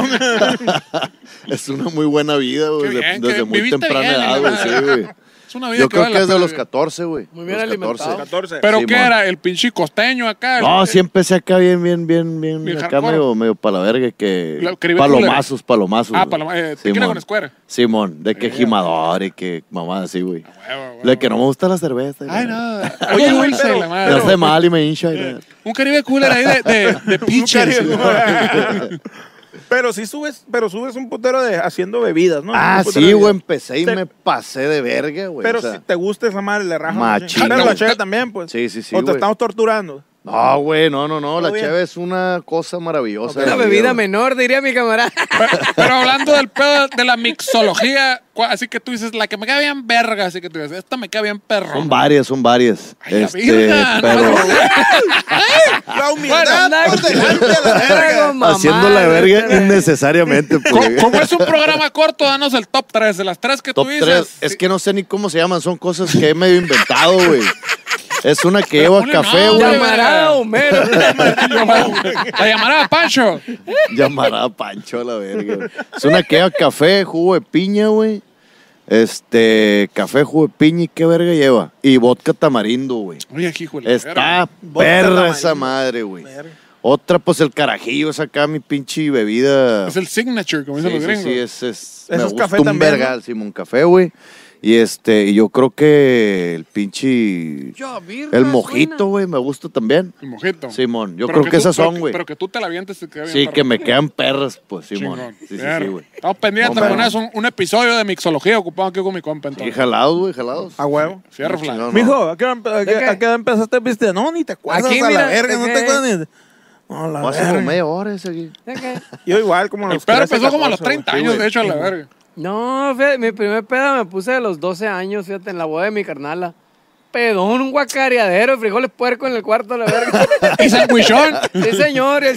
Speaker 5: Es una muy buena vida, güey.
Speaker 3: Qué
Speaker 5: de-
Speaker 3: bien, qué
Speaker 5: desde
Speaker 3: bien,
Speaker 5: muy
Speaker 3: viviste
Speaker 5: temprana
Speaker 3: bien,
Speaker 5: edad,
Speaker 3: la
Speaker 5: güey.
Speaker 3: verdad.
Speaker 5: Sí, güey.
Speaker 3: Es una vida
Speaker 5: Yo
Speaker 3: que
Speaker 5: creo
Speaker 3: vale
Speaker 5: que
Speaker 3: la
Speaker 5: es de
Speaker 3: pena
Speaker 5: los
Speaker 3: vivir.
Speaker 5: 14, güey.
Speaker 4: Muy bien
Speaker 5: los
Speaker 4: alimentado.
Speaker 7: 14.
Speaker 3: ¿Pero
Speaker 5: Sí,
Speaker 3: qué
Speaker 5: mon.
Speaker 3: era? ¿El pinche costeño acá?
Speaker 5: No,
Speaker 3: El-
Speaker 5: sí empecé acá bien, bien, bien, bien.
Speaker 3: Bien
Speaker 5: acá
Speaker 3: hardcore.
Speaker 5: medio, medio para la verga que.
Speaker 3: Lo escribí
Speaker 5: palomazos, palomazos.
Speaker 3: Ah,
Speaker 5: güey.
Speaker 3: paloma- eh, tequila
Speaker 5: mon.
Speaker 3: con escuera.
Speaker 5: Simón, de que gimador y que mamá así, güey.
Speaker 3: Ah, Huevo, huevo.
Speaker 5: De que no me gusta la cerveza. y la
Speaker 3: Ay,
Speaker 5: verga.
Speaker 3: no.
Speaker 7: Oye,
Speaker 3: Oye,
Speaker 7: güey,
Speaker 3: dulce,
Speaker 7: pero-
Speaker 3: la madre. Eh,
Speaker 5: Me hace mal y me hincha. y la-
Speaker 3: Un Caribe cooler ahí de, de, de pitchers.
Speaker 7: pero sí subes, pero subes un putero de haciendo bebidas, ¿no?
Speaker 5: Ah,
Speaker 7: Un putero
Speaker 5: sí,
Speaker 7: de
Speaker 5: güey,
Speaker 7: bebidas.
Speaker 5: empecé y
Speaker 7: Te-
Speaker 5: me pasé de verga,
Speaker 4: pues,
Speaker 5: güey.
Speaker 7: Pero
Speaker 5: o sea,
Speaker 7: si te gusta esa madre, le rajas.
Speaker 5: Machín,
Speaker 7: Pero la
Speaker 3: güey.
Speaker 7: chévere también, pues.
Speaker 5: Sí, sí, sí,
Speaker 7: O te
Speaker 5: güey.
Speaker 7: estamos torturando.
Speaker 5: No, güey, no, no, no. La
Speaker 7: Todo bien.
Speaker 5: cheve es una cosa maravillosa. de
Speaker 4: Una
Speaker 5: la vida,
Speaker 4: bebida
Speaker 5: güey.
Speaker 4: menor, diría mi camarada.
Speaker 3: Pero, pero hablando del pedo de la mixología, cua- así que tú dices, la que me queda bien verga, así que tú dices, esta me queda bien perro.
Speaker 5: Son varias, son varias.
Speaker 3: Ay, la
Speaker 5: este,
Speaker 3: virga, no
Speaker 5: pero
Speaker 3: mames.
Speaker 7: La
Speaker 3: Bueno,
Speaker 7: humildad por delante de la verga.
Speaker 5: haciendo la verga innecesariamente.
Speaker 3: Co-
Speaker 5: Pues.
Speaker 3: Como es un programa corto, danos el top 3 de las tres que
Speaker 5: Top Eh,
Speaker 3: tú dices.
Speaker 5: 3. Es que no sé ni cómo se llaman. Son cosas que he medio inventado, güey. Es una que lleva
Speaker 3: ponle
Speaker 5: café,
Speaker 3: nombre,
Speaker 5: güey.
Speaker 3: güey.
Speaker 4: Llamará a Homero.
Speaker 3: La llamará a Pancho.
Speaker 5: Llamará a Pancho a la verga. güey. Es una que lleva café, jugo de piña, güey. Este, café, jugo de piña y qué verga lleva. Y vodka tamarindo, güey.
Speaker 3: Oye, aquí, hijo de la verga.
Speaker 5: Está
Speaker 7: Vodka
Speaker 5: perra
Speaker 7: tamarindo.
Speaker 5: esa madre, güey. Otra, pues el carajillo es acá mi pinche bebida.
Speaker 3: Es el signature, como
Speaker 5: Sí,
Speaker 3: dicen los
Speaker 5: sí,
Speaker 3: gringos.
Speaker 5: sí, es, es,
Speaker 7: Eso
Speaker 5: me
Speaker 7: es
Speaker 5: gusta
Speaker 7: café
Speaker 5: un
Speaker 7: también,
Speaker 5: vergal, Simón, café, güey. Y este, y yo creo que el pinche, el mojito, güey, me gusta también,
Speaker 3: El mojito.
Speaker 5: Simón. Yo
Speaker 3: Pero
Speaker 5: creo que,
Speaker 3: tú-
Speaker 5: esas
Speaker 3: pero
Speaker 5: son, güey.
Speaker 3: Pero que tú te la avientes te queda bien
Speaker 5: Sí,
Speaker 3: perro.
Speaker 5: que me quedan perras, pues, Simón.
Speaker 3: Chingón.
Speaker 5: Sí, sí, sí,
Speaker 3: Claro.
Speaker 5: güey.
Speaker 3: Estamos pendientes
Speaker 5: Hombre.
Speaker 3: con eso. Un, un episodio de mixología ocupado aquí con mi compa.
Speaker 5: Y
Speaker 3: Entonces.
Speaker 5: jalados, güey, jalados.
Speaker 7: A huevo.
Speaker 3: Fierro flan.
Speaker 5: Chingón, ¿no?
Speaker 7: Mijo, ¿a qué, hora empe- a qué-
Speaker 4: qué?
Speaker 7: a qué hora empezaste viste? No, ni te acuerdas
Speaker 4: Aquí,
Speaker 7: a
Speaker 4: mira,
Speaker 7: la verga, no
Speaker 4: ¿de
Speaker 7: te
Speaker 4: qué?
Speaker 7: acuerdas ni. No, la
Speaker 5: No, hace como
Speaker 7: verga.
Speaker 5: media hora ese aquí.
Speaker 7: Yo igual, como a
Speaker 3: El
Speaker 7: los
Speaker 3: perro
Speaker 7: 13,
Speaker 3: empezó como a los
Speaker 7: 14, güey.
Speaker 3: 30 años, de hecho, a la verga.
Speaker 4: No, fíjate, mi primer peda me puse a los 12 años, fíjate, en la boda de mi carnala. Pedón, un guacareadero, de frijoles puerco en el cuarto, la verga.
Speaker 3: Y sandwichón.
Speaker 4: Sí, señor, y el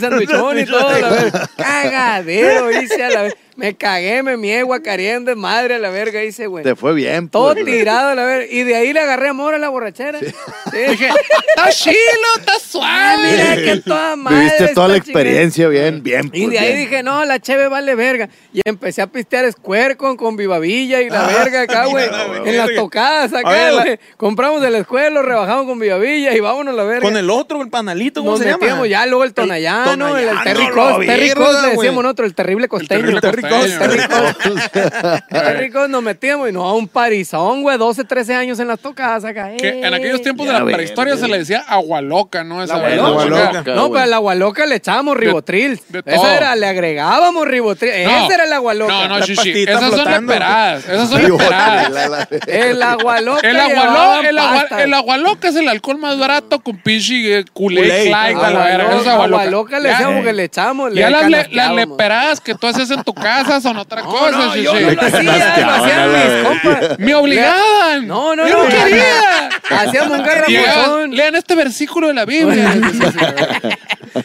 Speaker 4: sandwichón y todo, la verga. Cagadero, hice a la verga. Me cagué, me mié, guacareé en desmadre, a la verga, hice, güey.
Speaker 5: Te fue bien,
Speaker 4: Todo
Speaker 5: pues, güey.
Speaker 4: tirado, a la verga. Y de ahí le agarré amor a la borrachera. Sí.
Speaker 3: Dije, está chilo, está
Speaker 4: Ah,
Speaker 3: suave.
Speaker 4: mira, que toda madre.
Speaker 5: Viviste toda
Speaker 4: está
Speaker 5: la
Speaker 4: chingada.
Speaker 5: experiencia bien, bien,
Speaker 4: Y
Speaker 5: pues,
Speaker 4: de ahí
Speaker 5: bien.
Speaker 4: dije, no, la cheve vale verga. Y empecé a pistear Square con, con Viva Villa y la
Speaker 7: Ah,
Speaker 4: verga acá, güey.
Speaker 7: mira, güey.
Speaker 4: En las tocadas
Speaker 7: A
Speaker 4: acá,
Speaker 7: ver, la-
Speaker 4: güey. Compramos de la escuela, lo rebajamos con Viva Villa y vámonos a la verga.
Speaker 7: Con el otro, el panalito, ¿cómo
Speaker 4: Nos
Speaker 7: se
Speaker 4: metíamos
Speaker 7: llama?
Speaker 4: ya, luego el Tonayano, el, el
Speaker 7: Tonayano,
Speaker 4: Terry
Speaker 7: la
Speaker 4: Cross. Terry
Speaker 7: verga,
Speaker 4: Cross le
Speaker 7: güey.
Speaker 4: decíamos nosotros, el terrible costeño.
Speaker 3: terrible
Speaker 4: Terry Cross,
Speaker 3: costeño.
Speaker 4: Terry Cross. Terry Cross nos metíamos y no, un parizón, güey. 12, 13 años en las tocadas acá.
Speaker 3: Que
Speaker 4: eh.
Speaker 3: en aquellos tiempos de
Speaker 5: Ya
Speaker 3: la
Speaker 5: ves,
Speaker 3: prehistoria se
Speaker 5: güey.
Speaker 3: le decía agua loca, ¿no? Esa
Speaker 5: agua
Speaker 3: verga,
Speaker 5: loca.
Speaker 3: chingada.
Speaker 5: Agua loca.
Speaker 4: No, pues,
Speaker 5: güey.
Speaker 4: pero a la gualoca le echábamos ribotril.
Speaker 3: de todo.
Speaker 4: Esa era, le agregábamos ribotril.
Speaker 3: No.
Speaker 4: Esa era la gualoca.
Speaker 3: No, no,
Speaker 7: La
Speaker 3: chichi.
Speaker 7: pastita
Speaker 3: Esas son
Speaker 7: flotando.
Speaker 3: esperadas. Esas son
Speaker 5: Ay, guácala,
Speaker 3: esperadas.
Speaker 5: la- la-
Speaker 4: El agualoca.
Speaker 3: El agua,
Speaker 4: llevaba
Speaker 3: lo- el, agua,
Speaker 4: pasta.
Speaker 3: el agua loca es el alcohol más barato con pinche eh, culé,
Speaker 7: Culé,
Speaker 3: Clyde, a la
Speaker 4: Agua
Speaker 3: verga.
Speaker 4: loca,
Speaker 3: Eso es agua
Speaker 4: agua
Speaker 3: loca.
Speaker 4: loca le
Speaker 3: Ya,
Speaker 4: decíamos que le echamos. le
Speaker 3: Ya las, le- las
Speaker 4: canasteábamos.
Speaker 3: leperadas que tú haces en tu casa son otra
Speaker 4: No,
Speaker 3: cosa,
Speaker 4: no,
Speaker 3: chichi.
Speaker 4: yo no lo hacía, lo
Speaker 5: canasteaban a
Speaker 4: hacían
Speaker 5: la
Speaker 4: mis
Speaker 5: verga.
Speaker 4: compas.
Speaker 3: Me obligaban.
Speaker 4: No, no,
Speaker 3: Yo
Speaker 4: no.
Speaker 3: no quería.
Speaker 4: Hacíamos un
Speaker 3: Llegaban,
Speaker 4: garrafón.
Speaker 3: Lean este versículo de la Biblia. Sí, sí, sí,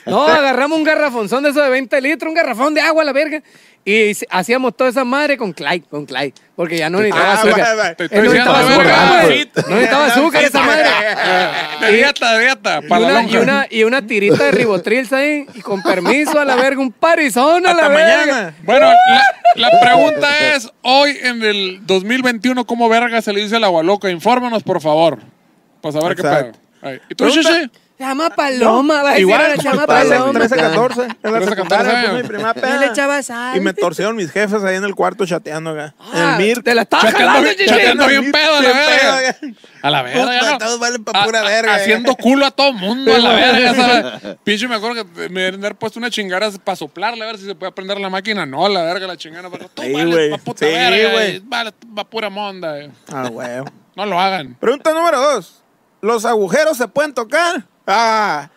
Speaker 4: No, agarramos un garrafonzón de eso de 20 litros, un garrafón de agua a la verga. Y se- hacíamos toda esa madre con Clyde, con Clyde. Porque ya no necesitaba
Speaker 8: Ah,
Speaker 4: azúcar.
Speaker 8: güey, güey.
Speaker 3: Te estoy
Speaker 4: Él no
Speaker 3: diciendo,
Speaker 4: necesitaba
Speaker 3: güey,
Speaker 4: azúcar,
Speaker 3: güey.
Speaker 4: güey. No necesitaba azúcar esa madre.
Speaker 3: De dieta, de dieta.
Speaker 4: Y
Speaker 3: Para la
Speaker 4: una, y,
Speaker 3: lonja.
Speaker 4: una, y una tirita de ribotrils ahí, y con permiso a la verga, un parizón a la
Speaker 2: Hasta
Speaker 4: verga.
Speaker 2: mañana.
Speaker 3: Bueno, la, la pregunta es, hoy en el 2021, ¿cómo verga se le dice el agua loca? Infórmanos, por favor. Para saber
Speaker 2: Exacto.
Speaker 3: qué pedo. Ahí. ¿Y tú, Shishi?
Speaker 4: Se llama Paloma, va a decir,
Speaker 2: Igual,
Speaker 4: ahora se
Speaker 2: como
Speaker 4: llama Paloma.
Speaker 2: 13, 14. En la
Speaker 3: 13,
Speaker 2: secundaria
Speaker 3: 14
Speaker 2: puse pues, mi primera peda.
Speaker 4: le echabas sal.
Speaker 2: Y me torcieron mis jefes ahí en el cuarto chateando acá. en
Speaker 4: Ah,
Speaker 2: el MIR.
Speaker 4: Te la estaba
Speaker 3: Chateando
Speaker 4: jalando,
Speaker 3: bien-
Speaker 4: Gigi.
Speaker 3: chateando bien
Speaker 2: Bien
Speaker 3: pedo a la
Speaker 2: pedo,
Speaker 3: verga.
Speaker 2: ya.
Speaker 3: A la verga.
Speaker 2: Puta,
Speaker 3: ya no.
Speaker 2: todos valen pa'
Speaker 3: A-
Speaker 2: pura
Speaker 3: a-
Speaker 2: verga.
Speaker 3: Haciendo culo a todo mundo a la verga. ¿sabes? Pinche, me acuerdo que me deben haber puesto una chingada para soplarle a ver si se puede prender la máquina. No, la verga, la chingada. Pero tú
Speaker 2: Sí,
Speaker 3: vales
Speaker 2: güey.
Speaker 3: pa' puta
Speaker 2: Sí,
Speaker 3: verga.
Speaker 2: güey.
Speaker 3: y Vale, pa' pura monda. eh.
Speaker 2: Ah, huevo.
Speaker 3: No lo hagan.
Speaker 2: Pregunta número dos. ¿Los agujeros se pueden tocar? Ah,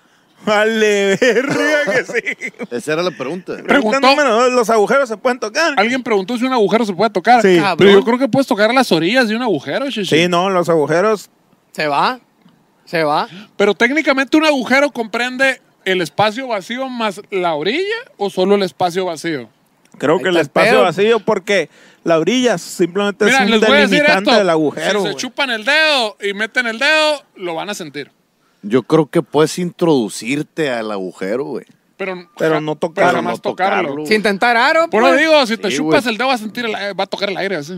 Speaker 2: vale, verga que sí.
Speaker 5: Esa era la pregunta.
Speaker 2: Pregunta
Speaker 3: Preguntó-
Speaker 2: número dos. ¿Los agujeros se pueden tocar?
Speaker 3: Alguien preguntó si un agujero se puede tocar.
Speaker 2: Sí.
Speaker 3: Pero
Speaker 4: Cabrón.
Speaker 3: yo creo que puedes tocar las orillas de un agujero, Shishi.
Speaker 2: Sí, no, los agujeros.
Speaker 4: Se va, se va.
Speaker 3: Pero técnicamente un agujero comprende el espacio vacío más la orilla o solo el espacio vacío.
Speaker 2: Creo
Speaker 4: Ahí
Speaker 2: que el
Speaker 4: está el
Speaker 2: espacio
Speaker 4: pedo.
Speaker 2: vacío porque la orilla simplemente
Speaker 3: Mira,
Speaker 2: es
Speaker 3: les
Speaker 2: un
Speaker 3: voy a decir
Speaker 2: delimitante
Speaker 3: esto.
Speaker 2: del agujero.
Speaker 3: si se
Speaker 2: güey.
Speaker 3: chupan el dedo y meten el dedo, lo van a sentir.
Speaker 5: Yo creo que puedes introducirte al agujero, güey.
Speaker 3: Pero,
Speaker 2: Pero
Speaker 3: ja-
Speaker 2: no tocarlo,
Speaker 3: pero jamás
Speaker 5: no tocarlo.
Speaker 3: tocarlo.
Speaker 4: Sin intentar aro,
Speaker 3: Por lo
Speaker 4: pues.
Speaker 3: digo, si te
Speaker 5: Sí,
Speaker 3: chupas
Speaker 5: güey.
Speaker 3: el dedo vas a sentir el aire- va a tocar el aire así.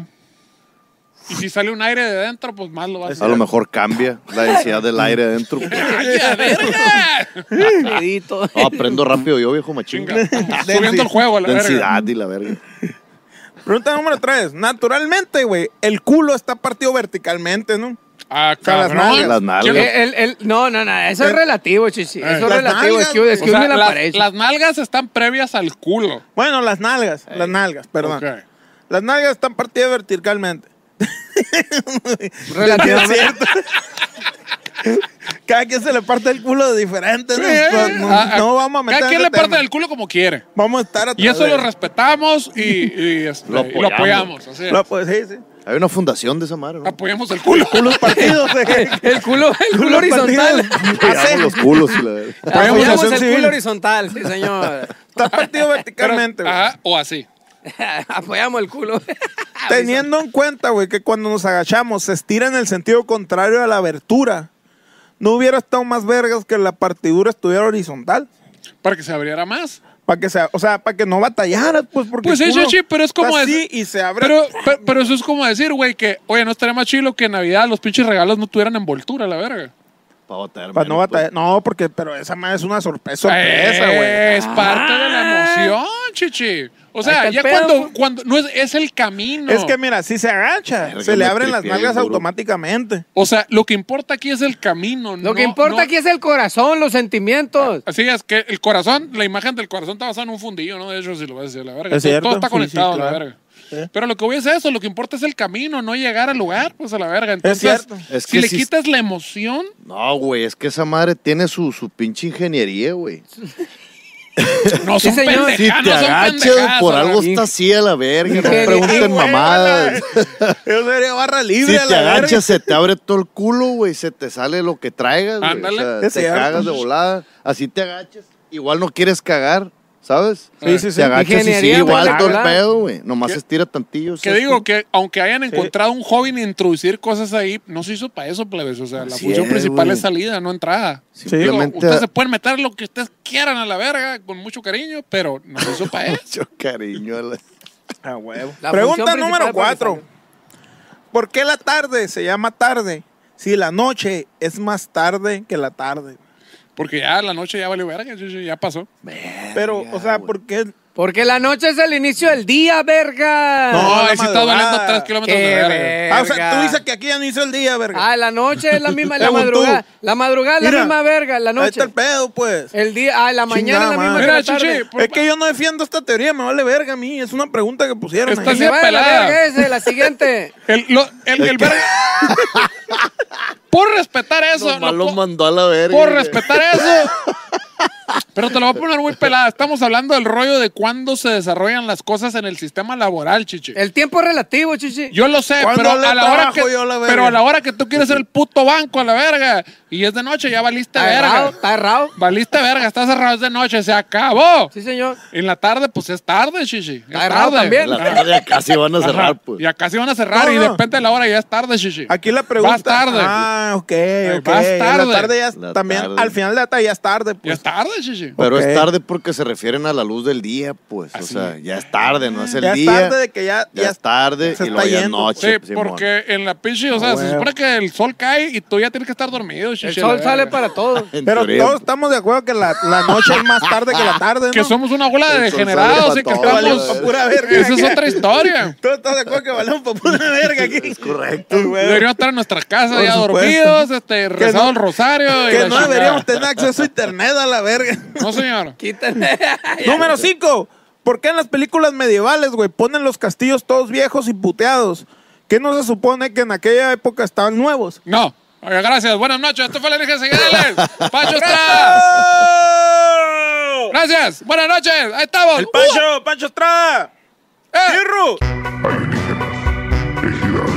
Speaker 3: Y si sale un aire de dentro, pues más lo vas a
Speaker 5: A lo mejor cambia la densidad del aire adentro.
Speaker 3: ¡Ay, a verga!
Speaker 4: Pedito.
Speaker 5: No, aprendo rápido yo, viejo machín.
Speaker 3: Chinga. Subiendo el juego a la verga.
Speaker 5: Densidad y la verga.
Speaker 2: Pregunta número tres. Naturalmente, güey, el culo está partido verticalmente, ¿no?
Speaker 3: Ah,
Speaker 2: sea, las
Speaker 3: cabrón.
Speaker 2: nalgas.
Speaker 5: Las nalgas.
Speaker 3: ¿Quién lo-
Speaker 4: Eh, el- el- no, no, no, eso es relativo, chichi. Eso es
Speaker 2: Las
Speaker 4: relativo,
Speaker 2: nalgas,
Speaker 4: excuse,
Speaker 2: güey.
Speaker 4: excuse
Speaker 3: o sea,
Speaker 4: me la
Speaker 3: las-
Speaker 4: pared.
Speaker 3: las nalgas están previas al culo.
Speaker 2: Bueno, las nalgas, las nalgas, perdón.
Speaker 3: Ok.
Speaker 2: Las nalgas están partidas verticalmente. Es
Speaker 4: Relativamente.
Speaker 2: cierto. Cada quien se le parte el culo de diferente, ¿no?
Speaker 3: Eh,
Speaker 2: pues, No,
Speaker 3: a- a-
Speaker 2: no vamos a meter
Speaker 3: Cada quien
Speaker 2: ese
Speaker 3: le parte
Speaker 2: tema.
Speaker 3: del culo como quiere.
Speaker 2: Vamos a estar atrás
Speaker 3: Y eso
Speaker 2: de-
Speaker 3: lo respetamos y, y, este, y lo
Speaker 5: Lo
Speaker 3: apoyamos.
Speaker 5: apoyamos.
Speaker 3: así es.
Speaker 2: Lo- pues, sí, sí.
Speaker 5: Hay una fundación de esa madre, ¿no?
Speaker 3: Apoyamos el culo.
Speaker 2: Culos partidos. eh.
Speaker 4: El culo, el culo
Speaker 2: Culos
Speaker 4: horizontal.
Speaker 2: partidos.
Speaker 3: ¿Ah,
Speaker 5: Apoyamos los culos y la verga.
Speaker 2: Apoyamos
Speaker 4: Apoyamos
Speaker 2: acción
Speaker 4: el
Speaker 2: civil.
Speaker 4: culo horizontal, sí, señor.
Speaker 2: Está partido
Speaker 3: Pero-
Speaker 2: verticalmente, güey.
Speaker 3: ajá, o así.
Speaker 4: Apoyamos el culo.
Speaker 5: Ah,
Speaker 2: Teniendo en cuenta, güey, que cuando nos agachamos se estira en el sentido contrario a la abertura. No hubiera estado más vergas que la partidura estuviera horizontal.
Speaker 3: Para que se abriera más.
Speaker 2: Para que sea, o sea, para que no batallaras, pues porque.
Speaker 3: Pues
Speaker 2: el
Speaker 3: sí, sí,
Speaker 2: culo
Speaker 3: sí, pero es
Speaker 2: está
Speaker 3: como
Speaker 2: así
Speaker 3: es-
Speaker 2: y se abre.
Speaker 3: Pero, pero, pero eso es como decir, güey, que, oye, no estaría más chilo que en Navidad los pinches regalos no tuvieran envoltura, la verga.
Speaker 5: Para batallar.
Speaker 2: para no
Speaker 5: menos, pues.
Speaker 2: batallar. No, porque, pero esa madre es una sorpresa, sorpresa,
Speaker 3: Eh,
Speaker 2: güey.
Speaker 3: Es parte de la emoción, chichi. O sea,
Speaker 4: Ah. Ahí está
Speaker 3: ya
Speaker 4: el pedo,
Speaker 3: cuando,
Speaker 4: pues.
Speaker 3: cuando. No es, es el camino.
Speaker 2: Es que mira, si se agacha,
Speaker 5: Verga,
Speaker 2: se le
Speaker 5: me
Speaker 2: abren las
Speaker 5: tripié
Speaker 2: nalgas
Speaker 5: bien duro.
Speaker 2: automáticamente.
Speaker 3: O sea, lo que importa aquí es el camino.
Speaker 4: Lo que importa aquí es el corazón, los sentimientos.
Speaker 3: Así es que el corazón, la imagen del corazón está basada en un fundillo, ¿no? De hecho, si lo ves, la verga.
Speaker 2: Es
Speaker 3: Todo-
Speaker 2: cierto,
Speaker 3: Todo está
Speaker 2: sí, sí,
Speaker 3: conectado, a la
Speaker 2: claro.
Speaker 3: verga. Pero lo que voy es eso, lo que importa es el camino, no llegar al lugar, pues a la verga. Entonces,
Speaker 2: cierto.
Speaker 5: Es
Speaker 3: si
Speaker 5: que
Speaker 3: le
Speaker 5: sí-
Speaker 3: quitas la emoción,
Speaker 5: No, güey, es que esa madre tiene su, su pinche ingeniería, güey.
Speaker 3: no
Speaker 4: Sí,
Speaker 3: son
Speaker 4: señor.
Speaker 3: pendejadas,
Speaker 5: Si te
Speaker 3: no son
Speaker 5: agachas,
Speaker 3: pendejadas,
Speaker 5: por
Speaker 3: a la
Speaker 5: algo
Speaker 3: verga.
Speaker 5: está así a la verga. No
Speaker 4: Ingeniero,
Speaker 5: pregunten
Speaker 2: güey,
Speaker 5: mamadas.
Speaker 2: Eso sería barra
Speaker 5: Si
Speaker 2: libre a
Speaker 5: te
Speaker 2: la verga.
Speaker 5: agachas, se te abre todo el culo, güey. Se te sale lo que traigas, güey.
Speaker 3: Ándale.
Speaker 5: O sea,
Speaker 2: Es
Speaker 5: te
Speaker 2: cierto.
Speaker 5: cagas de volada. Así te agachas. Igual no quieres cagar, ¿sabes?
Speaker 2: Sí, sí, sí.
Speaker 5: Te agachas y sí,
Speaker 4: Ingeniería
Speaker 5: igual todo el
Speaker 4: molecular.
Speaker 5: pedo, güey. Nomás estira tantillos.
Speaker 3: Que digo que aunque hayan encontrado un hobby en introducir cosas ahí, no se hizo para eso, plebes. O sea, la
Speaker 5: Así
Speaker 3: función
Speaker 5: es,
Speaker 3: principal
Speaker 5: güey.
Speaker 3: es salida, no entrada. Digo,
Speaker 5: Simplemente.
Speaker 3: ustedes se pueden meter lo que ustedes quieran a la verga con mucho cariño, pero no se hizo para eso.
Speaker 5: Mucho cariño. a la-
Speaker 2: A huevo.
Speaker 4: La
Speaker 2: Pregunta
Speaker 4: función
Speaker 2: número
Speaker 4: principal
Speaker 2: cuatro.
Speaker 4: para
Speaker 2: ¿Por qué la tarde se llama tarde si la noche es más tarde que la tarde?
Speaker 3: Porque ya la noche ya valió verga, sí, sí, ya pasó.
Speaker 2: Pero, o sea,
Speaker 5: güey.
Speaker 2: ¿por qué?
Speaker 4: Porque la noche es el inicio del día, verga.
Speaker 3: No,
Speaker 2: No, la
Speaker 3: ahí sí estás
Speaker 2: madrugada.
Speaker 3: valiendo 3 kilómetros de
Speaker 4: Qué
Speaker 3: verga.
Speaker 4: ver-
Speaker 2: Ah, o sea,
Speaker 4: Verga.
Speaker 2: tú dices que aquí ya no hizo el día, verga.
Speaker 4: Ah, la noche es la misma, la
Speaker 2: Según tú.
Speaker 4: madrugada. La madrugada es la
Speaker 2: Mira,
Speaker 4: misma verga, la
Speaker 2: Ahí está
Speaker 4: noche.
Speaker 2: el pedo, pues.
Speaker 4: El día, ah, la mañana es la
Speaker 2: Chingada
Speaker 4: misma
Speaker 2: madre.
Speaker 4: que la
Speaker 3: Mira,
Speaker 4: tarde.
Speaker 3: Chichi, por-
Speaker 2: Es que yo no defiendo esta teoría, me vale verga a mí. Es una pregunta que pusieron.
Speaker 3: Está
Speaker 2: ahí.
Speaker 4: Se va a la
Speaker 3: pelada.
Speaker 4: verga ese, la siguiente.
Speaker 3: El, lo- el, el verga. Por respetar eso,
Speaker 5: Nomás
Speaker 3: no
Speaker 5: lo
Speaker 3: po-
Speaker 5: mandó a la verga.
Speaker 3: por
Speaker 5: güey.
Speaker 3: respetar eso, Pero te lo voy a poner muy pelada. Estamos hablando del rollo de cuándo se desarrollan las cosas en el sistema laboral, chichi.
Speaker 4: El tiempo es relativo, chichi.
Speaker 3: Yo lo sé,
Speaker 2: ¿Cuándo
Speaker 3: pero
Speaker 2: le
Speaker 3: a, la hora
Speaker 2: trabajo
Speaker 3: que,
Speaker 2: yo a la verga?
Speaker 3: pero a la hora que tú quieres ser el puto banco a la verga y es de noche, ya valiste
Speaker 4: está errado,
Speaker 3: verga.
Speaker 4: está errado.
Speaker 3: Valiste verga, está cerrado, es de noche, se acabó.
Speaker 4: Sí, señor.
Speaker 3: En la tarde, pues es tarde, chichi. Es
Speaker 4: Está errado
Speaker 3: tarde.
Speaker 4: también.
Speaker 5: En la tarde casi van a
Speaker 3: Ajá.
Speaker 5: cerrar, pues.
Speaker 3: Y acá sí van a cerrar
Speaker 2: No,
Speaker 3: y
Speaker 2: no.
Speaker 3: depende de la hora ya es tarde, chichi.
Speaker 2: Aquí la pregunta.
Speaker 3: Vas tarde.
Speaker 2: Ah, ok,
Speaker 4: Eh,
Speaker 2: ok.
Speaker 3: vas
Speaker 2: En
Speaker 3: tarde.
Speaker 2: La tarde ya es-
Speaker 5: La
Speaker 2: también,
Speaker 5: tarde.
Speaker 2: al final de la tarde ya es tarde.
Speaker 3: Ya
Speaker 2: Pues.
Speaker 3: es tarde, chichi.
Speaker 5: Pero
Speaker 2: Ok.
Speaker 5: es tarde porque se refieren a la luz del día, pues.
Speaker 3: Así
Speaker 5: O sea, ya es tarde, no es el
Speaker 2: Ya es
Speaker 5: día.
Speaker 2: tarde de que ya,
Speaker 5: ya, es tarde
Speaker 2: se
Speaker 5: y luego
Speaker 2: está
Speaker 5: ya es
Speaker 2: yendo,
Speaker 3: Sí,
Speaker 5: noche. Simón.
Speaker 3: porque en la pinche, o sea, se
Speaker 2: huevo.
Speaker 3: supone que el sol cae y tú ya tienes que estar dormido, chichi.
Speaker 4: El
Speaker 3: la
Speaker 4: sol
Speaker 3: verga.
Speaker 4: sale para todos.
Speaker 5: En
Speaker 2: Pero
Speaker 5: teoría,
Speaker 2: todos estamos de acuerdo que la, la noche es más tarde que la tarde, ¿no?
Speaker 3: Que somos una bola de
Speaker 5: El sol sale
Speaker 3: degenerados
Speaker 5: pa'
Speaker 3: y que
Speaker 5: todo,
Speaker 3: estamos...
Speaker 5: la
Speaker 2: Pa' pura verga.
Speaker 3: Esa es otra historia.
Speaker 2: Todos estamos de acuerdo que valemos por pura verga aquí. Es correcto.
Speaker 3: Deberíamos estar en nuestra casa
Speaker 2: Por
Speaker 3: ya
Speaker 2: supuesto.
Speaker 3: dormidos, este, rezado
Speaker 2: no-
Speaker 3: el rosario. y la
Speaker 2: Que no
Speaker 3: chingada.
Speaker 2: deberíamos tener acceso a internet a la verga.
Speaker 3: No, señor.
Speaker 4: Quítenle.
Speaker 2: Número 5. ¿Por qué en las películas medievales, güey, ponen los castillos todos viejos y puteados? ¿Qué no se supone que en aquella época estaban nuevos?
Speaker 3: No. Oiga, gracias. Buenas noches. Esto fue la Virgen Seguidales. Pancho Estrada. ¡Ah! Gracias. Buenas noches. Ahí estamos.
Speaker 2: ¡Pancho! ¡Pancho Estrada!
Speaker 3: ¡Uh! ¡Eh!
Speaker 2: ¡Pirru!
Speaker 9: alienígenas, ejidales.